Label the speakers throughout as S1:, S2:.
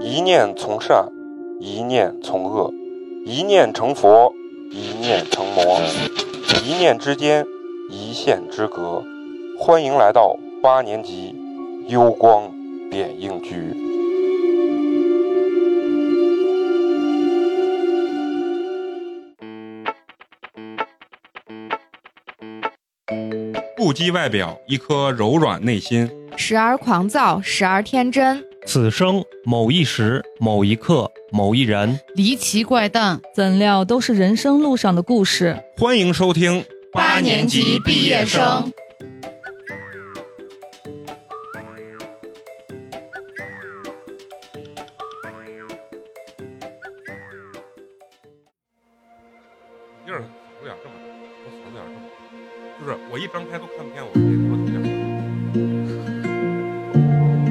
S1: 一念从善，一念从恶，一念成佛，一念成魔，一念之间，一线之隔。欢迎来到八年级幽光点映局。不羁外表，一颗柔软内心。
S2: 时而狂躁，时而天真，
S3: 此生某一时、某一刻、某一人，
S4: 离奇怪诞，
S5: 怎料都是人生路上的故事。
S1: 欢迎收听
S6: 八年级毕业生。
S1: 地儿嗓子眼儿这么大，我嗓子眼儿这么大，就是我一张开都看不见我自己，我有点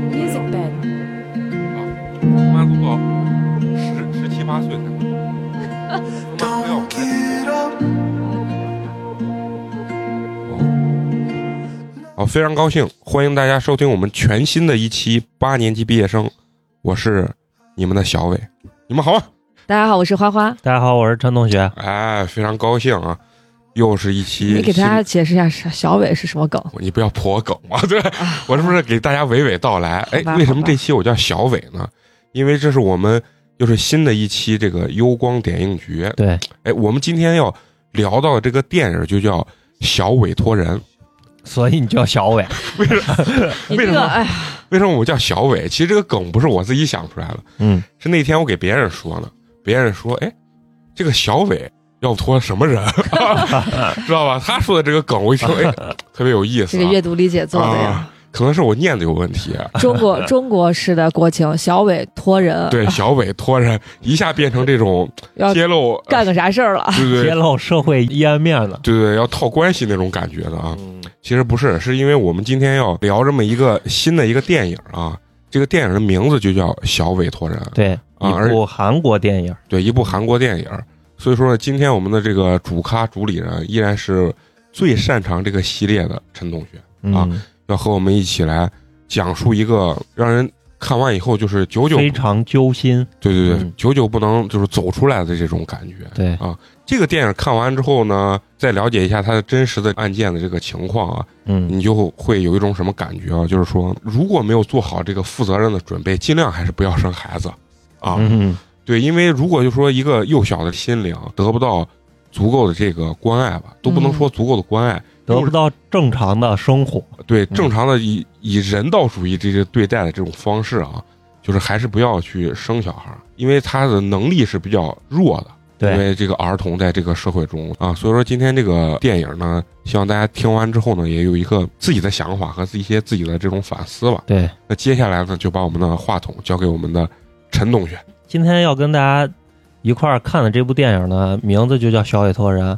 S7: Music Bed，
S1: 他妈都到十十七八岁才，他妈不要我哦好，非常高兴，欢迎大家收听我们全新的一期八年级毕业生，我是你们的小伟，你们好吗？
S8: 大家好，我是花花。
S3: 大家好，我是陈同学。
S1: 哎，非常高兴啊，又是一期
S8: 你给大家
S1: 新
S8: 解释一下啥小伟是什么梗？
S1: 我你不要破我梗啊！ 对，我是不是给大家娓娓道来？哎
S8: 好，吧
S1: 为什么
S8: 好吧
S1: 这期我叫小伟呢？因为这是我们又是新的一期这个幽光点映局。
S3: 对，
S1: 哎，我们今天要聊到的这个电影就叫《小委托人
S3: 所以你叫小伟。》。
S8: 你
S1: 为什
S8: 这
S1: 么
S8: 个哎呀，
S1: 为什么我叫小伟？其实这个梗不是我自己想出来的，
S3: 嗯，
S1: 是那天我给别人说的。别人说：“哎，这个小伟要托什么 人？” 知道吧？他说的这个梗，我一听，哎，特别有意思、
S8: 这
S1: 啊。
S8: 个阅读理解做的呀，
S1: 可能是我念的有问题、啊
S8: 中国中国式的国情，小伟托人，
S1: 对，
S8: 啊
S1: 小伟托人一下变成这种
S8: 要
S1: 揭露，啊
S8: 干个啥事儿了？
S1: 对对
S3: 揭
S1: 对
S3: 露社会阴暗面了。
S1: 对对，要套关系那种感觉的啊。
S3: 嗯，
S1: 其实不是，是因为我们今天要聊这么一个新的一个电影啊，这个电影的名字就叫《小委托人》，
S3: 对，
S1: 啊而
S3: 一部韩国电影。
S1: 对，一部韩国电影。所以说呢，今天我们的这个主咖主理人依然是最擅长这个系列的陈同学，啊
S3: 嗯，
S1: 要和我们一起来讲述一个让人看完以后就是久久
S3: 非常揪心。
S1: 对对对
S3: 嗯
S1: 久久不能就是走出来的这种感觉。
S3: 对，
S1: 这个电影看完之后呢，再了解一下它的真实的案件的这个情况啊，
S3: 嗯，
S1: 你就会有一种什么感觉啊？就是说，如果没有做好这个负责任的准备，尽量还是不要生孩子啊。
S3: 嗯，
S1: 对，因为如果就说一个幼小的心灵得不到足够的这个关爱吧，都不能说足够的关爱，
S3: 嗯得不到嗯正常的生活。
S1: 对正常的以以人道主义这些对待的这种方式啊，就是还是不要去生小孩儿，因为他的能力是比较弱的。因
S3: 对，
S1: 为这个儿童在这个社会中啊，所以说今天这个电影呢，希望大家听完之后呢，也有一个自己的想法和一些自己的这种反思吧。
S3: 对。
S1: 那接下来呢，就把我们的话筒交给我们的陈同学。
S3: 今天要跟大家一块儿看的这部电影呢，名字就叫《小委托人》，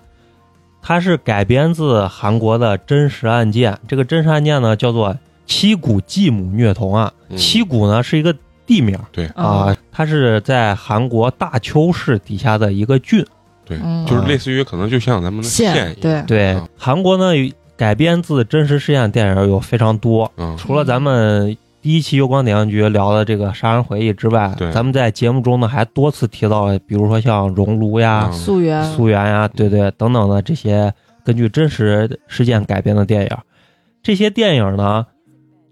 S3: 它是改编自韩国的真实案件。这个真实案件呢，叫做七谷继母虐童案。
S1: 嗯哦
S3: 七谷呢是一个地名儿啊，它是在韩国大邱市底下的一个郡。
S1: 对，
S2: 嗯
S1: 就是类似于可能就像咱们的
S2: 线
S1: 县一样，
S2: 对
S3: 对
S1: 啊，
S3: 韩国呢有改编自真实事件的电影有非常多，
S1: 嗯，
S3: 除了咱们。第一期《幽光点映局》聊的这个杀人回忆之外
S1: 对，
S3: 咱们在节目中呢还多次提到了，比如说像熔炉呀、
S1: 嗯
S2: 溯源
S3: 溯源呀、对对等等的这些根据真实事件改编的电影，这些电影呢，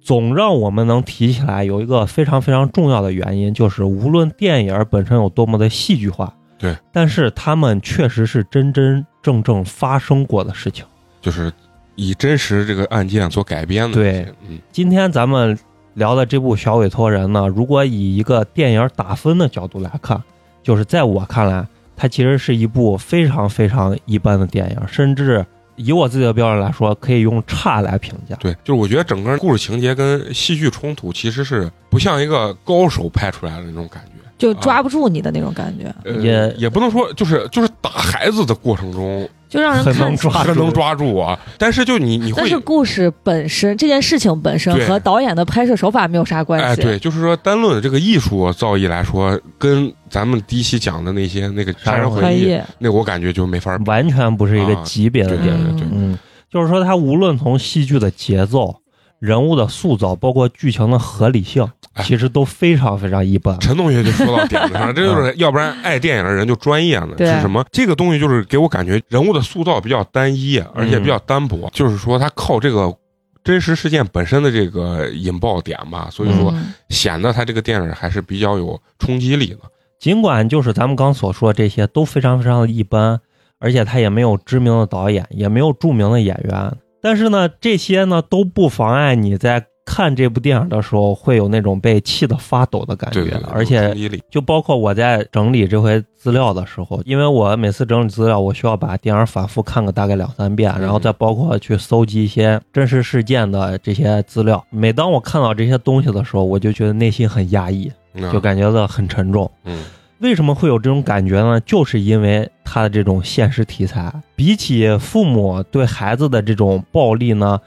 S3: 总让我们能提起来有一个非常非常重要的原因，就是无论电影本身有多么的戏剧化，
S1: 对，
S3: 但是他们确实是真真正正发生过的事情。
S1: 就是以真实这个案件所改编的。
S3: 对，
S1: 嗯，
S3: 今天咱们聊的这部《小委托人》呢，如果以一个电影打分的角度来看，就是在我看来，它其实是一部非常非常一般的电影，甚至以我自己的标准来说，可以用差来评价。
S1: 对，就是我觉得整个故事情节跟戏剧冲突其实是不像一个高手拍出来的那种感觉。
S8: 就抓不住你的那种感觉，
S1: 呃、
S3: 也
S1: 也不能说，就是就是打孩子的过程中，
S8: 就让人
S3: 很
S8: 看
S3: 能。抓
S1: 他
S3: 住，
S1: 能抓住我，但是就你你
S8: 但
S1: 会
S8: 是故事本身，这件事情本身
S1: 对
S8: 和导演的拍摄手法没有啥关系。
S1: 哎，对，就是说单论这个艺术造诣来说，跟咱们第一期讲的那些那个杀人
S3: 杀
S1: 回
S8: 专
S1: 忆，
S8: 业，
S1: 那我感觉就没法比。
S3: 完全不是一个
S1: 啊
S3: 级别的
S1: 对
S3: 电影。
S1: 对对
S8: 嗯
S3: 嗯，就是说它无论从戏剧的节奏，人物的塑造，包括剧情的合理性，
S1: 哎
S3: 其实都非常非常一般。
S1: 陈同学就说到点子上，这就是
S3: 嗯
S1: 要不然爱电影的人就专业了，
S8: 对
S1: 是什么？这个东西就是给我感觉人物的塑造比较单一，啊而
S3: 嗯
S1: 且比较单薄，就是说他靠这个真实事件本身的这个引爆点吧，所以说
S5: 嗯
S1: 显得他这个电影还是比较有冲击力的。
S3: 尽管就是咱们刚所说这些都非常非常的一般，而且他也没有知名的导演，也没有著名的演员，但是呢，这些呢都不妨碍你在看这部电影的时候会有那种被气得发抖的感觉，
S1: 对对对，
S3: 哎而
S1: 有
S3: 且
S1: 冲击力，
S3: 就包括我在整理这回资料的时候，因为我每次整理资料，我需要把电影反复看个大概两三遍，
S1: 嗯
S3: 然后再包括去搜集一些真实事件的这些资料。每当我看到这些东西的时候，我就觉得内心很压抑，
S1: 嗯
S3: 就感觉到很沉重。
S1: 嗯
S3: 为什么会有这种感觉呢？就是因为它的这种现实题材，比起父母对孩子的这种暴力呢，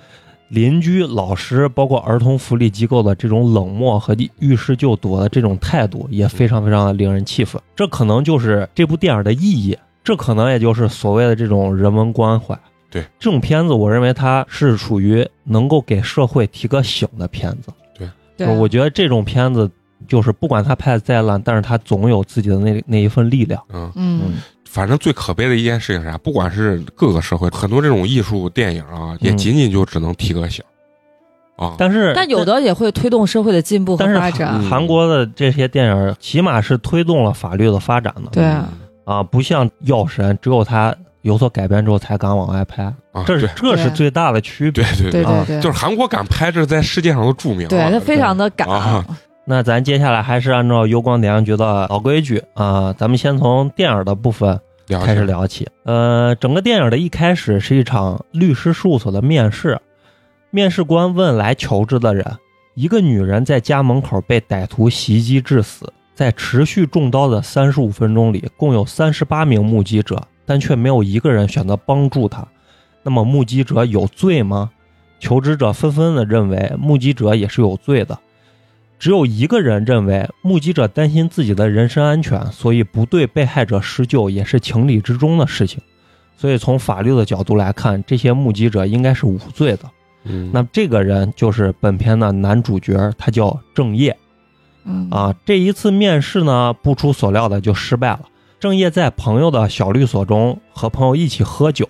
S3: 邻居、老师，包括儿童福利机构的这种冷漠和遇事就躲的这种态度，也非常非常的令人气愤。这可能就是这部电影的意义，这可能也就是所谓的这种人文关怀。
S1: 对
S3: 这种片子，我认为它是属于能够给社会提个醒的片子。
S8: 对
S3: 就是我觉得这种片子，就是不管他拍的再烂，但是他总有自己的那那一份力量。
S1: 嗯，
S5: 嗯，
S1: 反正最可悲的一件事情是啥？不管是各个社会，很多这种艺术电影啊，也
S3: 嗯
S1: 仅仅就只能提个醒啊。
S3: 但是，
S8: 但有的也会推动社会的进步和
S3: 但是
S8: 发展
S1: 嗯
S3: 韩。韩国的这些电影，起码是推动了法律的发展的。
S8: 对
S1: 嗯
S3: 啊，不像《药神》，只有他有所改变之后才敢往外拍，
S1: 啊，对
S3: 这是这是最大的区别。
S1: 对对
S8: 对
S3: 啊
S8: 对对，
S1: 就是韩国敢拍，这是在世界上都著名了。
S8: 对他非常的敢。
S1: 啊
S3: 那咱接下来还是按照油光点映局的老规矩啊，咱们先从电影的部分
S1: 了
S3: 开始
S1: 解
S3: 聊起。呃，整个电影的一开始是一场律师事务所的面试，面试官问来求职的人，一个女人在家门口被歹徒袭击致死，在持续中刀的三十五分钟里，共有三十八名目击者，但却没有一个人选择帮助她。那么目击者有罪吗？求职者纷纷的认为目击者也是有罪的，只有一个人认为目击者担心自己的人身安全，所以不对被害者施救也是情理之中的事情。所以从法律的角度来看，这些目击者应该是无罪的。
S1: 嗯，
S3: 那这个人就是本片的男主角，他叫郑业。
S5: 嗯
S3: 啊，这一次面试呢，不出所料的就失败了。郑业在朋友的小律所中和朋友一起喝酒，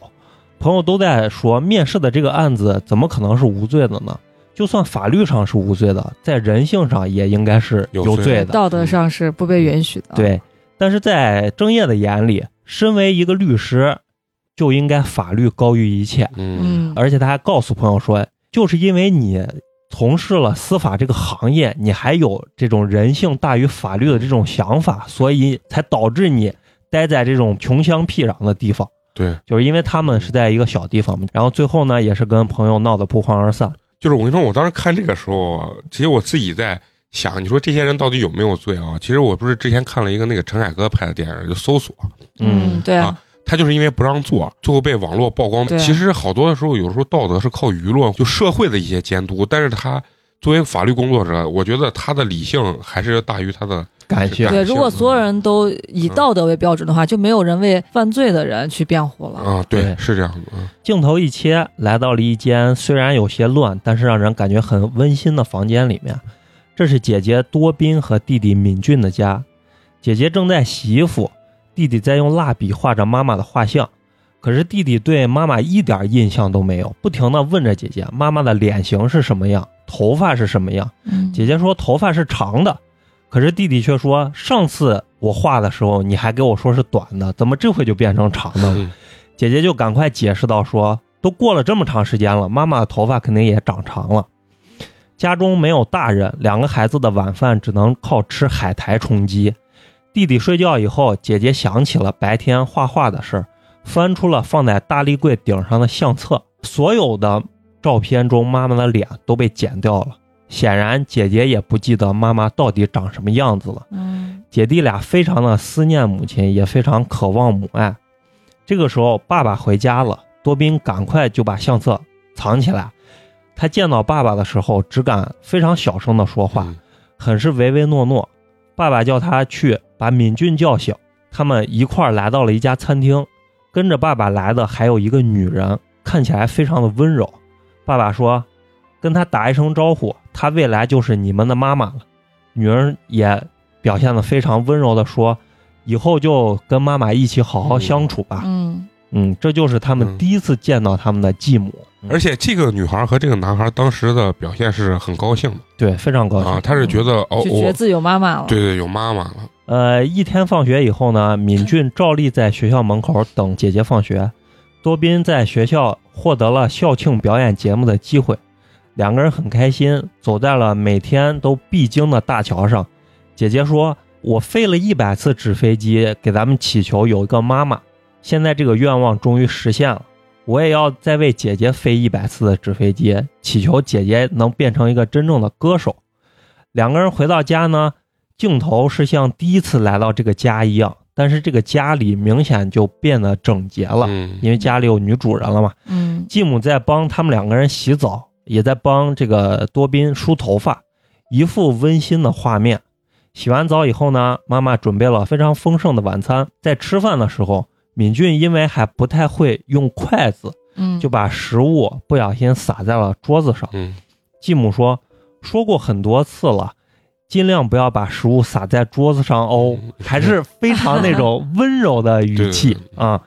S3: 朋友都在说面试的这个案子怎么可能是无罪的呢？就算法律上是无罪的，在人性上也应该是
S1: 有
S3: 有
S1: 罪
S3: 罪的。
S8: 道德上是不被允许的。，
S3: 对，但是在郑业的眼里，身为一个律师，就应该法律高于一切。
S1: 嗯
S8: 嗯，
S3: 而且他还告诉朋友说，就是因为你从事了司法这个行业，你还有这种人性大于法律的这种想法，所以才导致你待在这种穷乡僻壤的地方。
S1: 对，
S3: 就是因为他们是在一个小地方嘛，然后最后呢，也是跟朋友闹得不欢而散。
S1: 就是我跟你说，我当时看这个时候啊，其实我自己在想，你说这些人到底有没有罪啊？其实我不是之前看了一个那个陈凯歌拍的电影，就《搜索》，
S8: 嗯，对
S1: 啊他就是因为不让做，最后被网络曝光。
S8: 嗯对啊
S1: 其实好多的时候，有时候道德是靠舆论，就社会的一些监督，但是他。作为法律工作者，我觉得他的理性还是大于他的
S3: 感谢
S1: 感
S8: 对，如果所有人都以
S1: 嗯
S8: 道德为标准的话，就没有人为犯罪的人去辩护了。
S1: 啊，对，
S3: 对
S1: 是这样的，嗯
S3: 镜头一切，来到了一间虽然有些乱，但是让人感觉很温馨的房间里面。这是姐姐多彬和弟弟敏俊的家，姐姐正在洗衣服，弟弟在用蜡笔画着妈妈的画像。可是弟弟对妈妈一点印象都没有，不停地问着姐姐妈妈的脸型是什么样，头发是什么样。
S5: 嗯
S3: 姐姐说头发是长的，可是弟弟却说上次我画的时候你还给我说是短的，怎么这回就变成长的了？
S1: 嗯
S3: 姐姐就赶快解释到说，都过了这么长时间了，妈妈的头发肯定也长长了。家中没有大人，两个孩子的晚饭只能靠吃海苔充饥。弟弟睡觉以后，姐姐想起了白天画画的事儿，翻出了放在大立柜顶上的相册，所有的照片中妈妈的脸都被剪掉了。显然，姐姐也不记得妈妈到底长什么样子了。
S5: 嗯
S3: 姐弟俩非常的思念母亲，也非常渴望母爱。这个时候，爸爸回家了，多宾赶快就把相册藏起来。他见到爸爸的时候，只敢非常小声的说话，
S1: 嗯
S3: 很是唯唯诺诺。爸爸叫他去把敏俊叫醒，他们一块儿来到了一家餐厅，跟着爸爸来的还有一个女人，看起来非常的温柔。爸爸说：“跟他打一声招呼，他未来就是你们的妈妈了。女儿也表现得非常温柔的说，以后就跟妈妈一起好好相处吧。
S5: 嗯，
S3: 嗯，这就是他们
S1: 嗯
S3: 第一次见到他们的继母，
S1: 而且这个女孩和这个男孩当时的表现是很高兴的
S3: 对非常高兴。
S1: 啊，他是觉得
S3: 嗯
S1: 哦，
S8: 就觉
S1: 我
S8: 得自己有妈妈了。
S1: 对对有妈妈了，
S3: 呃，一天放学以后呢，敏俊照例在学校门口等姐姐放学。多宾在学校获得了校庆表演节目的机会，两个人很开心，走在了每天都必经的大桥上。姐姐说：“我飞了一百次纸飞机，给咱们祈求有一个妈妈。现在这个愿望终于实现了，我也要再为姐姐飞一百次的纸飞机，祈求姐姐能变成一个真正的歌手。”两个人回到家呢，镜头是像第一次来到这个家一样，但是这个家里明显就变得整洁了，
S1: 嗯
S3: 因为家里有女主人了嘛。
S5: 嗯，
S3: 继母在帮他们两个人洗澡，也在帮这个多宾梳头发，一副温馨的画面。洗完澡以后呢，妈妈准备了非常丰盛的晚餐。在吃饭的时候，敏俊因为还不太会用筷子，
S5: 嗯，
S3: 就把食物不小心洒在了桌子上。
S1: 嗯
S3: 继母说：“说过很多次了，尽量不要把食物撒在桌子上哦。
S1: 嗯”
S3: 还是非常那种温柔的语气
S1: 对
S3: 啊，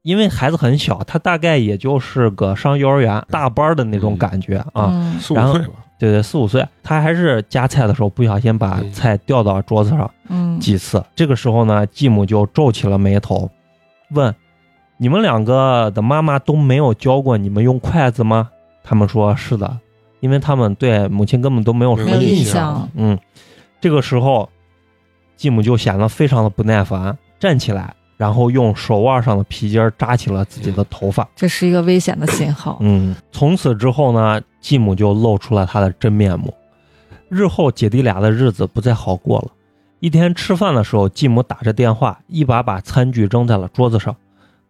S3: 因为孩子很小，他大概也就是个上幼儿园
S1: 嗯
S3: 大班的那种感觉啊，
S5: 嗯
S1: 四五
S3: 然后
S1: 岁吧，
S3: 对对，四五岁，他还是夹菜的时候不小心把
S1: 嗯
S3: 菜掉到桌子上
S5: 嗯，
S3: 几次。这个时候呢，继母就皱起了眉头，问：“你们两个的妈妈都没有教过你们用筷子吗？”他们说：“是的，因为他们对母亲根本都没有什
S1: 没
S3: 么
S1: 有
S5: 有
S1: 印
S5: 印
S1: 象
S5: 象，
S3: 嗯，这个时候，继母就显得非常的不耐烦，站起来，然后用手腕上的皮筋儿扎起了自己的头发。
S8: 这是一个危险的信号。
S3: 嗯，从此之后呢，继母就露出了她的真面目。日后姐弟俩的日子不再好过了。一天吃饭的时候，继母打着电话，一把把餐具扔在了桌子上。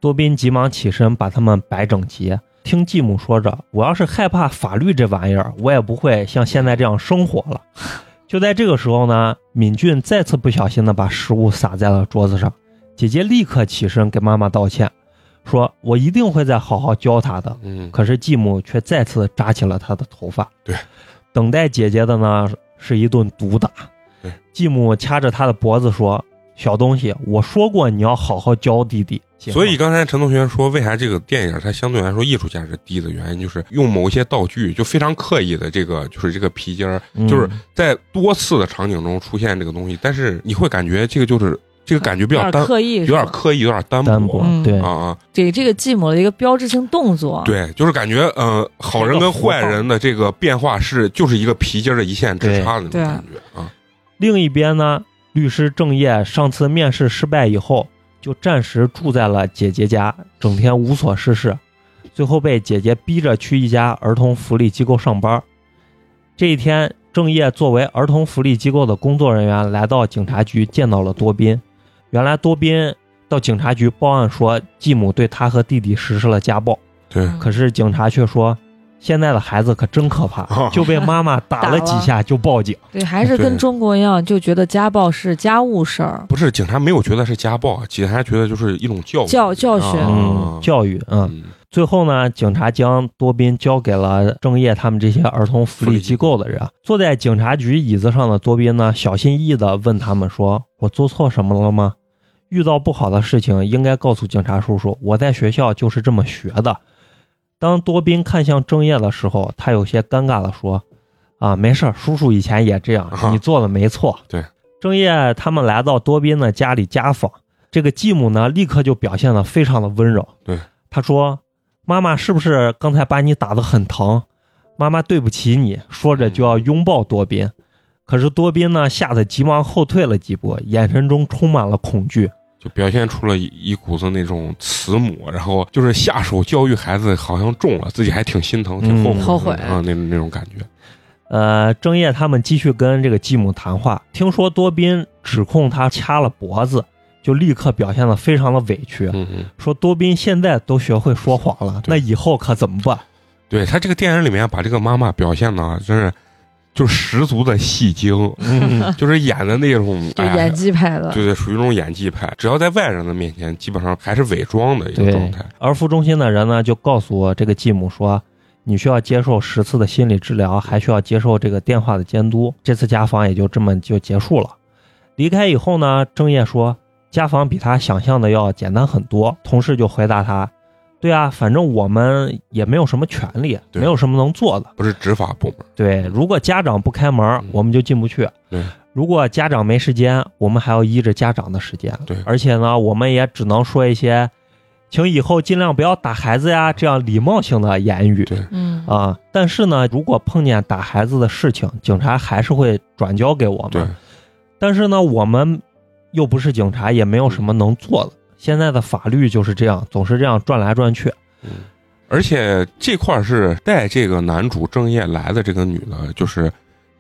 S3: 多宾急忙起身，把它们摆整齐。听继母说着：“我要是害怕法律这玩意儿，我也不会像现在这样生活了。”就在这个时候呢，敏俊再次不小心的把食物洒在了桌子上。姐姐立刻起身给妈妈道歉，说：“我一定会再好好教他的。”
S1: 嗯，
S3: 可是继母却再次扎起了他的头发。
S1: 对，
S3: 等待姐姐的呢是一顿毒打
S1: 对。
S3: 继母掐着他的脖子说：“小东西，我说过你要好好教弟弟。”
S1: 所以刚才陈同学说，为啥这个电影它相对来说艺术价值低的原因，就是用某些道具就非常刻意的这个，就是这个皮筋儿，
S3: 嗯
S1: 就是在多次的场景中出现这个东西，但是你会感觉这个就是这个感觉比
S8: 有
S1: 较
S8: 点
S1: 单，
S8: 刻意，
S1: 有
S8: 是吧
S1: 点刻意，有点单
S3: 单薄，
S5: 嗯
S3: 对
S1: 啊，啊，
S8: 给这个继母的一个标志性动作。，
S1: 对，就是感觉呃，好人跟坏人的这个变化是就是一个皮筋儿的一线之差的那种
S8: 对
S1: 感觉啊，
S3: 另一边呢，律师郑业上次面试失败以后，就暂时住在了姐姐家，整天无所事事，最后被姐姐逼着去一家儿童福利机构上班。这一天，郑业作为儿童福利机构的工作人员来到警察局，见到了多宾。原来多宾到警察局报案说，继母对他和弟弟实施了家暴，
S8: 嗯
S1: 对，
S3: 可是警察却说。现在的孩子可真可怕，就被妈妈打了几下就报警。
S8: 对，还是跟
S1: 对
S8: 中国一样，就觉得家暴是家务事儿。
S1: 不是警察没有觉得是家暴，啊警察觉得就是一种教育
S8: 教教训
S1: 啊
S3: 嗯，教育，嗯，
S1: 嗯
S3: 最后呢，警察将多宾交给了郑业他们这些儿童福利机构的人。啊坐在警察局椅子上的多宾呢，小心翼翼地问他们说：“我做错什么了吗？遇到不好的事情应该告诉警察叔叔，我在学校就是这么学的。”当多宾看向郑业的时候，他有些尴尬地说：“啊，没事儿，叔叔以前也这样
S1: 啊，
S3: 你做的没错。”
S1: 对，
S3: 郑业他们来到多宾的家里家访，这个继母呢，立刻就表现得非常的温柔。
S1: 对，
S3: 他说：“妈妈是不是刚才把你打得很疼？妈妈对不起你。”说着就要拥抱多宾，可是多宾呢，吓得急忙后退了几步，眼神中充满了恐惧。
S1: 就表现出了一一股子那种呃慈母，然后就是下手教育孩子，好像中了，自己还挺心疼，挺
S3: 嗯
S1: 后
S8: 后
S1: 悔
S8: 悔
S1: 的啊，那种那种感觉。
S3: 呃，郑业他们继续跟这个继母谈话，听说多宾指控他掐了脖子，就立刻表现得非常的委屈，
S1: 嗯嗯，
S3: 说多宾现在都学会说谎了，
S1: 对
S3: 那以后可怎么 办？
S1: 对他这个电影里面把这个妈妈表现的真是就十足的戏精，
S3: 嗯，
S1: 就是演的那种
S8: 就
S1: 哎呀
S8: 演技派的，
S1: 对对，属于那种演技派，只要在外人的面前，基本上还是伪装的一个
S3: 对
S1: 状态。
S3: 儿福中心的人呢，就告诉我这个继母说，你需要接受十次的心理治疗，还需要接受这个电话的监督。这次家访也就这么就结束了。离开以后呢，郑业说家访比他想象的要简单很多。同事就回答他：“对啊，反正我们也没有什么权利，
S1: 对
S3: 没有什么能做的。
S1: 不是执法部门，
S3: 对，如果家长不开门，我们就进不去。
S1: 嗯对，
S3: 如果家长没时间，我们还要依着家长的时间。
S1: 对
S3: 而且呢，我们也只能说一些，请以后尽量不要打孩子呀，这样礼貌性的言语。
S1: 对
S5: 嗯
S3: 啊，但是呢，如果碰见打孩子的事情，警察还是会转交给我
S1: 对
S3: 们。但是呢，我们又不是警察，也没有什么
S1: 嗯
S3: 能做的。现在的法律就是这样，总是这样转来转去。
S1: 而且这块儿是带这个男主郑业来的这个女的，就是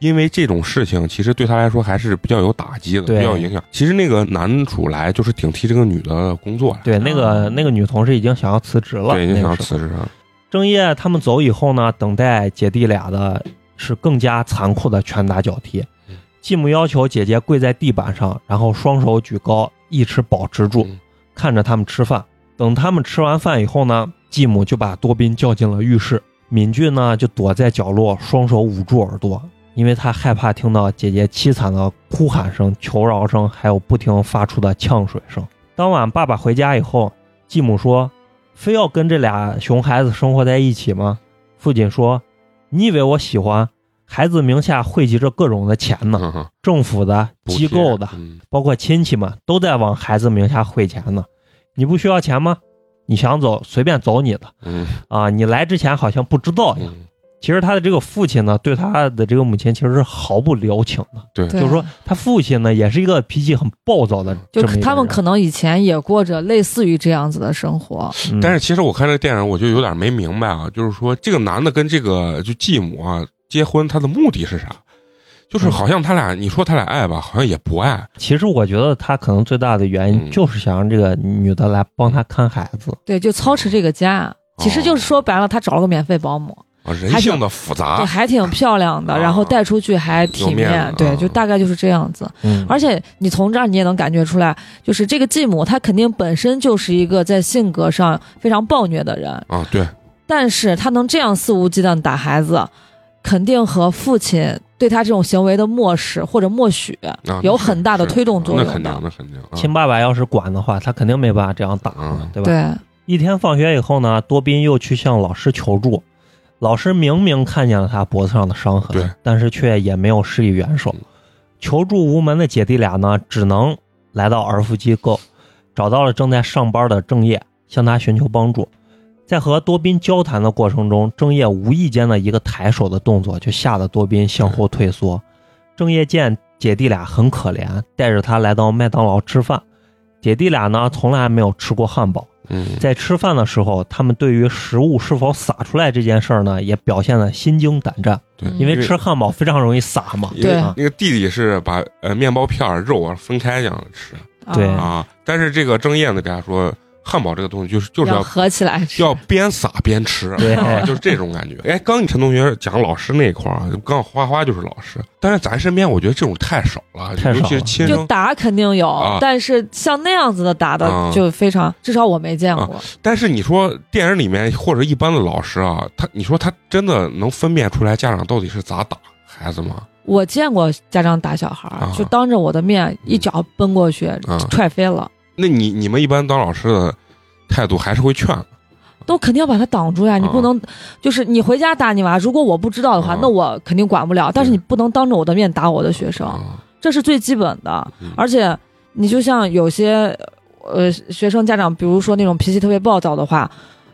S1: 因为这种事情，其实对她来说还是比较有打击的，
S3: 对
S1: 比较有影响。其实那个男主来就是顶替这个女的工作来，
S3: 对，那个那个女同事已经想要辞职了，
S1: 哦对，已经
S3: 那
S1: 想要
S3: 个时候
S1: 辞职了。
S3: 郑业他们走以后呢，等待姐弟俩的是更加残酷的拳打脚踢
S1: 嗯。
S3: 继母要求姐姐跪在地板上，然后双手举高，一只保持住
S1: 嗯，
S3: 看着他们吃饭。等他们吃完饭以后呢，继母就把多宾叫进了浴室，敏俊呢就躲在角落，双手捂住耳朵，因为他害怕听到姐姐凄惨的哭喊声、求饶声，还有不停发出的呛水声。当晚爸爸回家以后，继母说：“非要跟这俩熊孩子生活在一起吗？”父亲说：“你以为我喜欢？孩子名下汇集着各种的钱呢，
S1: 嗯哼
S3: 政府的、
S1: 补
S3: 机
S1: 贴
S3: 构的，
S1: 嗯
S3: 包括亲戚们都在往孩子名下汇钱呢。你不需要钱吗？你想走随便走你的
S1: 嗯
S3: 啊！你来之前好像不知道一样。
S1: 嗯，
S3: 其实他的这个父亲呢，对他的这个母亲其实是毫不留情的。
S1: 对，
S8: 对
S3: 就是说，他父亲呢也是一个脾气很暴躁的这
S8: 就
S3: 么一个人，
S8: 他们可能以前也过着类似于这样子的生活，
S3: 嗯，
S1: 但是其实我看这个电影，我就有点没明白啊，就是说这个男的跟这个就继母啊结婚，他的目的是啥？
S3: 嗯
S1: 就是好像他俩，你说他俩爱吧，好像也不爱。
S3: 其实我觉得他可能最大的原因
S1: 嗯
S3: 就是想让这个女的来帮他看孩子。
S8: 对，就操持这个家。其
S1: 哦
S8: 实就是说白了，他找了个免费保姆，
S1: 啊，人性的复
S8: 对，
S1: 杂，
S8: 还挺漂亮的，
S1: 啊
S8: 然后带出去还体
S1: 有面
S8: 面，
S1: 子啊
S8: 对，就大概就是这样子。
S3: 嗯
S8: 而且你从这儿你也能感觉出来，就是这个继母她肯定本身就是一个在性格上非常暴虐的人，
S1: 啊，对，
S8: 但是她能这样肆无忌惮地打孩子，肯定和父亲对她这种行为的漠视或者默许
S1: 啊
S8: 有很大的
S1: 是
S8: 推动作
S1: 那
S8: 用
S1: 肯定
S8: 的，。
S1: 那肯定。啊
S3: 亲爸爸要是管的话，他肯定没办法这样打，
S1: 嗯
S3: 对吧？
S8: 对，
S3: 一天放学以后呢，多宾又去向老师求助。老师明明看见了他脖子上的伤
S1: 对
S3: 痕，但是却也没有施以援手
S1: 嗯。
S3: 求助无门的姐弟俩呢，只能来到儿福机构，找到了正在上班的郑业，向他寻求帮助。在和多宾交谈的过程中，郑业无意间的一个抬手的动作，就吓得多宾向后退缩。郑业见姐弟俩很可怜，带着他来到麦当劳吃饭。姐弟俩呢，从来没有吃过汉堡。
S1: 嗯，
S3: 在吃饭的时候，他们对于食物是否洒出来这件事儿呢，也表现得心惊胆战，
S1: 对，
S8: 嗯
S3: 因为吃汉堡非常容易洒嘛。
S1: 因为
S8: 对啊
S1: 那个弟弟是把呃面包片儿肉啊分开这样吃
S3: 对
S8: 啊
S1: 啊，但是这个郑业呢给他说，汉堡这个东西就是就是
S8: 要
S1: 要
S8: 合起来吃，
S1: 要边撒边吃，
S3: 对
S1: 啊，就是这种感觉。哎，刚你陈同学讲老师那一块儿啊，刚好花花就是老师，但是咱身边我觉得这种太少了，
S3: 太
S1: 尤
S3: 少
S1: 其是
S3: 了
S1: 亲
S8: 就
S1: 生。
S8: 打肯定有，
S1: 啊
S8: 但是像那样子的打的
S1: 啊
S8: 就非常，至少我没见
S1: 啊
S8: 过。
S1: 但是你说电影里面或者一般的老师啊，他你说他真的能分辨出来家长到底是咋打孩子吗？
S8: 我见过家长打小孩儿，
S1: 啊
S8: 就当着我的面一脚奔过去、
S1: 啊
S8: 踹飞了，
S1: 那你你们一般当老师的态度还是会劝
S8: 都肯定要把他挡住呀！你
S1: 啊
S8: 不能，就是你回家打你娃，如果我不知道的话，
S1: 啊
S8: 那我肯定管不了。但是你不能当着我的面打我的学生，
S1: 啊，
S8: 这是最基本的
S1: 嗯。
S8: 而且你就像有些呃学生家长，比如说那种脾气特别暴躁的话。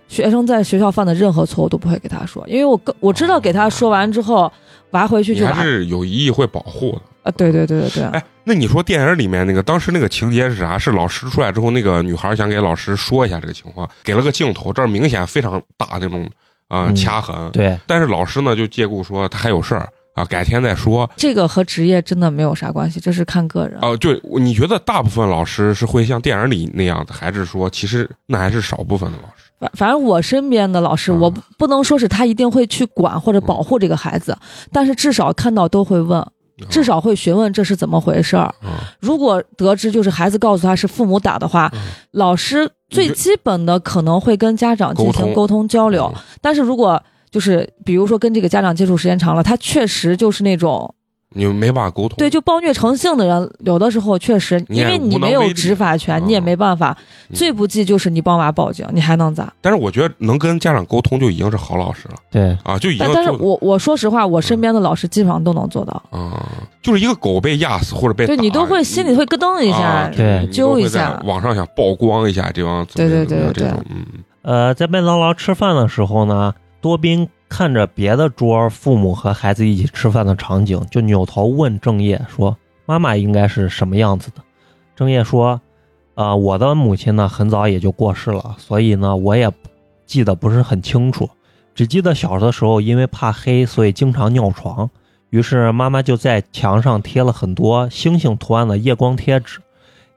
S8: 学生在学校犯的任何错误都不会给他说，因为我跟我知道给他说完之后，娃回去
S1: 啊你
S8: 就把
S1: 还是有意义会保护的。
S8: 啊，对对对对对，
S1: 哎，那你说电影里面那个当时那个情节是啥？是老师出来之后，那个女孩想给老师说一下这个情况，给了个镜头，这儿明显非常大那种呃
S3: 嗯
S1: 掐痕。
S3: 对，
S1: 但是老师呢就借故说他还有事儿啊，改天再说。
S8: 这个和职业真的没有啥关系，这是看个人。
S1: 啊，就你觉得大部分老师是会像电影里那样的，还是说其实那还是少部分的老师？
S8: 反反正我身边的老师，
S1: 嗯
S8: 我不不能说是他一定会去管或者保护这个孩子，但是至少看到都会问，
S1: 嗯
S8: 至少会询问这是怎么回事儿。
S1: 啊，
S8: 如果得知就是孩子告诉他是父母打的话
S1: 嗯，
S8: 老师最基本的可能会跟家长进
S1: 沟通嗯
S8: 行沟通交
S1: 交
S8: 流。但是如果就是比如说跟这个家长接触时间长了，他确实就是那种
S1: 你们没办法沟通。
S8: 对就暴虐成性的人，有的时候确实
S1: 你也
S8: 因为你
S1: 无能
S8: 没
S1: 为
S8: 有
S1: 力
S8: 执法权，你也
S1: 嗯
S8: 没办法。
S1: 嗯
S8: 最不济就是你帮娃报警，你还能咋？
S1: 但是我觉得能跟家长沟通就已经是好老师了
S3: 对，
S1: 啊，就已经
S8: 但但是
S1: 做
S8: 我我说实话，我
S1: 嗯
S8: 身边的老师基本上都能做到，
S1: 啊，就是一个狗被压死或者被
S8: 对
S1: 打
S8: 你都会心里会咯噔一
S1: 啊
S8: 下。
S3: 对
S1: 你
S8: 揪
S1: 都会
S8: 一下
S1: 在网上想曝光一下这帮怎么
S8: 对对
S1: 怎么样
S8: 对对
S1: 这种嗯
S3: 呃，在麦当劳吃饭的时候呢，多宾看着别的桌父母和孩子一起吃饭的场景，就扭头问郑业说：“妈妈应该是什么样子的？”郑业说：“呃，我的母亲呢，很早也就过世了，所以呢，我也记得不是很清楚，只记得小的时候因为怕黑，所以经常尿床。于是妈妈就在墙上贴了很多星星图案的夜光贴纸。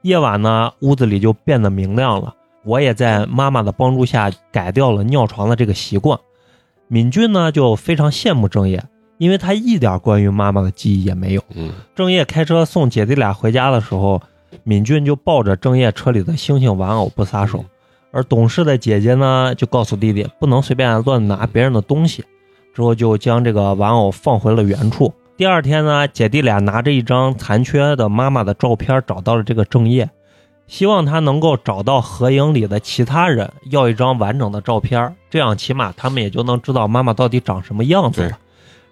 S3: 夜晚呢，屋子里就变得明亮了。我也在妈妈的帮助下改掉了尿床的这个习惯。敏俊呢就非常羡慕郑业，因为他一点关于妈妈的记忆也没有。
S1: 嗯
S3: 郑业开车送姐弟俩回家的时候，敏俊就抱着郑业车里的星星玩偶不撒手，而懂事的姐姐呢就告诉弟弟不能随便乱拿别人的东西，之后就将这个玩偶放回了原处。第二天呢，姐弟俩拿着一张残缺的妈妈的照片找到了这个郑业，希望他能够找到合影里的其他人，要一张完整的照片，这样起码他们也就能知道妈妈到底长什么样子
S1: 对
S3: 了。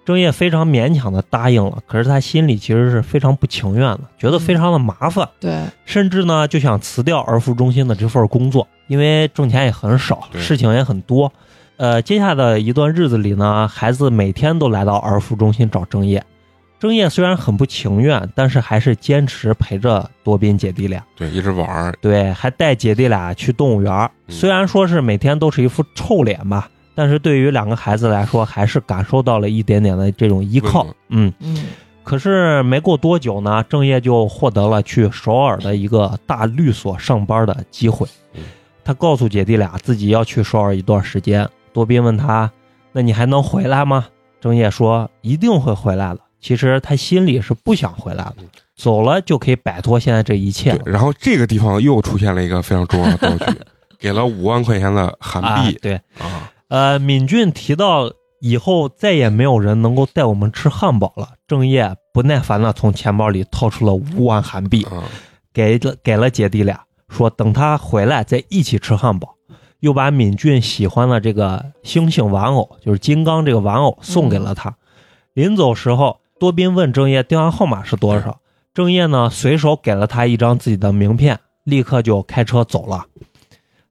S3: 郑业非常勉强的答应了，可是他心里其实是非常不情愿的，觉得非常的麻烦，
S8: 对，
S3: 甚至呢就想辞掉儿福中心的这份工作，因为挣钱也很少，
S1: 对
S3: 事情也很多。呃，接下来的一段日子里呢，孩子每天都来到儿福中心找郑业。郑业虽然很不情愿，但是还是坚持陪着多斌姐弟俩。
S1: 对，一直玩儿
S3: 对，还带姐弟俩去动物园儿。
S1: 嗯
S3: 虽然说是每天都是一副臭脸吧，但是对于两个孩子来说，还是感受到了一点点的这种依靠
S1: 温暖。
S3: 嗯，
S8: 嗯，
S3: 可是没过多久呢，郑业就获得了去首尔的一个大律所上班的机会
S1: 嗯。
S3: 他告诉姐弟俩自己要去首尔一段时间。多宾问他：“那你还能回来吗？”郑业说：“一定会回来的。”其实他心里是不想回来的，走了就可以摆脱现在这一切了
S1: 嗯对，。然后这个地方又出现了一个非常重要的道 具，给了五万块钱的韩
S3: 啊
S1: 币。
S3: 对，
S1: 啊，
S3: 呃，敏俊提到以后再也没有人能够带我们吃汉堡了，郑业不耐烦的从钱包里掏出了五万韩币，
S1: 啊
S3: 给了给了姐弟俩，说等他回来再一起吃汉堡。又把敏俊喜欢的这个星星玩偶，就是金刚这个玩偶送给了他。临走时候，多宾问郑业电话号码是多少，郑业呢随手给了他一张自己的名片，立刻就开车走了。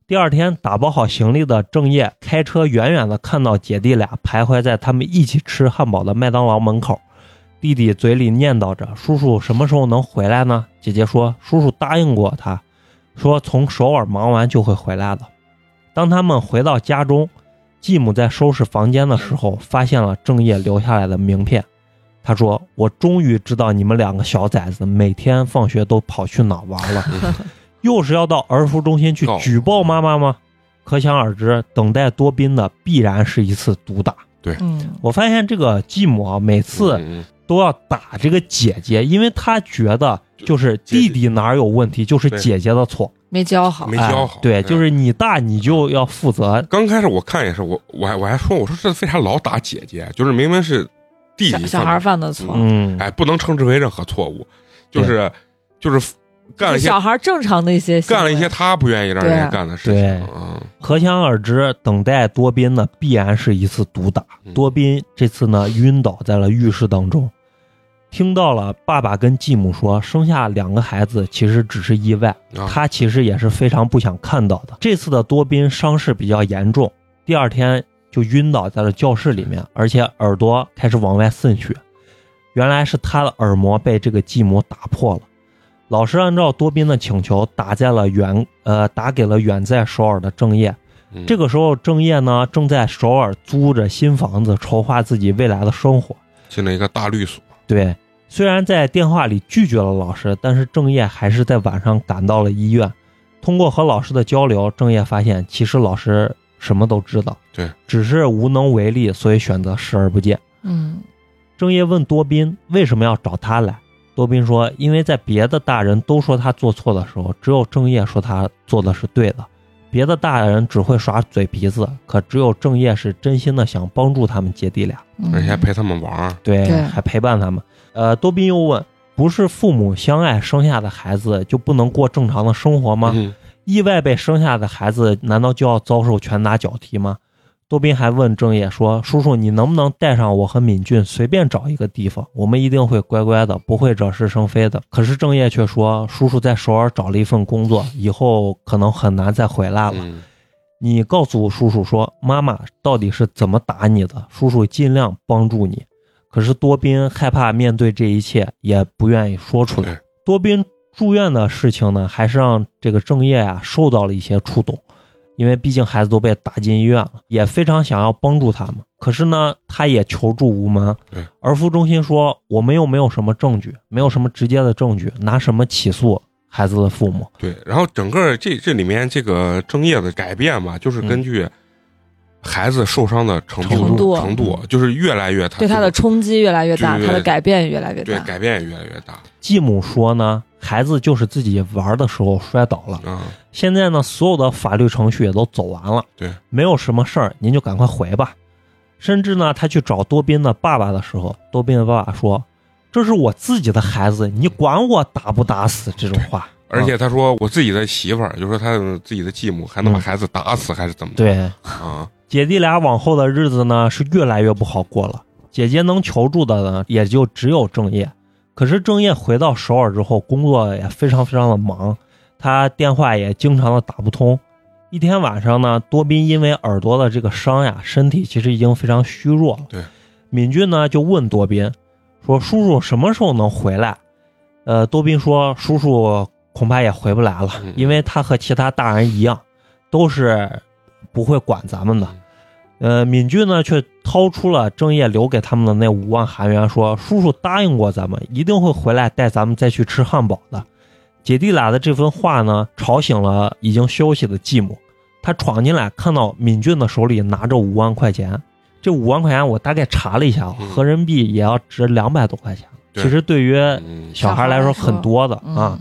S3: 第二天打包好行李的郑业开车远远的看到姐弟俩徘徊在他们一起吃汉堡的麦当劳门口，弟弟嘴里念叨着：“叔叔什么时候能回来呢？”姐姐说：“叔叔答应过他，说从首尔忙完就会回来的。”当他们回到家中，继母在收拾房间的时候，发现了郑业留下来的名片。他说：“我终于知道你们两个小崽子每天放学都跑去哪儿玩了，又是要到儿福中心去
S1: 告
S3: 举报妈妈吗？”可想而知，等待多宾的必然是一次毒打。
S8: 嗯，
S3: 我发现这个继母啊，每次
S1: 嗯
S3: 都要打这个姐姐，因为她觉得就是弟弟哪儿有问题，就是姐姐的错，
S8: 没教好
S1: 没，教好
S3: 哎。对，
S1: 嗯
S3: 就是你大你就要负责，
S1: 刚开始我看也是，我我还我还说我说这为啥老打姐姐？就是明明是弟
S8: 小
S1: 弟
S8: 小
S1: 犯的
S8: 孩犯的错，
S3: 嗯，
S1: 哎，不能称之为任何错误，就是就是干了一些
S8: 小孩正常的一些行
S1: 干了一
S8: 为
S1: 些他不愿意让人家
S8: 对啊
S1: 干的事
S3: 对
S1: 情。嗯，
S3: 可想而知，等待多宾呢必然是一次毒打
S1: 嗯。
S3: 多宾这次呢晕倒在了浴室当中，听到了爸爸跟继母说，生下两个孩子其实只是意外，
S1: 啊
S3: 他其实也是非常不想看到的。这次的多宾伤势比较严重，第二天就晕倒在了教室里面，而且耳朵开始往外渗血。原来是他的耳膜被这个继母打破了。老师按照多宾的请求，打在了远呃打给了远在首尔的郑业。
S1: 嗯
S3: 这个时候，郑业呢正在首尔租着新房子，筹划自己未来的生活。
S1: 进了一个大律所，
S3: 对，虽然在电话里拒绝了老师，但是郑业还是在晚上赶到了医院。通过和老师的交流，郑业发现其实老师什么都知道，
S1: 对，
S3: 只是无能为力，所以选择视而不见。
S8: 嗯，
S3: 郑业问多宾为什么要找他来，多宾说，因为在别的大人都说他做错的时候，只有郑业说他做的是对的，别的大人只会耍嘴皮子，可只有正业是真心的想帮助他们姐弟俩，
S8: 嗯
S1: 而且还陪他们玩儿，
S3: 对，
S8: 对
S3: 还陪伴他们。呃，多宾又问：不是父母相爱生下的孩子就不能过正常的生活吗？
S1: 嗯
S3: 意外被生下的孩子，难道就要遭受拳打脚踢吗？多宾还问郑业说：“叔叔，你能不能带上我和敏俊，随便找一个地方，我们一定会乖乖的，不会惹是生非的。”可是郑业却说：“叔叔在首尔找了一份工作，以后可能很难再回来了。
S1: 嗯，
S3: 你告诉叔叔说，妈妈到底是怎么打你的？叔叔尽量帮助你。可是多宾害怕面对这一切，也不愿意说出来
S1: 对。
S3: 多宾住院的事情呢，还是让这个郑业啊受到了一些触动，因为毕竟孩子都被打进医院了，也非常想要帮助他们。可是呢，他也求助无门
S1: 对。
S3: 儿福中心说，我们又没有什么证据，没有什么直接的证据，拿什么起诉孩子的父母？
S1: 对。然后整个这这里面这个正业的改变吧，就是根据孩子受伤的程度
S8: 程度
S1: 程度，就是越来越他
S8: 对他的
S1: 这
S8: 冲击越来越大，
S1: 对
S8: 他的改变越来越
S1: 个对
S8: 大。
S1: 改变也越来越大
S3: 继母说呢，孩子就是自己玩的时候摔倒了。
S1: 啊，
S3: 现在呢，所有的法律程序也都走完了，
S1: 对，
S3: 没有什么事儿，您就赶快回吧。甚至呢，他去找多宾的爸爸的时候，多宾的爸爸说：“这是我自己的孩子，你管我打不打死？”这种话，
S1: 而
S3: 啊
S1: 且他说我自己的媳妇儿，就说他自己的继母还能把
S3: 嗯
S1: 孩子打死还是怎么的
S3: 对
S1: 啊？
S3: 姐弟俩往后的日子呢是越来越不好过了。姐姐能求助的呢，也就只有郑业。可是郑业回到首尔之后，工作也非常非常的忙，他电话也经常的打不通。一天晚上呢，多宾因为耳朵的这个伤呀，身体其实已经非常虚弱了。
S1: 对，
S3: 敏俊呢就问多宾说：“叔叔什么时候能回来？”呃，多宾说：“叔叔恐怕也回不来了，
S1: 嗯
S3: 因为他和其他大人一样，都是不会管咱们的。”
S1: 嗯
S3: 呃，敏俊呢却掏出了郑业留给他们的那五万韩元，说：“叔叔答应过咱们，一定会回来带咱们再去吃汉堡的。”姐弟俩的这番话呢，吵醒了已经休息的继母。她闯进来，看到敏俊的手里拿着五万块钱。这五万块钱我大概查了一下，
S1: 嗯
S3: 合人民币也要值两百多块钱。
S1: 对
S3: 其实对于
S1: 嗯，
S3: 小孩来说很多的
S8: 嗯
S3: 啊，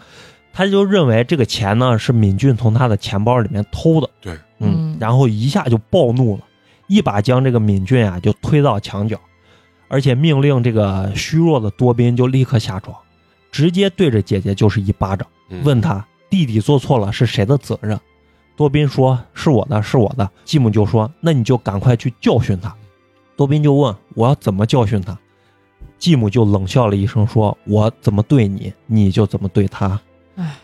S3: 他就认为这个钱呢是敏俊从他的钱包里面偷的。
S1: 对，
S3: 嗯
S8: 嗯，
S3: 然后一下就暴怒了，一把将这个敏俊啊就推到墙角，而且命令这个虚弱的多宾就立刻下床，直接对着姐姐就是一巴掌，
S1: 嗯
S3: 问他弟弟做错了是谁的责任。多宾说：“是我的，是我的。”继母就说：“那你就赶快去教训他。”多宾就问：“我要怎么教训他？”继母就冷笑了一声说：“我怎么对你，你就怎么对他。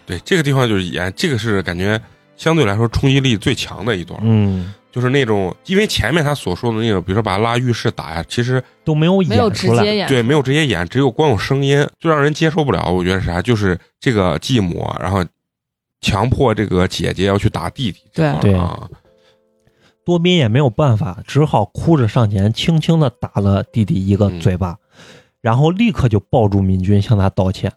S1: 对这个地方就是演，这个是感觉相对来说冲击力最强的一”段，
S3: 嗯，
S1: 就是那种因为前面他所说的那种，比如说把他拉浴室打呀，其实
S3: 都没有
S8: 没
S3: 演
S8: 有直
S3: 出来。
S8: 接演，
S1: 对没有直接演，只有光有声音，最让人接受不了。我觉得是啥，就是这个继母啊，然后强迫这个姐姐要去打弟弟这
S8: 对
S1: 块儿
S3: 对
S1: 啊，
S3: 多宾也没有办法，只好哭着上前，轻轻的打了弟弟一个嘴巴，然后立刻就抱住敏君向他道歉。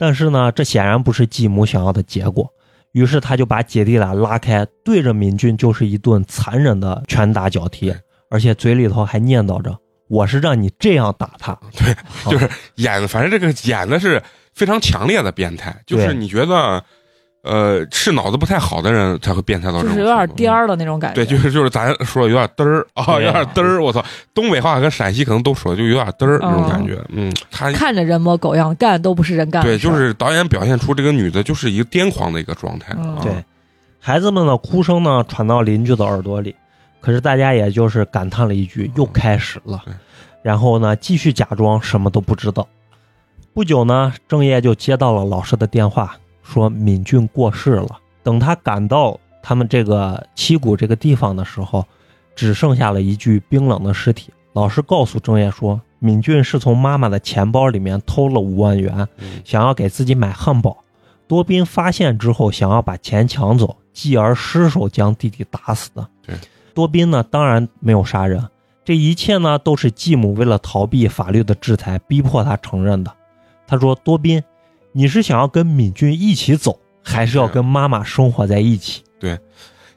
S3: 但是呢，这显然不是继母想要的结果，于是他就把姐弟俩拉开，对着敏俊就是一顿残忍的拳打脚踢
S1: 对，
S3: 而且嘴里头还念叨着：“我是让你这样打他。”对
S1: 就是演，反正这个演的是非常强烈的变态，就是
S3: 对
S1: 你觉得，呃，是脑子不太好的人才会变态到这
S8: 就
S1: 种，
S8: 是有点颠。儿的那种感觉。
S1: 对，就是就是咱说的有点嘚儿啊，
S3: 对
S1: 有点嘚儿，我操！东北话跟陕西可能都说，就有点嘚儿这种感觉。嗯，他
S8: 哦看着人模狗样，干都不是人干的
S1: 对，
S8: 事儿。
S1: 就是导演表现出这个女的就是一个癫狂的一个状态
S8: 嗯
S1: 啊。
S3: 对，孩子们的哭声呢传到邻居的耳朵里，可是大家也就是感叹了一句：“又开始了
S1: 对。”
S3: 然后呢，继续假装什么都不知道。不久呢，郑业就接到了老师的电话，说敏俊过世了。等他赶到他们这个七谷这个地方的时候，只剩下了一具冰冷的尸体。老师告诉郑业说，敏俊是从妈妈的钱包里面偷了五万元，
S1: 嗯
S3: 想要给自己买汉堡。多宾发现之后，想要把钱抢走，继而失手将弟弟打死的。
S1: 对，
S3: 多宾呢，当然没有杀人，这一切呢，都是继母为了逃避法律的制裁，逼迫他承认的。他说：“多宾，你是想要跟敏俊一起走，还是要
S1: 是
S3: 跟妈妈生活在一起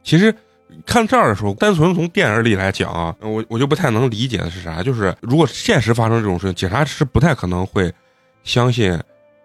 S1: 其实看这儿的时候，单纯从电影里来讲啊，我我就不太能理解的是啥，就是如果现实发生这种事情，警察是不太可能会相信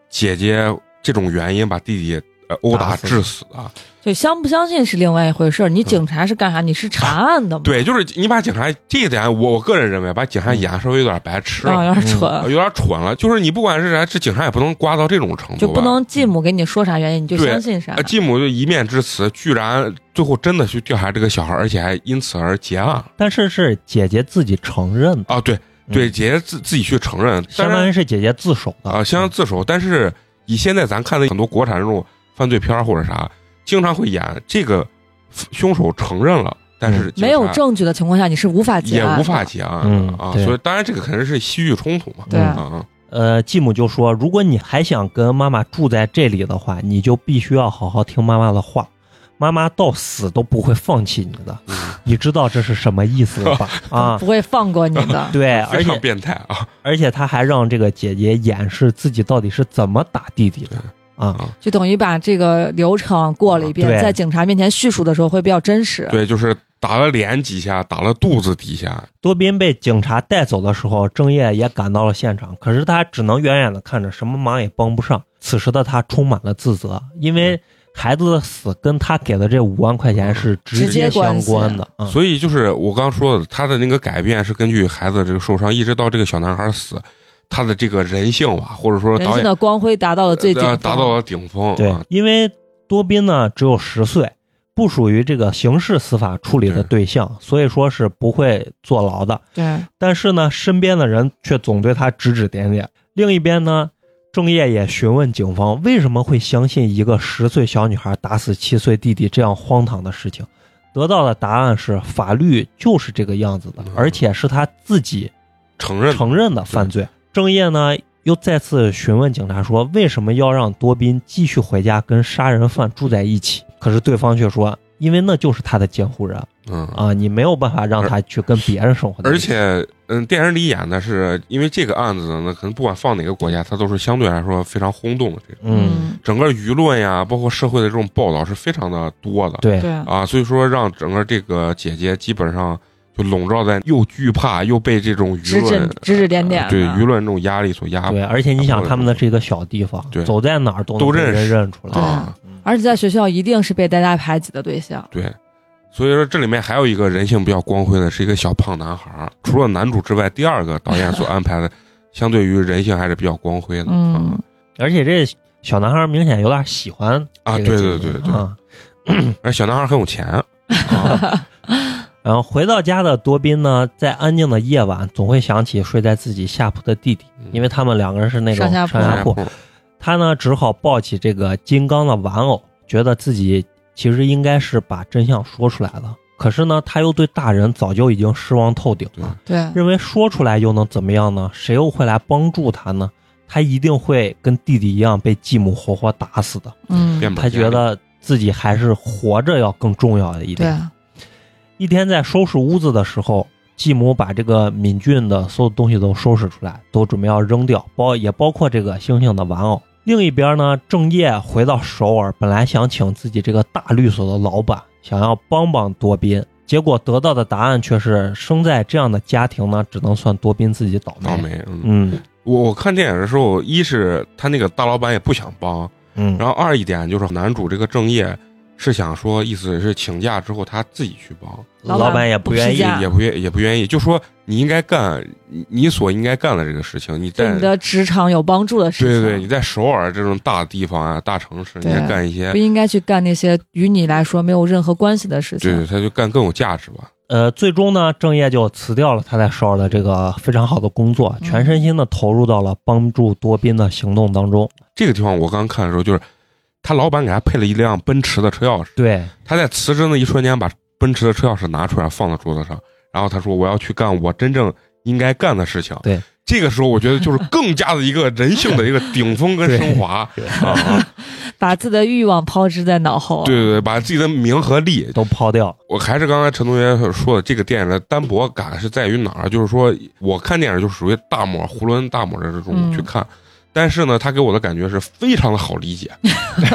S1: 姐姐这种原因把弟弟呃殴打
S3: 打死
S1: 致死的。
S8: 就相不相信是另外一回事儿。你警察是干啥？你是查案的嘛？
S1: 对，就是你把警察这一点，我我个人认为把警察演得稍微有点白痴
S8: 啊，
S1: 了，
S8: 有点蠢，
S1: 有点蠢了。就是你不管是啥，这警察也不能瓜到这种程
S8: 就
S1: 度吧？嗯
S8: 不能继母给你说啥原因你就
S1: 对
S8: 相信啥
S1: 呃，。继母就一面之词，居然最后真的去调查这个小孩，而且还因此而结案了
S3: 但是是姐姐自己承认的，
S1: 啊！对
S3: 嗯
S1: 对，姐姐自自己去承认，
S3: 相
S1: 当然
S3: 当于是姐姐自首的
S1: 啊，相当自首。但是以现在咱看的很多国产这种犯罪片儿或者啥，经常会演这个凶手承认了，但是警察
S8: 没有证啊据的情况下，你是无法结
S1: 也
S8: 案的，
S1: 无法结案
S3: 嗯
S1: 啊，
S3: 对
S1: 所以当然这个肯定是戏剧冲突嘛，
S8: 对
S1: 啊啊
S3: 呃，继母就说，如果你还想跟妈妈住在这里的话，你就必须要好好听妈妈的话，妈妈到死都不会放弃你的。
S1: 嗯
S3: 你知道这是什么意思了吧？ 啊，。
S8: 不会放过你的
S3: 对，而
S1: 非常
S3: 且
S1: 变态啊！
S3: 而且他还让这个姐姐演示自己到底是怎么打弟弟的啊。
S8: 就等于把这个流程过了一遍
S3: 对，
S8: 在警察面前叙述的时候会比较真实。
S1: 对，就是打了脸几下，打了肚子几下，
S3: 多宾被警察带走的时候，郑业也赶到了现场，可是他只能远远的看着，什么忙也帮不上。此时的他充满了自责，因为孩子的死跟他给的这五万块钱是直
S8: 直
S3: 相
S8: 接关系
S3: 关的啊。
S1: 所以就是我刚说的，他的那个改变是根据孩子这个受伤，一直到这个小男孩死，他的这个人性吧，或者说
S8: 人
S1: 导
S8: 性
S1: 演
S8: 的光辉达到了最顶
S1: 呃
S8: 峰，
S1: 达到了顶峰。
S3: 对
S1: 啊，
S3: 因为多宾呢只有十岁，不属于这个刑事司法处理的对象，所以说是不会坐牢的。
S8: 对，
S3: 但是呢，身边的人却总对他指指点点。另一边呢，郑业也询问警方为什么会相信一个十岁小女孩打死七岁弟弟这样荒唐的事情，得到的答案是法律就是这个样子的
S1: 嗯，
S3: 而且是他自己
S1: 承认
S3: 承认的犯罪。郑业呢又再次询问警察说，为什么要让多宾继续回家跟杀人犯住在一起？可是对方却说，因为那就是他的监护人
S1: 嗯。
S3: 啊，你没有办法让他去跟别人生活在
S1: 而
S3: 一起。
S1: 且，嗯，电影里演的是，因为这个案子呢，可能不管放哪个国家，它都是相对来说非常轰动的。这种
S3: 嗯，
S1: 整个舆论呀，包括社会的这种报道是非常的多的。
S3: 对
S8: 对，
S1: 啊，所以说让整个这个姐姐基本上就笼罩在又惧怕又被这种舆
S8: 指指
S1: 论
S8: 指指点点的，
S1: 对舆论这种压力所压
S3: 对，而且你想，他们的这个小地方
S1: 对，
S3: 走在哪儿都能
S1: 嗯都
S3: 被
S1: 认识
S3: 人认出来。
S1: 啊。
S8: 而且在学校一定是被大家排挤的对象。
S1: 对，所以说这里面还有一个人性比较光辉的，是一个小胖男孩儿。除了男主之外，第二个导演所安排的，相对于人性还是比较光辉的。
S8: 嗯，
S3: 而且这小男孩明显有点喜欢
S1: 啊，
S3: 这
S1: 对
S3: 个
S1: 对
S3: 姐姐
S1: 对对，
S3: 啊。
S1: 而哎小男孩很有钱，啊
S3: 然后回到家的多宾呢，在安静的夜晚，总会想起睡在自己下铺的弟弟，因为他们两个人是那种
S8: 上下
S3: 嗯上
S8: 铺
S1: 哎
S3: 下铺。他呢，只好抱起这个金刚的玩偶，觉得自己其实应该是把真相说出来了。可是呢，他又对大人早就已经失望透顶了。
S8: 对，
S3: 认为说出来又能怎么样呢？谁又会来帮助他呢？他一定会跟弟弟一样被继母活活打死的。
S8: 嗯，
S1: 变本
S3: 他
S1: 加厉
S3: 觉得自己还是活着要更重要一
S8: 对
S3: 点。，一天在收拾屋子的时候，继母把这个敏俊的所有东西都收拾出来，都准备要扔掉，包也包括这个星星的玩偶。另一边呢，郑业回到首尔，本来想请自己这个大律所的老板，想要帮帮多宾，结果得到的答案却是，生在这样的家庭呢，只能算多宾自己倒霉。
S1: 倒霉。嗯，
S3: 嗯
S1: 我我看电影的时候，一是他那个大老板也不想帮，
S3: 嗯，
S1: 然后二一点就是男主这个正业是想说，意思是请假之后他自己去帮。
S8: 老
S3: 老
S8: 板
S3: 板也不愿
S8: 不
S3: 意
S8: 批假
S1: 也不愿也不愿意，就说你应该干你你所应该干的这个事情，你
S8: 对
S1: 在
S8: 你的职场有帮助的事
S1: 对
S8: 情，
S1: 对，你在首尔这种大地方啊、大城市，你
S8: 对
S1: 该干一些
S8: 不，应该去干那些与你来说没有任何关系的事
S1: 对，
S8: 情。
S1: 他就干更有价值吧。
S3: 呃，最终呢，郑业就辞掉了他在首尔的这个非常好的工作，
S8: 嗯
S3: 全身心的投入到了帮助多宾的行动当中。
S1: 这个地方我刚看的时候，就是他老板给他配了一辆奔驰的车钥匙，
S3: 对，
S1: 他在辞职那一瞬间把奔驰的车钥匙拿出来放到桌子上，然后他说我要去干我真正应该干的事情。
S3: 对。
S1: 这个时候，我觉得就是更加的一个人性的一个顶峰跟升华啊！
S8: 把自己的欲望抛之在脑后。啊
S1: 对对对，把自己的名和利
S3: 都抛掉了。
S1: 我还是刚才陈同学说的，这个电影的单薄感是在于哪儿？啊就是说我看电影就属于大抹囫囵大抹的这种
S8: 嗯
S1: 去看，但是呢，他给我的感觉是非常的好理解，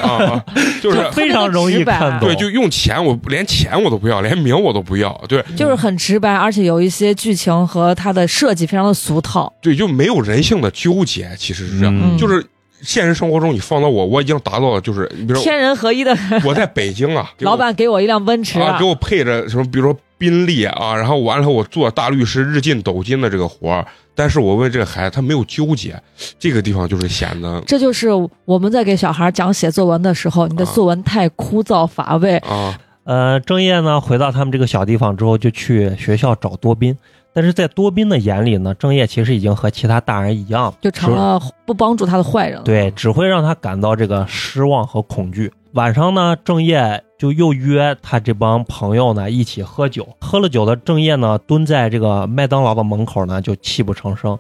S1: 啊，就是
S8: 就
S3: 非常容易看懂。
S1: 对，就用钱，我连钱我都不要，连名我都不要，对
S8: 就是很直白，而且有一些剧情和它的设计非常的俗套。
S1: 对，就没有人性的纠结，其实是这样，啊
S3: 嗯
S1: 就是。现实生活中你放到我，我已经达到了，就是你比如说
S8: 天人合一的
S1: 我在北京啊，给我
S8: 老板给我一辆奔驰
S1: 啊，给我配着什么，比如说宾利啊，然后完了我做大律师，日进斗金的这个活儿。但是我问这个孩子，他没有纠结，这个地方就是显得
S8: 这就是我们在给小孩讲写作文的时候，你的
S1: 啊
S8: 作文太枯燥乏味，
S1: 啊，
S3: 呃，郑业呢回到他们这个小地方之后，就去学校找多斌。但是在多斌的眼里呢，郑业其实已经和其他大人一样，
S8: 就成
S3: 是
S8: 了不帮助他的坏人了。
S3: 对，只会让他感到这个失望和恐惧。晚上呢，郑业就又约他这帮朋友呢一起喝酒。喝了酒的郑业呢，蹲在这个麦当劳的门口呢，就泣不成声。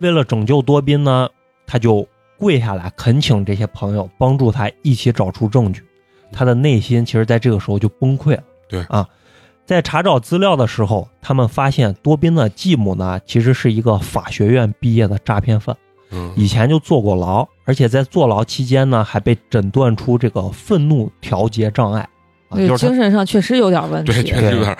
S3: 为了拯救多宾呢，他就跪下来恳请这些朋友帮助他一起找出证据。他的内心其实在这个时候就崩溃了。
S1: 对
S3: 啊，在查找资料的时候，他们发现多宾的继母呢，其实是一个法学院毕业的诈骗犯。
S1: 嗯，
S3: 以前就坐过牢，而且在坐牢期间呢，还被诊断出这个愤怒调节障碍，啊，
S8: 对，
S3: 就是
S8: 精神上确实有点问
S1: 对，
S8: 题
S1: 确。实有点儿，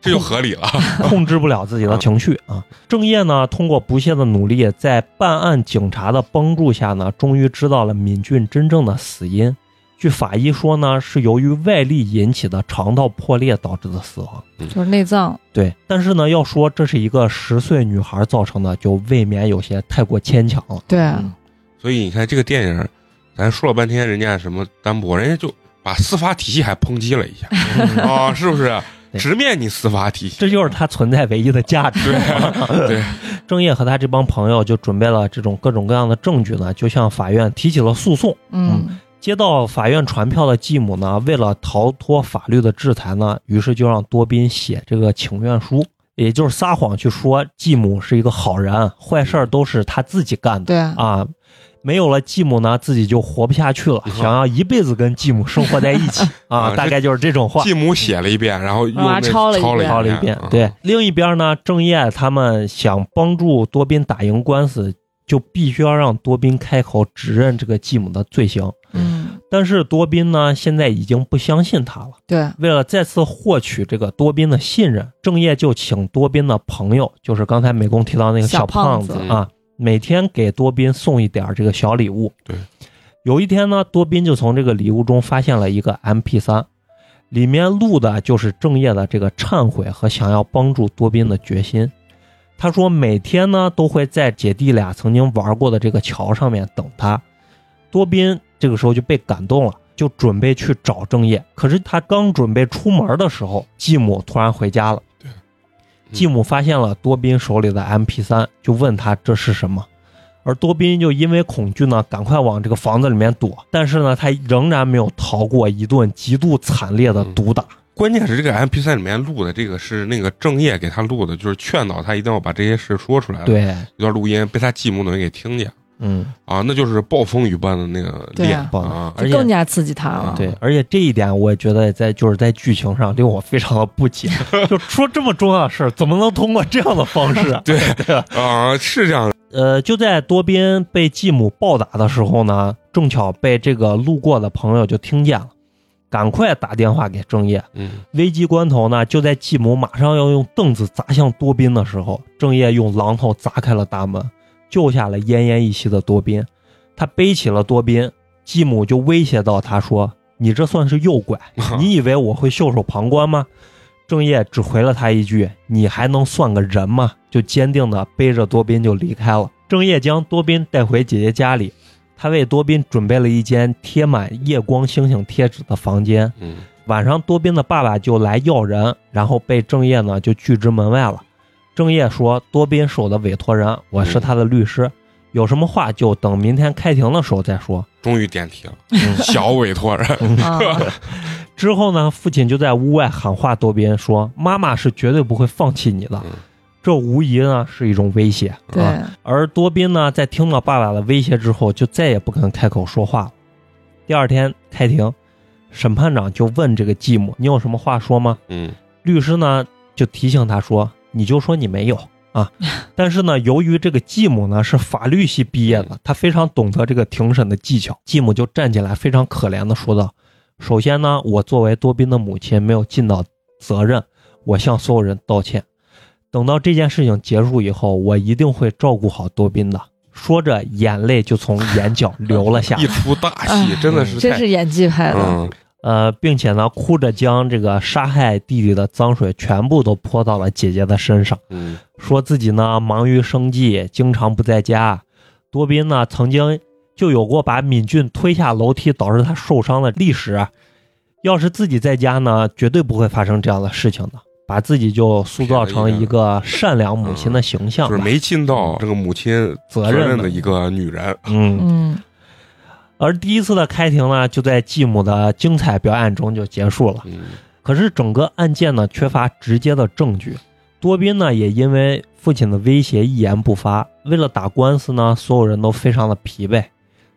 S1: 这就合理 了。
S3: 他控制不了自己的情绪啊。郑业呢，通过不懈的努力，在办案警察的帮助下呢，终于知道了敏俊真正的死因。据法医说呢，是由于外力引起的肠道破裂导致的死亡。
S8: 就是内脏，
S3: 对，但是呢，要说这是一个十岁女孩造成的，就未免有些太过牵强了。
S8: 对，
S1: 嗯所以你看这个电影，咱说了半天人家什么单薄，人家就把司法体系还抨击了一 下啊，是不是？
S3: 对
S1: 直面你司法体系，
S3: 这就是它存在唯一的价值。
S1: 对，
S3: 郑业和他这帮朋友就准备了这种各种各样的证据呢，就向法院提起了诉讼。
S8: 嗯，
S3: 接到法院传票的继母呢，为了逃脱法律的制裁呢，于是就让多宾写这个请愿书，也就是撒谎去说继母是一个好人，坏事儿都是他自己干的
S8: 对，
S3: 啊。没有了继母呢，自己就活不下去了，想要一辈子跟继母生活在一起
S1: 啊
S3: 嗯啊，大概就是这种话。
S1: 继母写了一遍，然后又那
S8: 啊抄了一
S1: 了啊
S8: 遍
S3: 抄了一遍。对，，另一边呢，郑业他们想帮助多宾打赢官司，就必须要让多宾开口指认这个继母的罪行。
S8: 嗯，
S3: 但是多宾呢，现在已经不相信他了。
S8: 对，
S3: 为了再次获取这个多宾的信任，郑业就请多宾的朋友，就是刚才美工提到那个
S8: 小
S3: 小胖
S8: 胖
S3: 子
S8: 子
S3: 啊，每天给多宾送一点儿这个小礼物。
S1: 对，
S3: 有一天呢，多宾就从这个礼物中发现了一个 MP 三，里面录的就是郑业的这个忏悔和想要帮助多宾的决心。他说每天呢都会在姐弟俩曾经玩过的这个桥上面等他。多宾这个时候就被感动了，就准备去找郑业。可是他刚准备出门的时候，继母突然回家了。
S1: 对，
S3: 继母发现了多宾手里的 MP 三，就问他这是什么。而多宾就因为恐惧呢，赶快往这个房子里面躲。但是呢，他仍然没有逃过一顿极度惨烈的毒打。
S1: 关键是这个 MP 三里面录的这个是那个郑业给他录的，就是劝导他一定要把这些事说出来。，
S3: 对，
S1: 一段录音被他继母等于给听见
S3: 嗯，
S1: 啊，那就是暴风雨般的那个
S8: 对
S1: 脸
S8: 啊
S1: 啊，
S3: 而
S8: 就
S3: 且
S8: 更加刺激他了。
S3: 对，而且这一点我也觉得在就是在剧情上令我非常的不解，就说这么重要的事儿，怎么能通过这样的方式啊？
S1: 对 啊，是这样的，
S3: 呃，就在多宾被继母暴打的时候呢，正巧被这个路过的朋友就听见了，赶快打电话给郑业。
S1: 嗯，
S3: 危机关头呢，就在继母马上要用凳子砸向多宾的时候，郑业用榔头砸开了大门，救下了奄奄一息的多宾。他背起了多宾，继母就威胁到他说：“你这算是诱拐，你以为我会袖手旁观吗？”郑业只回了他一句：“你还能算个人吗？”就坚定的背着多宾就离开了。郑业将多宾带回姐姐家里，他为多宾准备了一间贴满夜光星星贴纸的房间。
S1: 嗯
S3: 晚上，多宾的爸爸就来要人，然后被郑业呢就拒之门外了。郑业说：“多宾是我的委托人，我是他的律师，有什么话就等明天开庭的时候再说。
S1: 终于点题了，
S3: 嗯
S1: 小委托人，
S8: 啊，
S3: 之后呢，父亲就在屋外喊话多宾说：“妈妈是绝对不会放弃你的。
S1: 嗯”
S3: 这无疑呢是一种威胁。
S8: 对，
S3: 啊而多宾呢，在听到爸爸的威胁之后，就再也不肯开口说话了。第二天开庭，审判长就问这个继母：“你有什么话说吗？”
S1: 嗯
S3: 律师呢就提醒他说：“你就说你没有啊。”但是呢，由于这个继母呢是法律系毕业的，她非常懂得这个庭审的技巧。继母就站起来，非常可怜的说道：“首先呢，我作为多宾的母亲没有尽到责任，我向所有人道歉。等到这件事情结束以后，我一定会照顾好多宾的。”说着眼泪就从眼角流了下
S1: 一
S3: 来，
S1: 出大戏，真的是
S8: 啊真
S1: 太
S8: 是演技派的。
S1: 嗯，
S3: 呃，并且呢，哭着将这个杀害弟弟的脏水全部都泼到了姐姐的身上，
S1: 嗯
S3: 说自己呢忙于生计，经常不在家。多宾呢曾经就有过把敏俊推下楼梯导致他受伤的历史，要是自己在家呢，绝对不会发生这样的事情的。把自己就塑造成一个善良母亲的形象
S1: 就
S3: 吧，
S1: 是没尽到这个母亲
S3: 责
S1: 责
S3: 任
S1: 任
S3: 的
S1: 的一个女人。
S3: 嗯，
S8: 嗯，
S3: 而第一次的开庭呢，就在继母的精彩表演中就结束了。
S1: 嗯
S3: 可是整个案件呢，缺乏直接的证据。多宾呢，也因为父亲的威胁一言不发。为了打官司呢，所有人都非常的疲惫。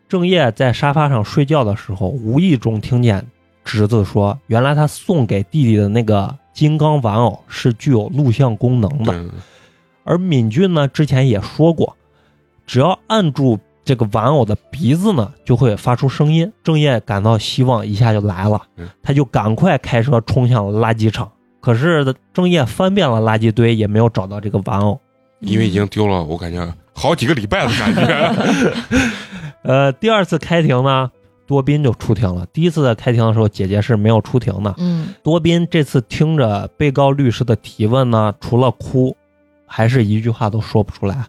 S3: 郑业在沙发上睡觉的时候，无意中听见侄子说，原来他送给弟弟的那个金刚玩偶是具有录像功能的。
S1: 嗯
S3: 而敏俊呢，之前也说过，只要按住这个玩偶的鼻子呢，就会发出声音。郑业感到希望一下就来了
S1: 嗯，
S3: 他就赶快开车冲向了垃圾场。可是郑业翻遍了垃圾堆，也没有找到这个玩偶。
S1: 因为已经丢了，我感觉好几个礼拜的感 觉。
S3: 呃，第二次开庭呢，多宾就出庭了。第一次的开庭的时候，姐姐是没有出庭的。
S8: 嗯
S3: 多宾这次听着被告律师的提问呢，除了哭，还是一句话都说不出来。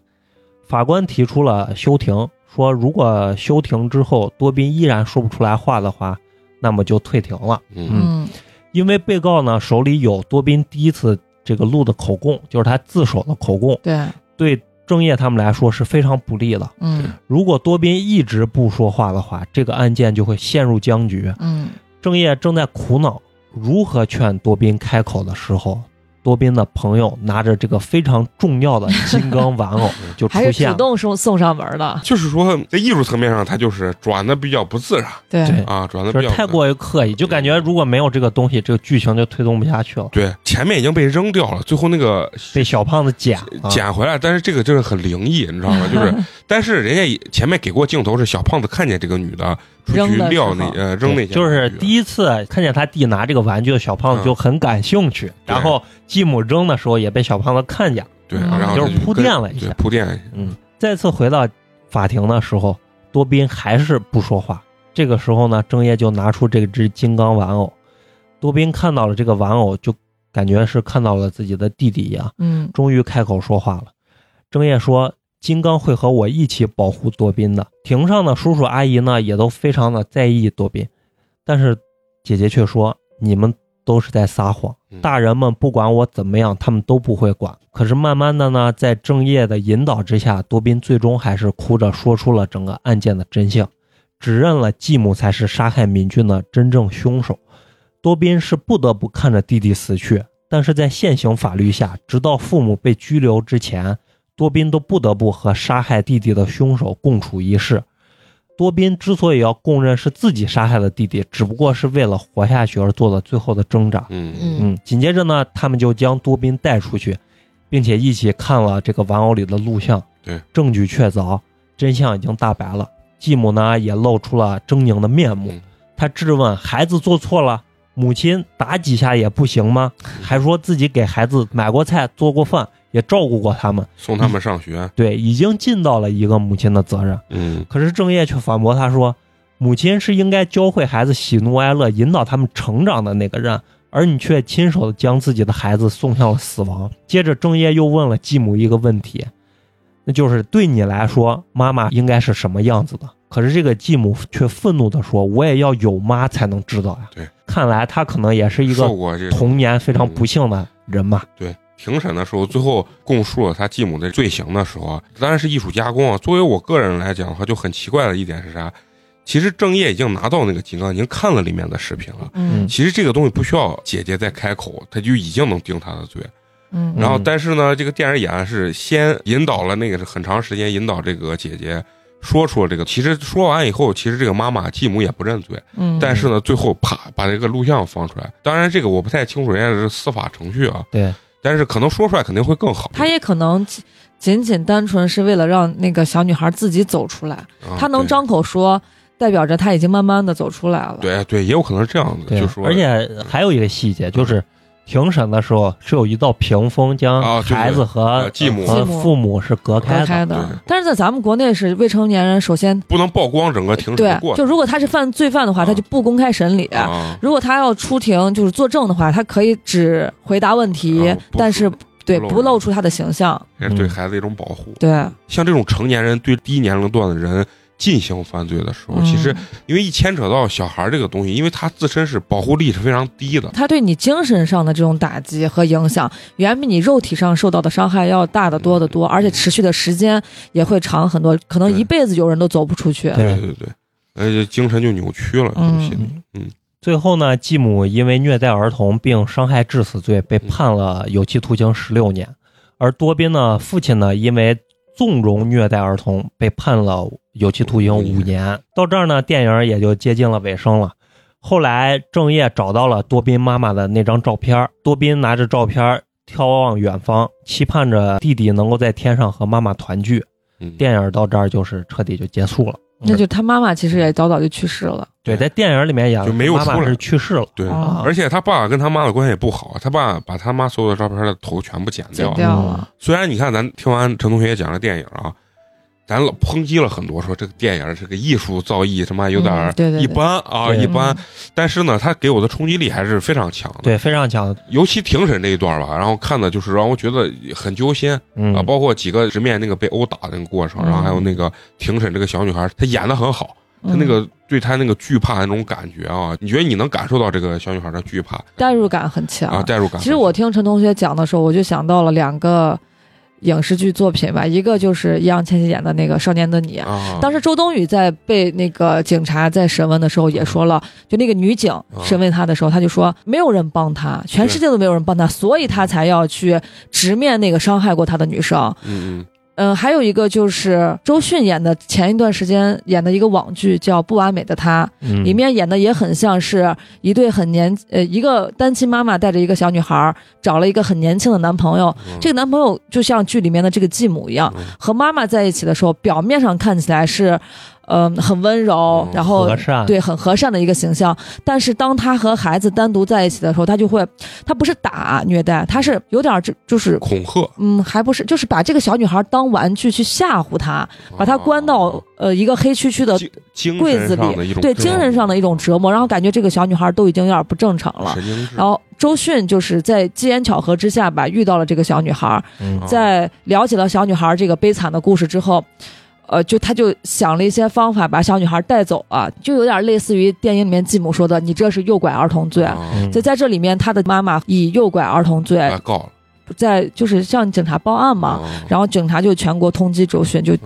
S3: 法官提出了休庭，说如果休庭之后多宾依然说不出来话的话，那么就退庭了。
S1: 嗯
S8: 嗯
S3: 因为被告呢手里有多宾第一次这个录的口供，就是他自首的口供，
S8: 对，
S3: 对郑业他们来说是非常不利的。
S8: 嗯
S3: 如果多宾一直不说话的话，这个案件就会陷入僵局。
S8: 嗯
S3: 郑业正在苦恼如何劝多宾开口的时候，多宾的朋友拿着这个非常重要的 金刚玩偶就出
S8: 还是
S3: 现
S8: 主
S3: 了。
S8: 动送送上门的，
S1: 就是说，在艺术层面上，他就是转的比较不自然
S8: 对
S3: 对
S1: 啊，转的
S3: 就
S1: 比
S3: 是
S1: 较
S3: 太过于刻意，就感觉如果没有这个东西，这个剧情就推动不下去了。
S1: 对，前面已经被扔掉了，最后那个
S3: 被小胖子啊捡 了，
S1: 捡回来，但是这个真的很灵异，你知道吗？就是， 但是人家也前面给过镜头，是小胖子看见这个女的出去
S8: 扔的时
S1: 撂那
S8: 候
S1: 呃扔那些玩具，
S3: 就是第一次看见他弟拿这个玩具，小胖子就很感兴趣。
S1: 嗯对
S3: 然后继母扔的时候也被小胖子看见了。
S1: 对，
S8: 嗯
S1: 然后
S3: 就是
S1: 他
S3: 铺
S1: 跟
S3: 垫了一
S1: 对
S3: 下
S1: 铺垫了一下，
S3: 嗯，再次回到法庭的时候，多宾还是不说话。这个时候呢，郑业就拿出这只金刚玩偶，多宾看到了这个玩偶，就感觉是看到了自己的弟弟一样，
S8: 嗯
S3: 终于开口说话了。郑业说：“金刚会和我一起保护多宾的。”庭上的叔叔阿姨呢，也都非常的在意多宾，但是姐姐却说：“你们都是在撒谎。”
S1: 嗯
S3: 大人们不管我怎么样，他们都不会管。可是慢慢的呢，在郑业的引导之下，多宾最终还是哭着说出了整个案件的真相，指认了继母才是杀害敏俊的真正凶手。多宾是不得不看着弟弟死去，但是在现行法律下，直到父母被拘留之前，多宾都不得不和杀害弟弟的凶手共处一室。多宾之所以要供认是自己杀害了弟弟，只不过是为了活下去而做的最后的挣扎。
S1: 嗯
S8: 嗯
S3: 嗯，紧接着呢，他们就将多宾带出去，并且一起看了这个玩偶里的录像。
S1: 对，
S3: 证据确凿，真相已经大白了。继母呢也露出了狰狞的面目，
S1: 嗯
S3: 她质问孩子做错了，母亲打几下也不行 吗？还说自己给孩子买过菜、做过饭，也照顾过他们。
S1: 送他们上学，
S3: 对，已经尽到了一个母亲的责任。
S1: 嗯
S3: 可是郑业却反驳他说：“母亲是应该教会孩子喜怒哀乐，引导他们成长的那个人，而你却亲手将自己的孩子送向了死亡。”接着，郑业又问了继母一个问题，那就是对你来说，妈妈应该是什么样子的？可是这个继母却愤怒地说：“我也要有妈才能知道呀、
S1: 对，
S3: 看来他可能也是一
S1: 受嗯
S3: 个
S1: 过这种
S3: 童年非常不幸的人嘛。
S1: 对，庭审的时候，最后供述了他继母的罪行的时候啊，当然是艺术加工啊。作为我个人来讲的话，就很奇怪的一点是啥？其实郑业已经拿到那个金刚，已经看了里面的视频了。
S8: 嗯
S1: 其实这个东西不需要姐姐再开口，他就已经能定他的罪。
S8: 嗯
S1: 然后，
S3: 嗯
S1: 但是呢，这个电影演的是先引导了那个是很长时间引导这个姐姐说出了这个。其实说完以后，其实这个妈妈继母也不认罪，
S8: 嗯，
S1: 但是呢，最后啪把这个录像放出来。当然，这个我不太清楚人家的司法程序啊，
S3: 对，
S1: 但是可能说出来肯定会更好。
S8: 他也可能仅仅仅单纯是为了让那个小女孩自己走出来，
S1: 啊
S8: 她能
S1: 对
S8: 张口说，代表着她已经慢慢的走出来了。
S1: 对对，也有可能是这样子，
S3: 对啊
S1: 就，说
S3: 而且还有一个细节就是，评审的时候是有一道屏风
S1: 啊
S3: 将
S1: 对对
S3: 孩子和
S1: 呃继母
S3: 和
S8: 继母
S3: 父母是隔
S8: 隔
S3: 开的。
S8: 开
S1: 对
S8: 的。但是在咱们国内是未成年人，首先
S1: 不能曝光整个庭审
S8: 对
S1: 的过，程
S8: 就如果他是犯罪犯的话，
S1: 啊
S8: 他就不公开审理。
S1: 啊。
S8: 如果他要出庭就是作证的话，他可以只回答问题
S1: 啊不，
S8: 但是对
S1: 露
S8: 不露出他的形象。
S1: 也是对
S3: 嗯
S1: 孩子一种保护。
S8: 对，
S1: 像这种成年人对低年龄段的人进行犯罪的时候，
S8: 嗯
S1: 其实因为一牵扯到小孩这个东西，因为他自身是保护力是非常低的，
S8: 他对你精神上的这种打击和影响，远比你肉体上受到的伤害要大得多得多，而且持续的时间也会长很多，可能
S1: 嗯对
S8: 一辈子有人都走不出去。
S1: 对对对，而且精神就扭曲了，
S8: 嗯
S1: 这些嗯
S3: 最后呢，继母因为虐待儿童并伤害致死罪被判了有期徒刑十六年，而多宾呢，父亲呢因为纵容虐待儿童被判了有期徒刑五年。到这儿呢，电影也就接近了尾声了。后来郑业找到了多宾妈妈的那张照片儿，多宾拿着照片儿眺望远方，期盼着弟弟能够在天上和妈妈团聚。
S1: 嗯，
S3: 电影到这儿就是彻底就结束了。
S8: 那就他妈妈其实也早早就去世了。
S3: 对，在电影里面演
S1: 就没有
S3: 妈
S1: 出
S3: 妈
S1: 来
S3: 是去世了。
S1: 对。
S8: 啊
S1: 而且他爸跟他妈的关系也不好，他爸把他妈所有的照片的头全部剪
S8: 剪
S1: 掉。
S8: 掉了
S3: 嗯
S1: 虽然你看，咱听完陈同学讲的电影啊，咱老抨击了很多，说这个电影这个艺术造诣什么有点儿
S8: 嗯对对对嗯
S1: 一般啊，
S3: 对
S1: 一般。但是呢，他给我的冲击力还是非常强的。
S3: 对，非常强。
S1: 尤其庭审这一段吧，然后看的就是让我觉得很揪心
S3: 嗯
S1: 啊，包括几个直面那个被殴打的那个过程，
S8: 嗯
S1: 然后还有那个庭审这个小女孩，她演的很好，她
S8: 嗯
S1: 那个对她那个惧怕那种感觉啊，你觉得你能感受到这个小女孩的惧怕
S8: 代入感很强
S1: 啊，代入感。
S8: 其实我听陈同学讲的时候，我就想到了两个影视剧作品吧，一个就是易烊千玺演的那个《少年的你》。
S1: 啊，
S8: 当时周冬雨在被那个警察在审问的时候也说了，就那个女警审问她的时候，她就说没有人帮她，全世界都没有人帮她，所以她才要去直面那个伤害过她的女生。
S1: 嗯
S8: 嗯，还有一个就是周迅演的前一段时间演的一个网剧叫《不完美的她》，
S3: 嗯
S8: 里面演的也很像是一对很年呃一个单亲妈妈带着一个小女孩儿找了一个很年轻的男朋友，
S1: 嗯，
S8: 这个男朋友就像剧里面的这个继母一样，
S1: 嗯
S8: 和妈妈在一起的时候，表面上看起来是，嗯、很温柔
S1: 嗯，
S8: 然后
S3: 和善，
S8: 对很和善的一个形象，但是当他和孩子单独在一起的时候，他就会，他不是打虐待，他是有点儿这就是。
S1: 恐吓，
S8: 嗯，还不是，就是把这个小女孩当玩具去吓唬她，
S1: 哦
S8: 把她关
S1: 啊
S8: 到呃一个黑区区的
S1: 精精
S8: 柜
S1: 神
S8: 子
S1: 上
S8: 里
S1: 的一种
S8: 对
S1: 折磨
S8: 精神上的一种折磨，然后感觉这个小女孩都已经有点不正常了。
S1: 神经质，
S8: 然后周迅就是在机缘巧合之下吧，遇到了这个小女孩，
S3: 嗯
S8: 在了解了小女孩这个悲惨的故事之后，呃，就他就想了一些方法把小女孩带走啊，就有点类似于电影里面继母说的“你这是诱拐儿童罪”。
S1: 啊
S8: 就在这里面，他的妈妈以诱拐儿童罪
S1: 啊告了
S8: 在就是向警察报案嘛，
S1: 啊
S8: 然后警察就全国通缉周迅，就
S1: 啊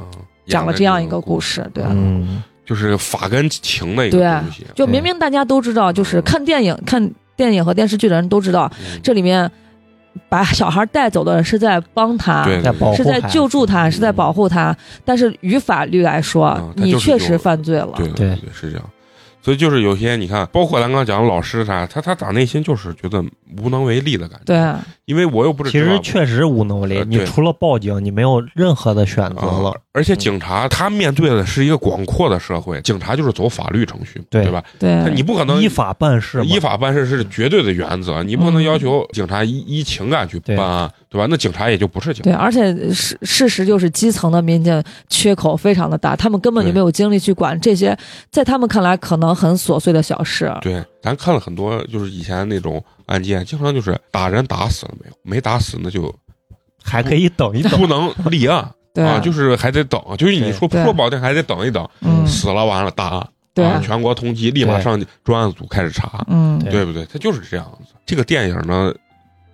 S8: 讲了
S1: 演
S8: 这样一个故
S1: 事，
S8: 事，对。
S1: 啊
S3: 嗯
S1: 就是法跟情的一个
S8: 对啊
S1: 东西。啊
S8: 就明明大家都知道，就是看电影、看电影和电视剧的人都知道，
S1: 嗯
S8: 这里面把小孩带走的人是在帮他，
S1: 对
S3: 啊在保护
S8: 是在
S3: 孩子
S8: 救助他，是在保护他。但是于法律来说，
S1: 啊嗯他
S8: 你
S1: 就是
S8: 确实
S1: 有
S8: 犯罪了。
S1: 对
S3: 对
S1: 对，是这样。所以就是有些你看，包括咱刚讲老师啥，他他打内心就是觉得无能为力的感觉。
S8: 对，啊
S1: 因为我又不是
S3: 其
S1: 执
S3: 实
S1: 法部
S3: 确实无能为
S1: 呃
S3: 力，你
S1: 对
S3: 除了报警，你没有任何的选择
S1: 啊
S3: 了。，嗯
S1: 而且警察他面对的是一个广阔的社会，警察就是走法律程序，
S3: 对
S1: 对吧？他
S8: 对，
S1: 你不可能
S3: 依法办事嘛，
S1: 依法办事是绝对的原则，你不能
S8: 嗯
S1: 要求警察依依情感去
S3: 对
S1: 办案，对吧？那警察也就不是警察
S8: 对，。而且事事实就是基层的民警缺口非常的大，他们根本就
S1: 对
S8: 没有精力去管这些，在他们看来可能很琐碎的小事。
S1: 对，咱看了很多，就是以前那种案件，经常就是打人打死了没有，没打死那 就
S3: 还可以等一等。
S1: 不能立案
S8: 对，
S1: 啊，就是还得等，就是你
S3: 对
S1: 说
S8: 对
S1: 说保定还得等一等，
S8: 嗯，
S1: 死了完了大案，
S8: 对，
S1: 啊，全国通缉，立马
S3: 对
S1: 上专案组开始查，
S8: 嗯，
S3: 对
S1: 对不对？它就是这样子。这个电影呢，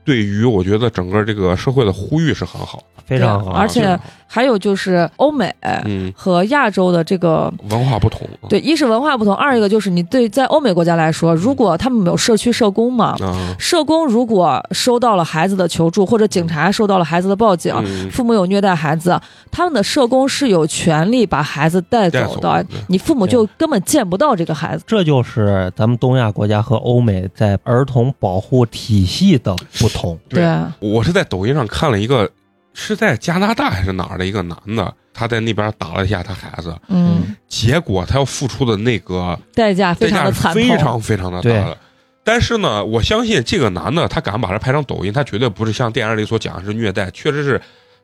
S1: 对于我觉得整个这个社会的呼吁是很好的，
S3: 非常好，
S8: 而且
S1: 非常好
S8: 还有就是欧美
S1: 嗯，
S8: 和亚洲的这个
S1: 文化不同，
S8: 对，一是文化不同，二一个就是你对在欧美国家来说，
S1: 嗯
S8: 如果他们有社区社工嘛，
S1: 啊，
S8: 社工如果收到了孩子的求助，或者警察收到了孩子的报警，
S1: 嗯，
S8: 父母有虐待孩子，他们的社工是有权利把孩子带
S1: 带
S8: 走
S1: 走
S8: 的，
S1: 对
S8: 你父母就根本见不到这个孩子。
S3: 这就是咱们东亚国家和欧美在儿童保护体系的不同。
S1: 对
S8: 对，嗯
S1: 我是在抖音上看了一个，是在加拿大还是哪儿的一个男的，他在那边打了一下他孩子，
S8: 嗯，
S1: 结果他要付出的那个
S8: 代价非
S1: 代
S8: 常
S1: 价
S8: 的
S1: 是
S8: 惨
S1: 非
S8: 痛。
S1: 常非常的大的。但是呢，我相信这个男的他敢把它拍成抖音，他绝对不是像电影里所讲的是虐待，确实是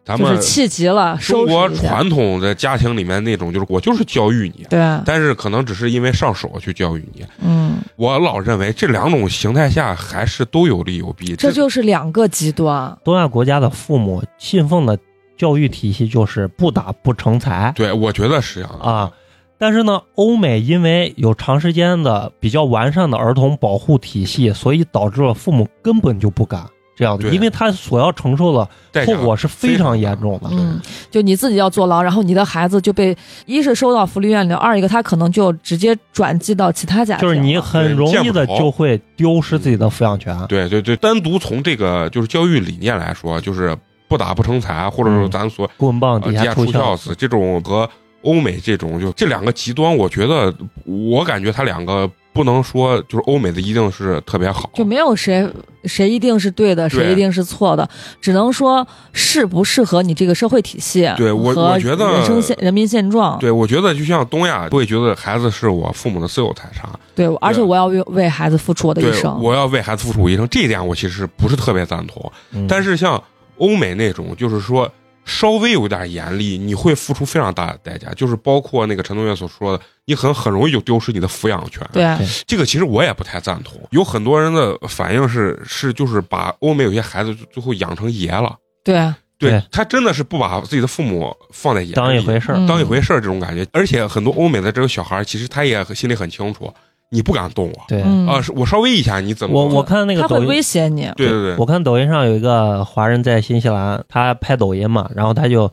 S1: 咱
S8: 就
S1: 们
S8: 是气急了，
S1: 中
S8: 收
S1: 国
S8: 拾一下。
S1: 传统的家庭里面那种，就是我就是教育你，
S8: 对，
S1: 但是可能只是因为上手去教育你。
S8: 嗯，
S1: 我老认为这两种形态下还是都有利有弊。
S8: 这就是两个极
S1: 啊
S8: 端。
S3: 东亚国家的父母信奉的教育体系就是不打不成才
S1: 对我觉得是这样的
S3: 啊。但是呢，欧美因为有长时间的比较完善的儿童保护体系，所以导致了父母根本就不敢这样的，
S1: 对
S3: 因为他所要承受的
S1: 代价
S3: 后果是非常严重的。
S8: 嗯，就你自己要坐牢，然后你的孩子就被一是收到福利院里，二一个他可能就直接转寄到其他家庭
S3: 就
S8: 了。
S3: 是你很容易的就会丢失自己的抚养权。
S1: 对对对，单独从这个就是教育理念来说，啊就是不打不成才，或者说
S3: 嗯
S1: 咱所
S3: 棍棒
S1: 呃
S3: 底
S1: 地
S3: 下
S1: 下
S3: 出
S1: 出
S3: 孝
S1: 孝子这种和欧美这种，就这两个极端，我觉得我感觉它两个不能说就是欧美的一定是特别好，
S8: 就没有谁谁一定是对的，
S1: 对
S8: 谁一定是错的，只能说适不适合你这个社会体系。
S1: 对我
S8: 和
S1: 我觉得
S8: 人生现人民现状。
S1: 对，我觉得就像东亚会觉得孩子是我父母的私有财产，
S8: 对，而且我要为为孩子付出我的一
S1: 对，
S8: 生。
S1: 我要为孩子付出我一生，这一点我其实不是特别赞同。
S3: 嗯
S1: 但是像欧美那种，就是说稍微有点严厉，你会付出非常大的代价，就是包括那个陈同学所说的，你很很容易就丢失你的抚养权。
S8: 对啊，
S1: 这个其实我也不太赞同，有很多人的反应是是就是把欧美有些孩子最最后养成爷了。
S8: 对啊，
S1: 对
S3: 对
S1: 他真的是不把自己的父母放在眼里，
S3: 当一回事儿，
S8: 嗯
S1: 当一回事儿这种感觉。而且很多欧美的这个小孩儿，其实他也心里很清楚，你不敢动我
S3: 对。
S8: 嗯，
S1: 啊，是哦我稍微一下你怎么嗯
S3: 我
S1: 了
S3: 我看那个
S8: 他
S3: 抖
S8: 会
S3: 音
S8: 威胁你。
S1: 对对对
S3: 我看抖音上有一个华人在新西兰，他拍抖音嘛，然后他就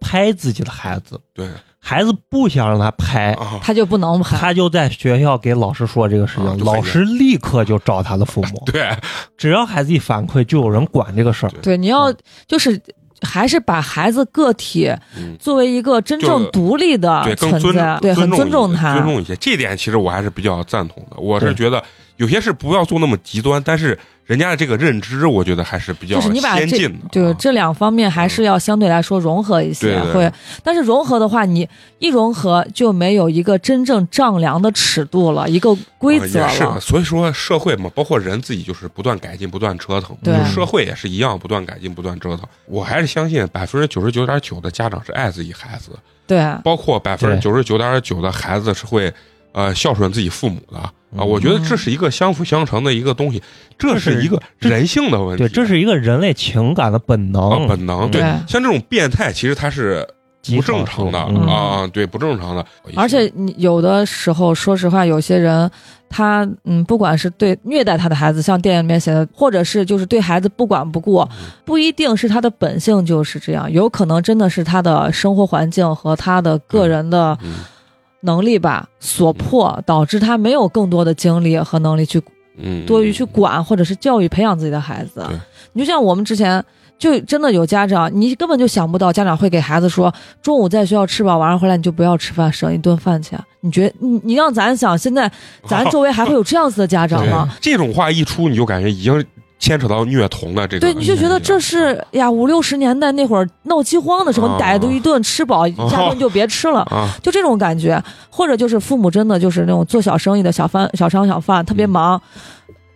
S3: 拍自己的孩子，
S1: 对
S3: 孩子不想让他拍，
S1: 啊，
S8: 他就不能 喊，
S3: 他就在学校给老师说这个事
S1: 啊
S3: 情，
S1: 就很
S3: 老师立刻就找他的父母，
S1: 对
S3: 只要孩子一反馈，就有人管这个事儿。
S1: 对
S8: 对，你要
S3: 嗯
S8: 就是还是把孩子个体
S1: 嗯
S8: 作为一个真
S1: 就
S8: 正独立的
S1: 对，更
S8: 啊存
S1: 尊
S8: 在，对，很
S1: 尊
S8: 尊重
S1: 一些
S8: 他
S1: 尊。重一些。这点其实我还是比较赞同的。我是
S3: 对
S1: 觉得有些事不要做那么极端，但是人家的这个认知，我觉得还是比较
S8: 就是你把
S1: 先
S8: 这
S1: 进的。
S8: 对
S1: 啊，嗯
S8: 这两方面还是要相对来说融合一些，
S1: 对对
S8: 会。但是融合的话，你一融合就没有一个真正丈量的尺度了，一个规则
S1: 啊也是
S8: 了
S1: 的。。所以说社会嘛，包括人自己就是不断改进、不断折腾，
S8: 对
S1: 就社会也是一样，不断改进、不断折腾。我还是相信百分之九十九点九的家长是爱自己孩子的，
S8: 对，
S1: 包括百分之九十九点九的孩子是会。呃，孝顺自己父母的啊，我觉得
S8: 嗯
S1: 这是一个相辅相成的一个东西，这
S3: 这
S1: 是
S3: 是
S1: 一个
S3: 这
S1: 人性的问题。
S3: 对，这是一个人类情感的本
S1: 啊，
S3: 能，
S1: 本能对
S8: 对，
S1: 像这种变态其实它是不正常的
S3: 嗯极少数嗯
S1: 啊，对，不正常的，
S8: 而且你有的时候，说实话，有些人他嗯，不管是对虐待他的孩子，像电影里面写的，或者是就是对孩子不管不顾，
S1: 嗯
S8: 不一定是他的本性就是这样，有可能真的是他的生活环境和他的个人的
S1: 嗯
S8: 能力吧所迫，导致他没有更多的精力和能力去
S1: 嗯，
S8: 多余去管或者是教育培养自己的孩子
S1: 对。
S8: 你就像我们之前。就真的有家长，你根本就想不到家长会给孩子说，中午在学校吃饱，晚上回来你就不要吃饭，省一顿饭钱。你觉得你你让咱想，现在咱周围还会有这样子的家长
S1: 对
S8: 吗？
S1: 这种话一出，你就感觉已经牵扯到虐童的这个，
S8: 对，你就觉得这是呀，五六十年代那会儿闹饥荒的时候，
S1: 啊
S8: 你逮住一顿吃饱，下顿就别吃了。
S1: 啊，
S8: 就这种感觉，或者就是父母真的就是那种做小生意的小贩、小商、小贩，特别忙，
S1: 嗯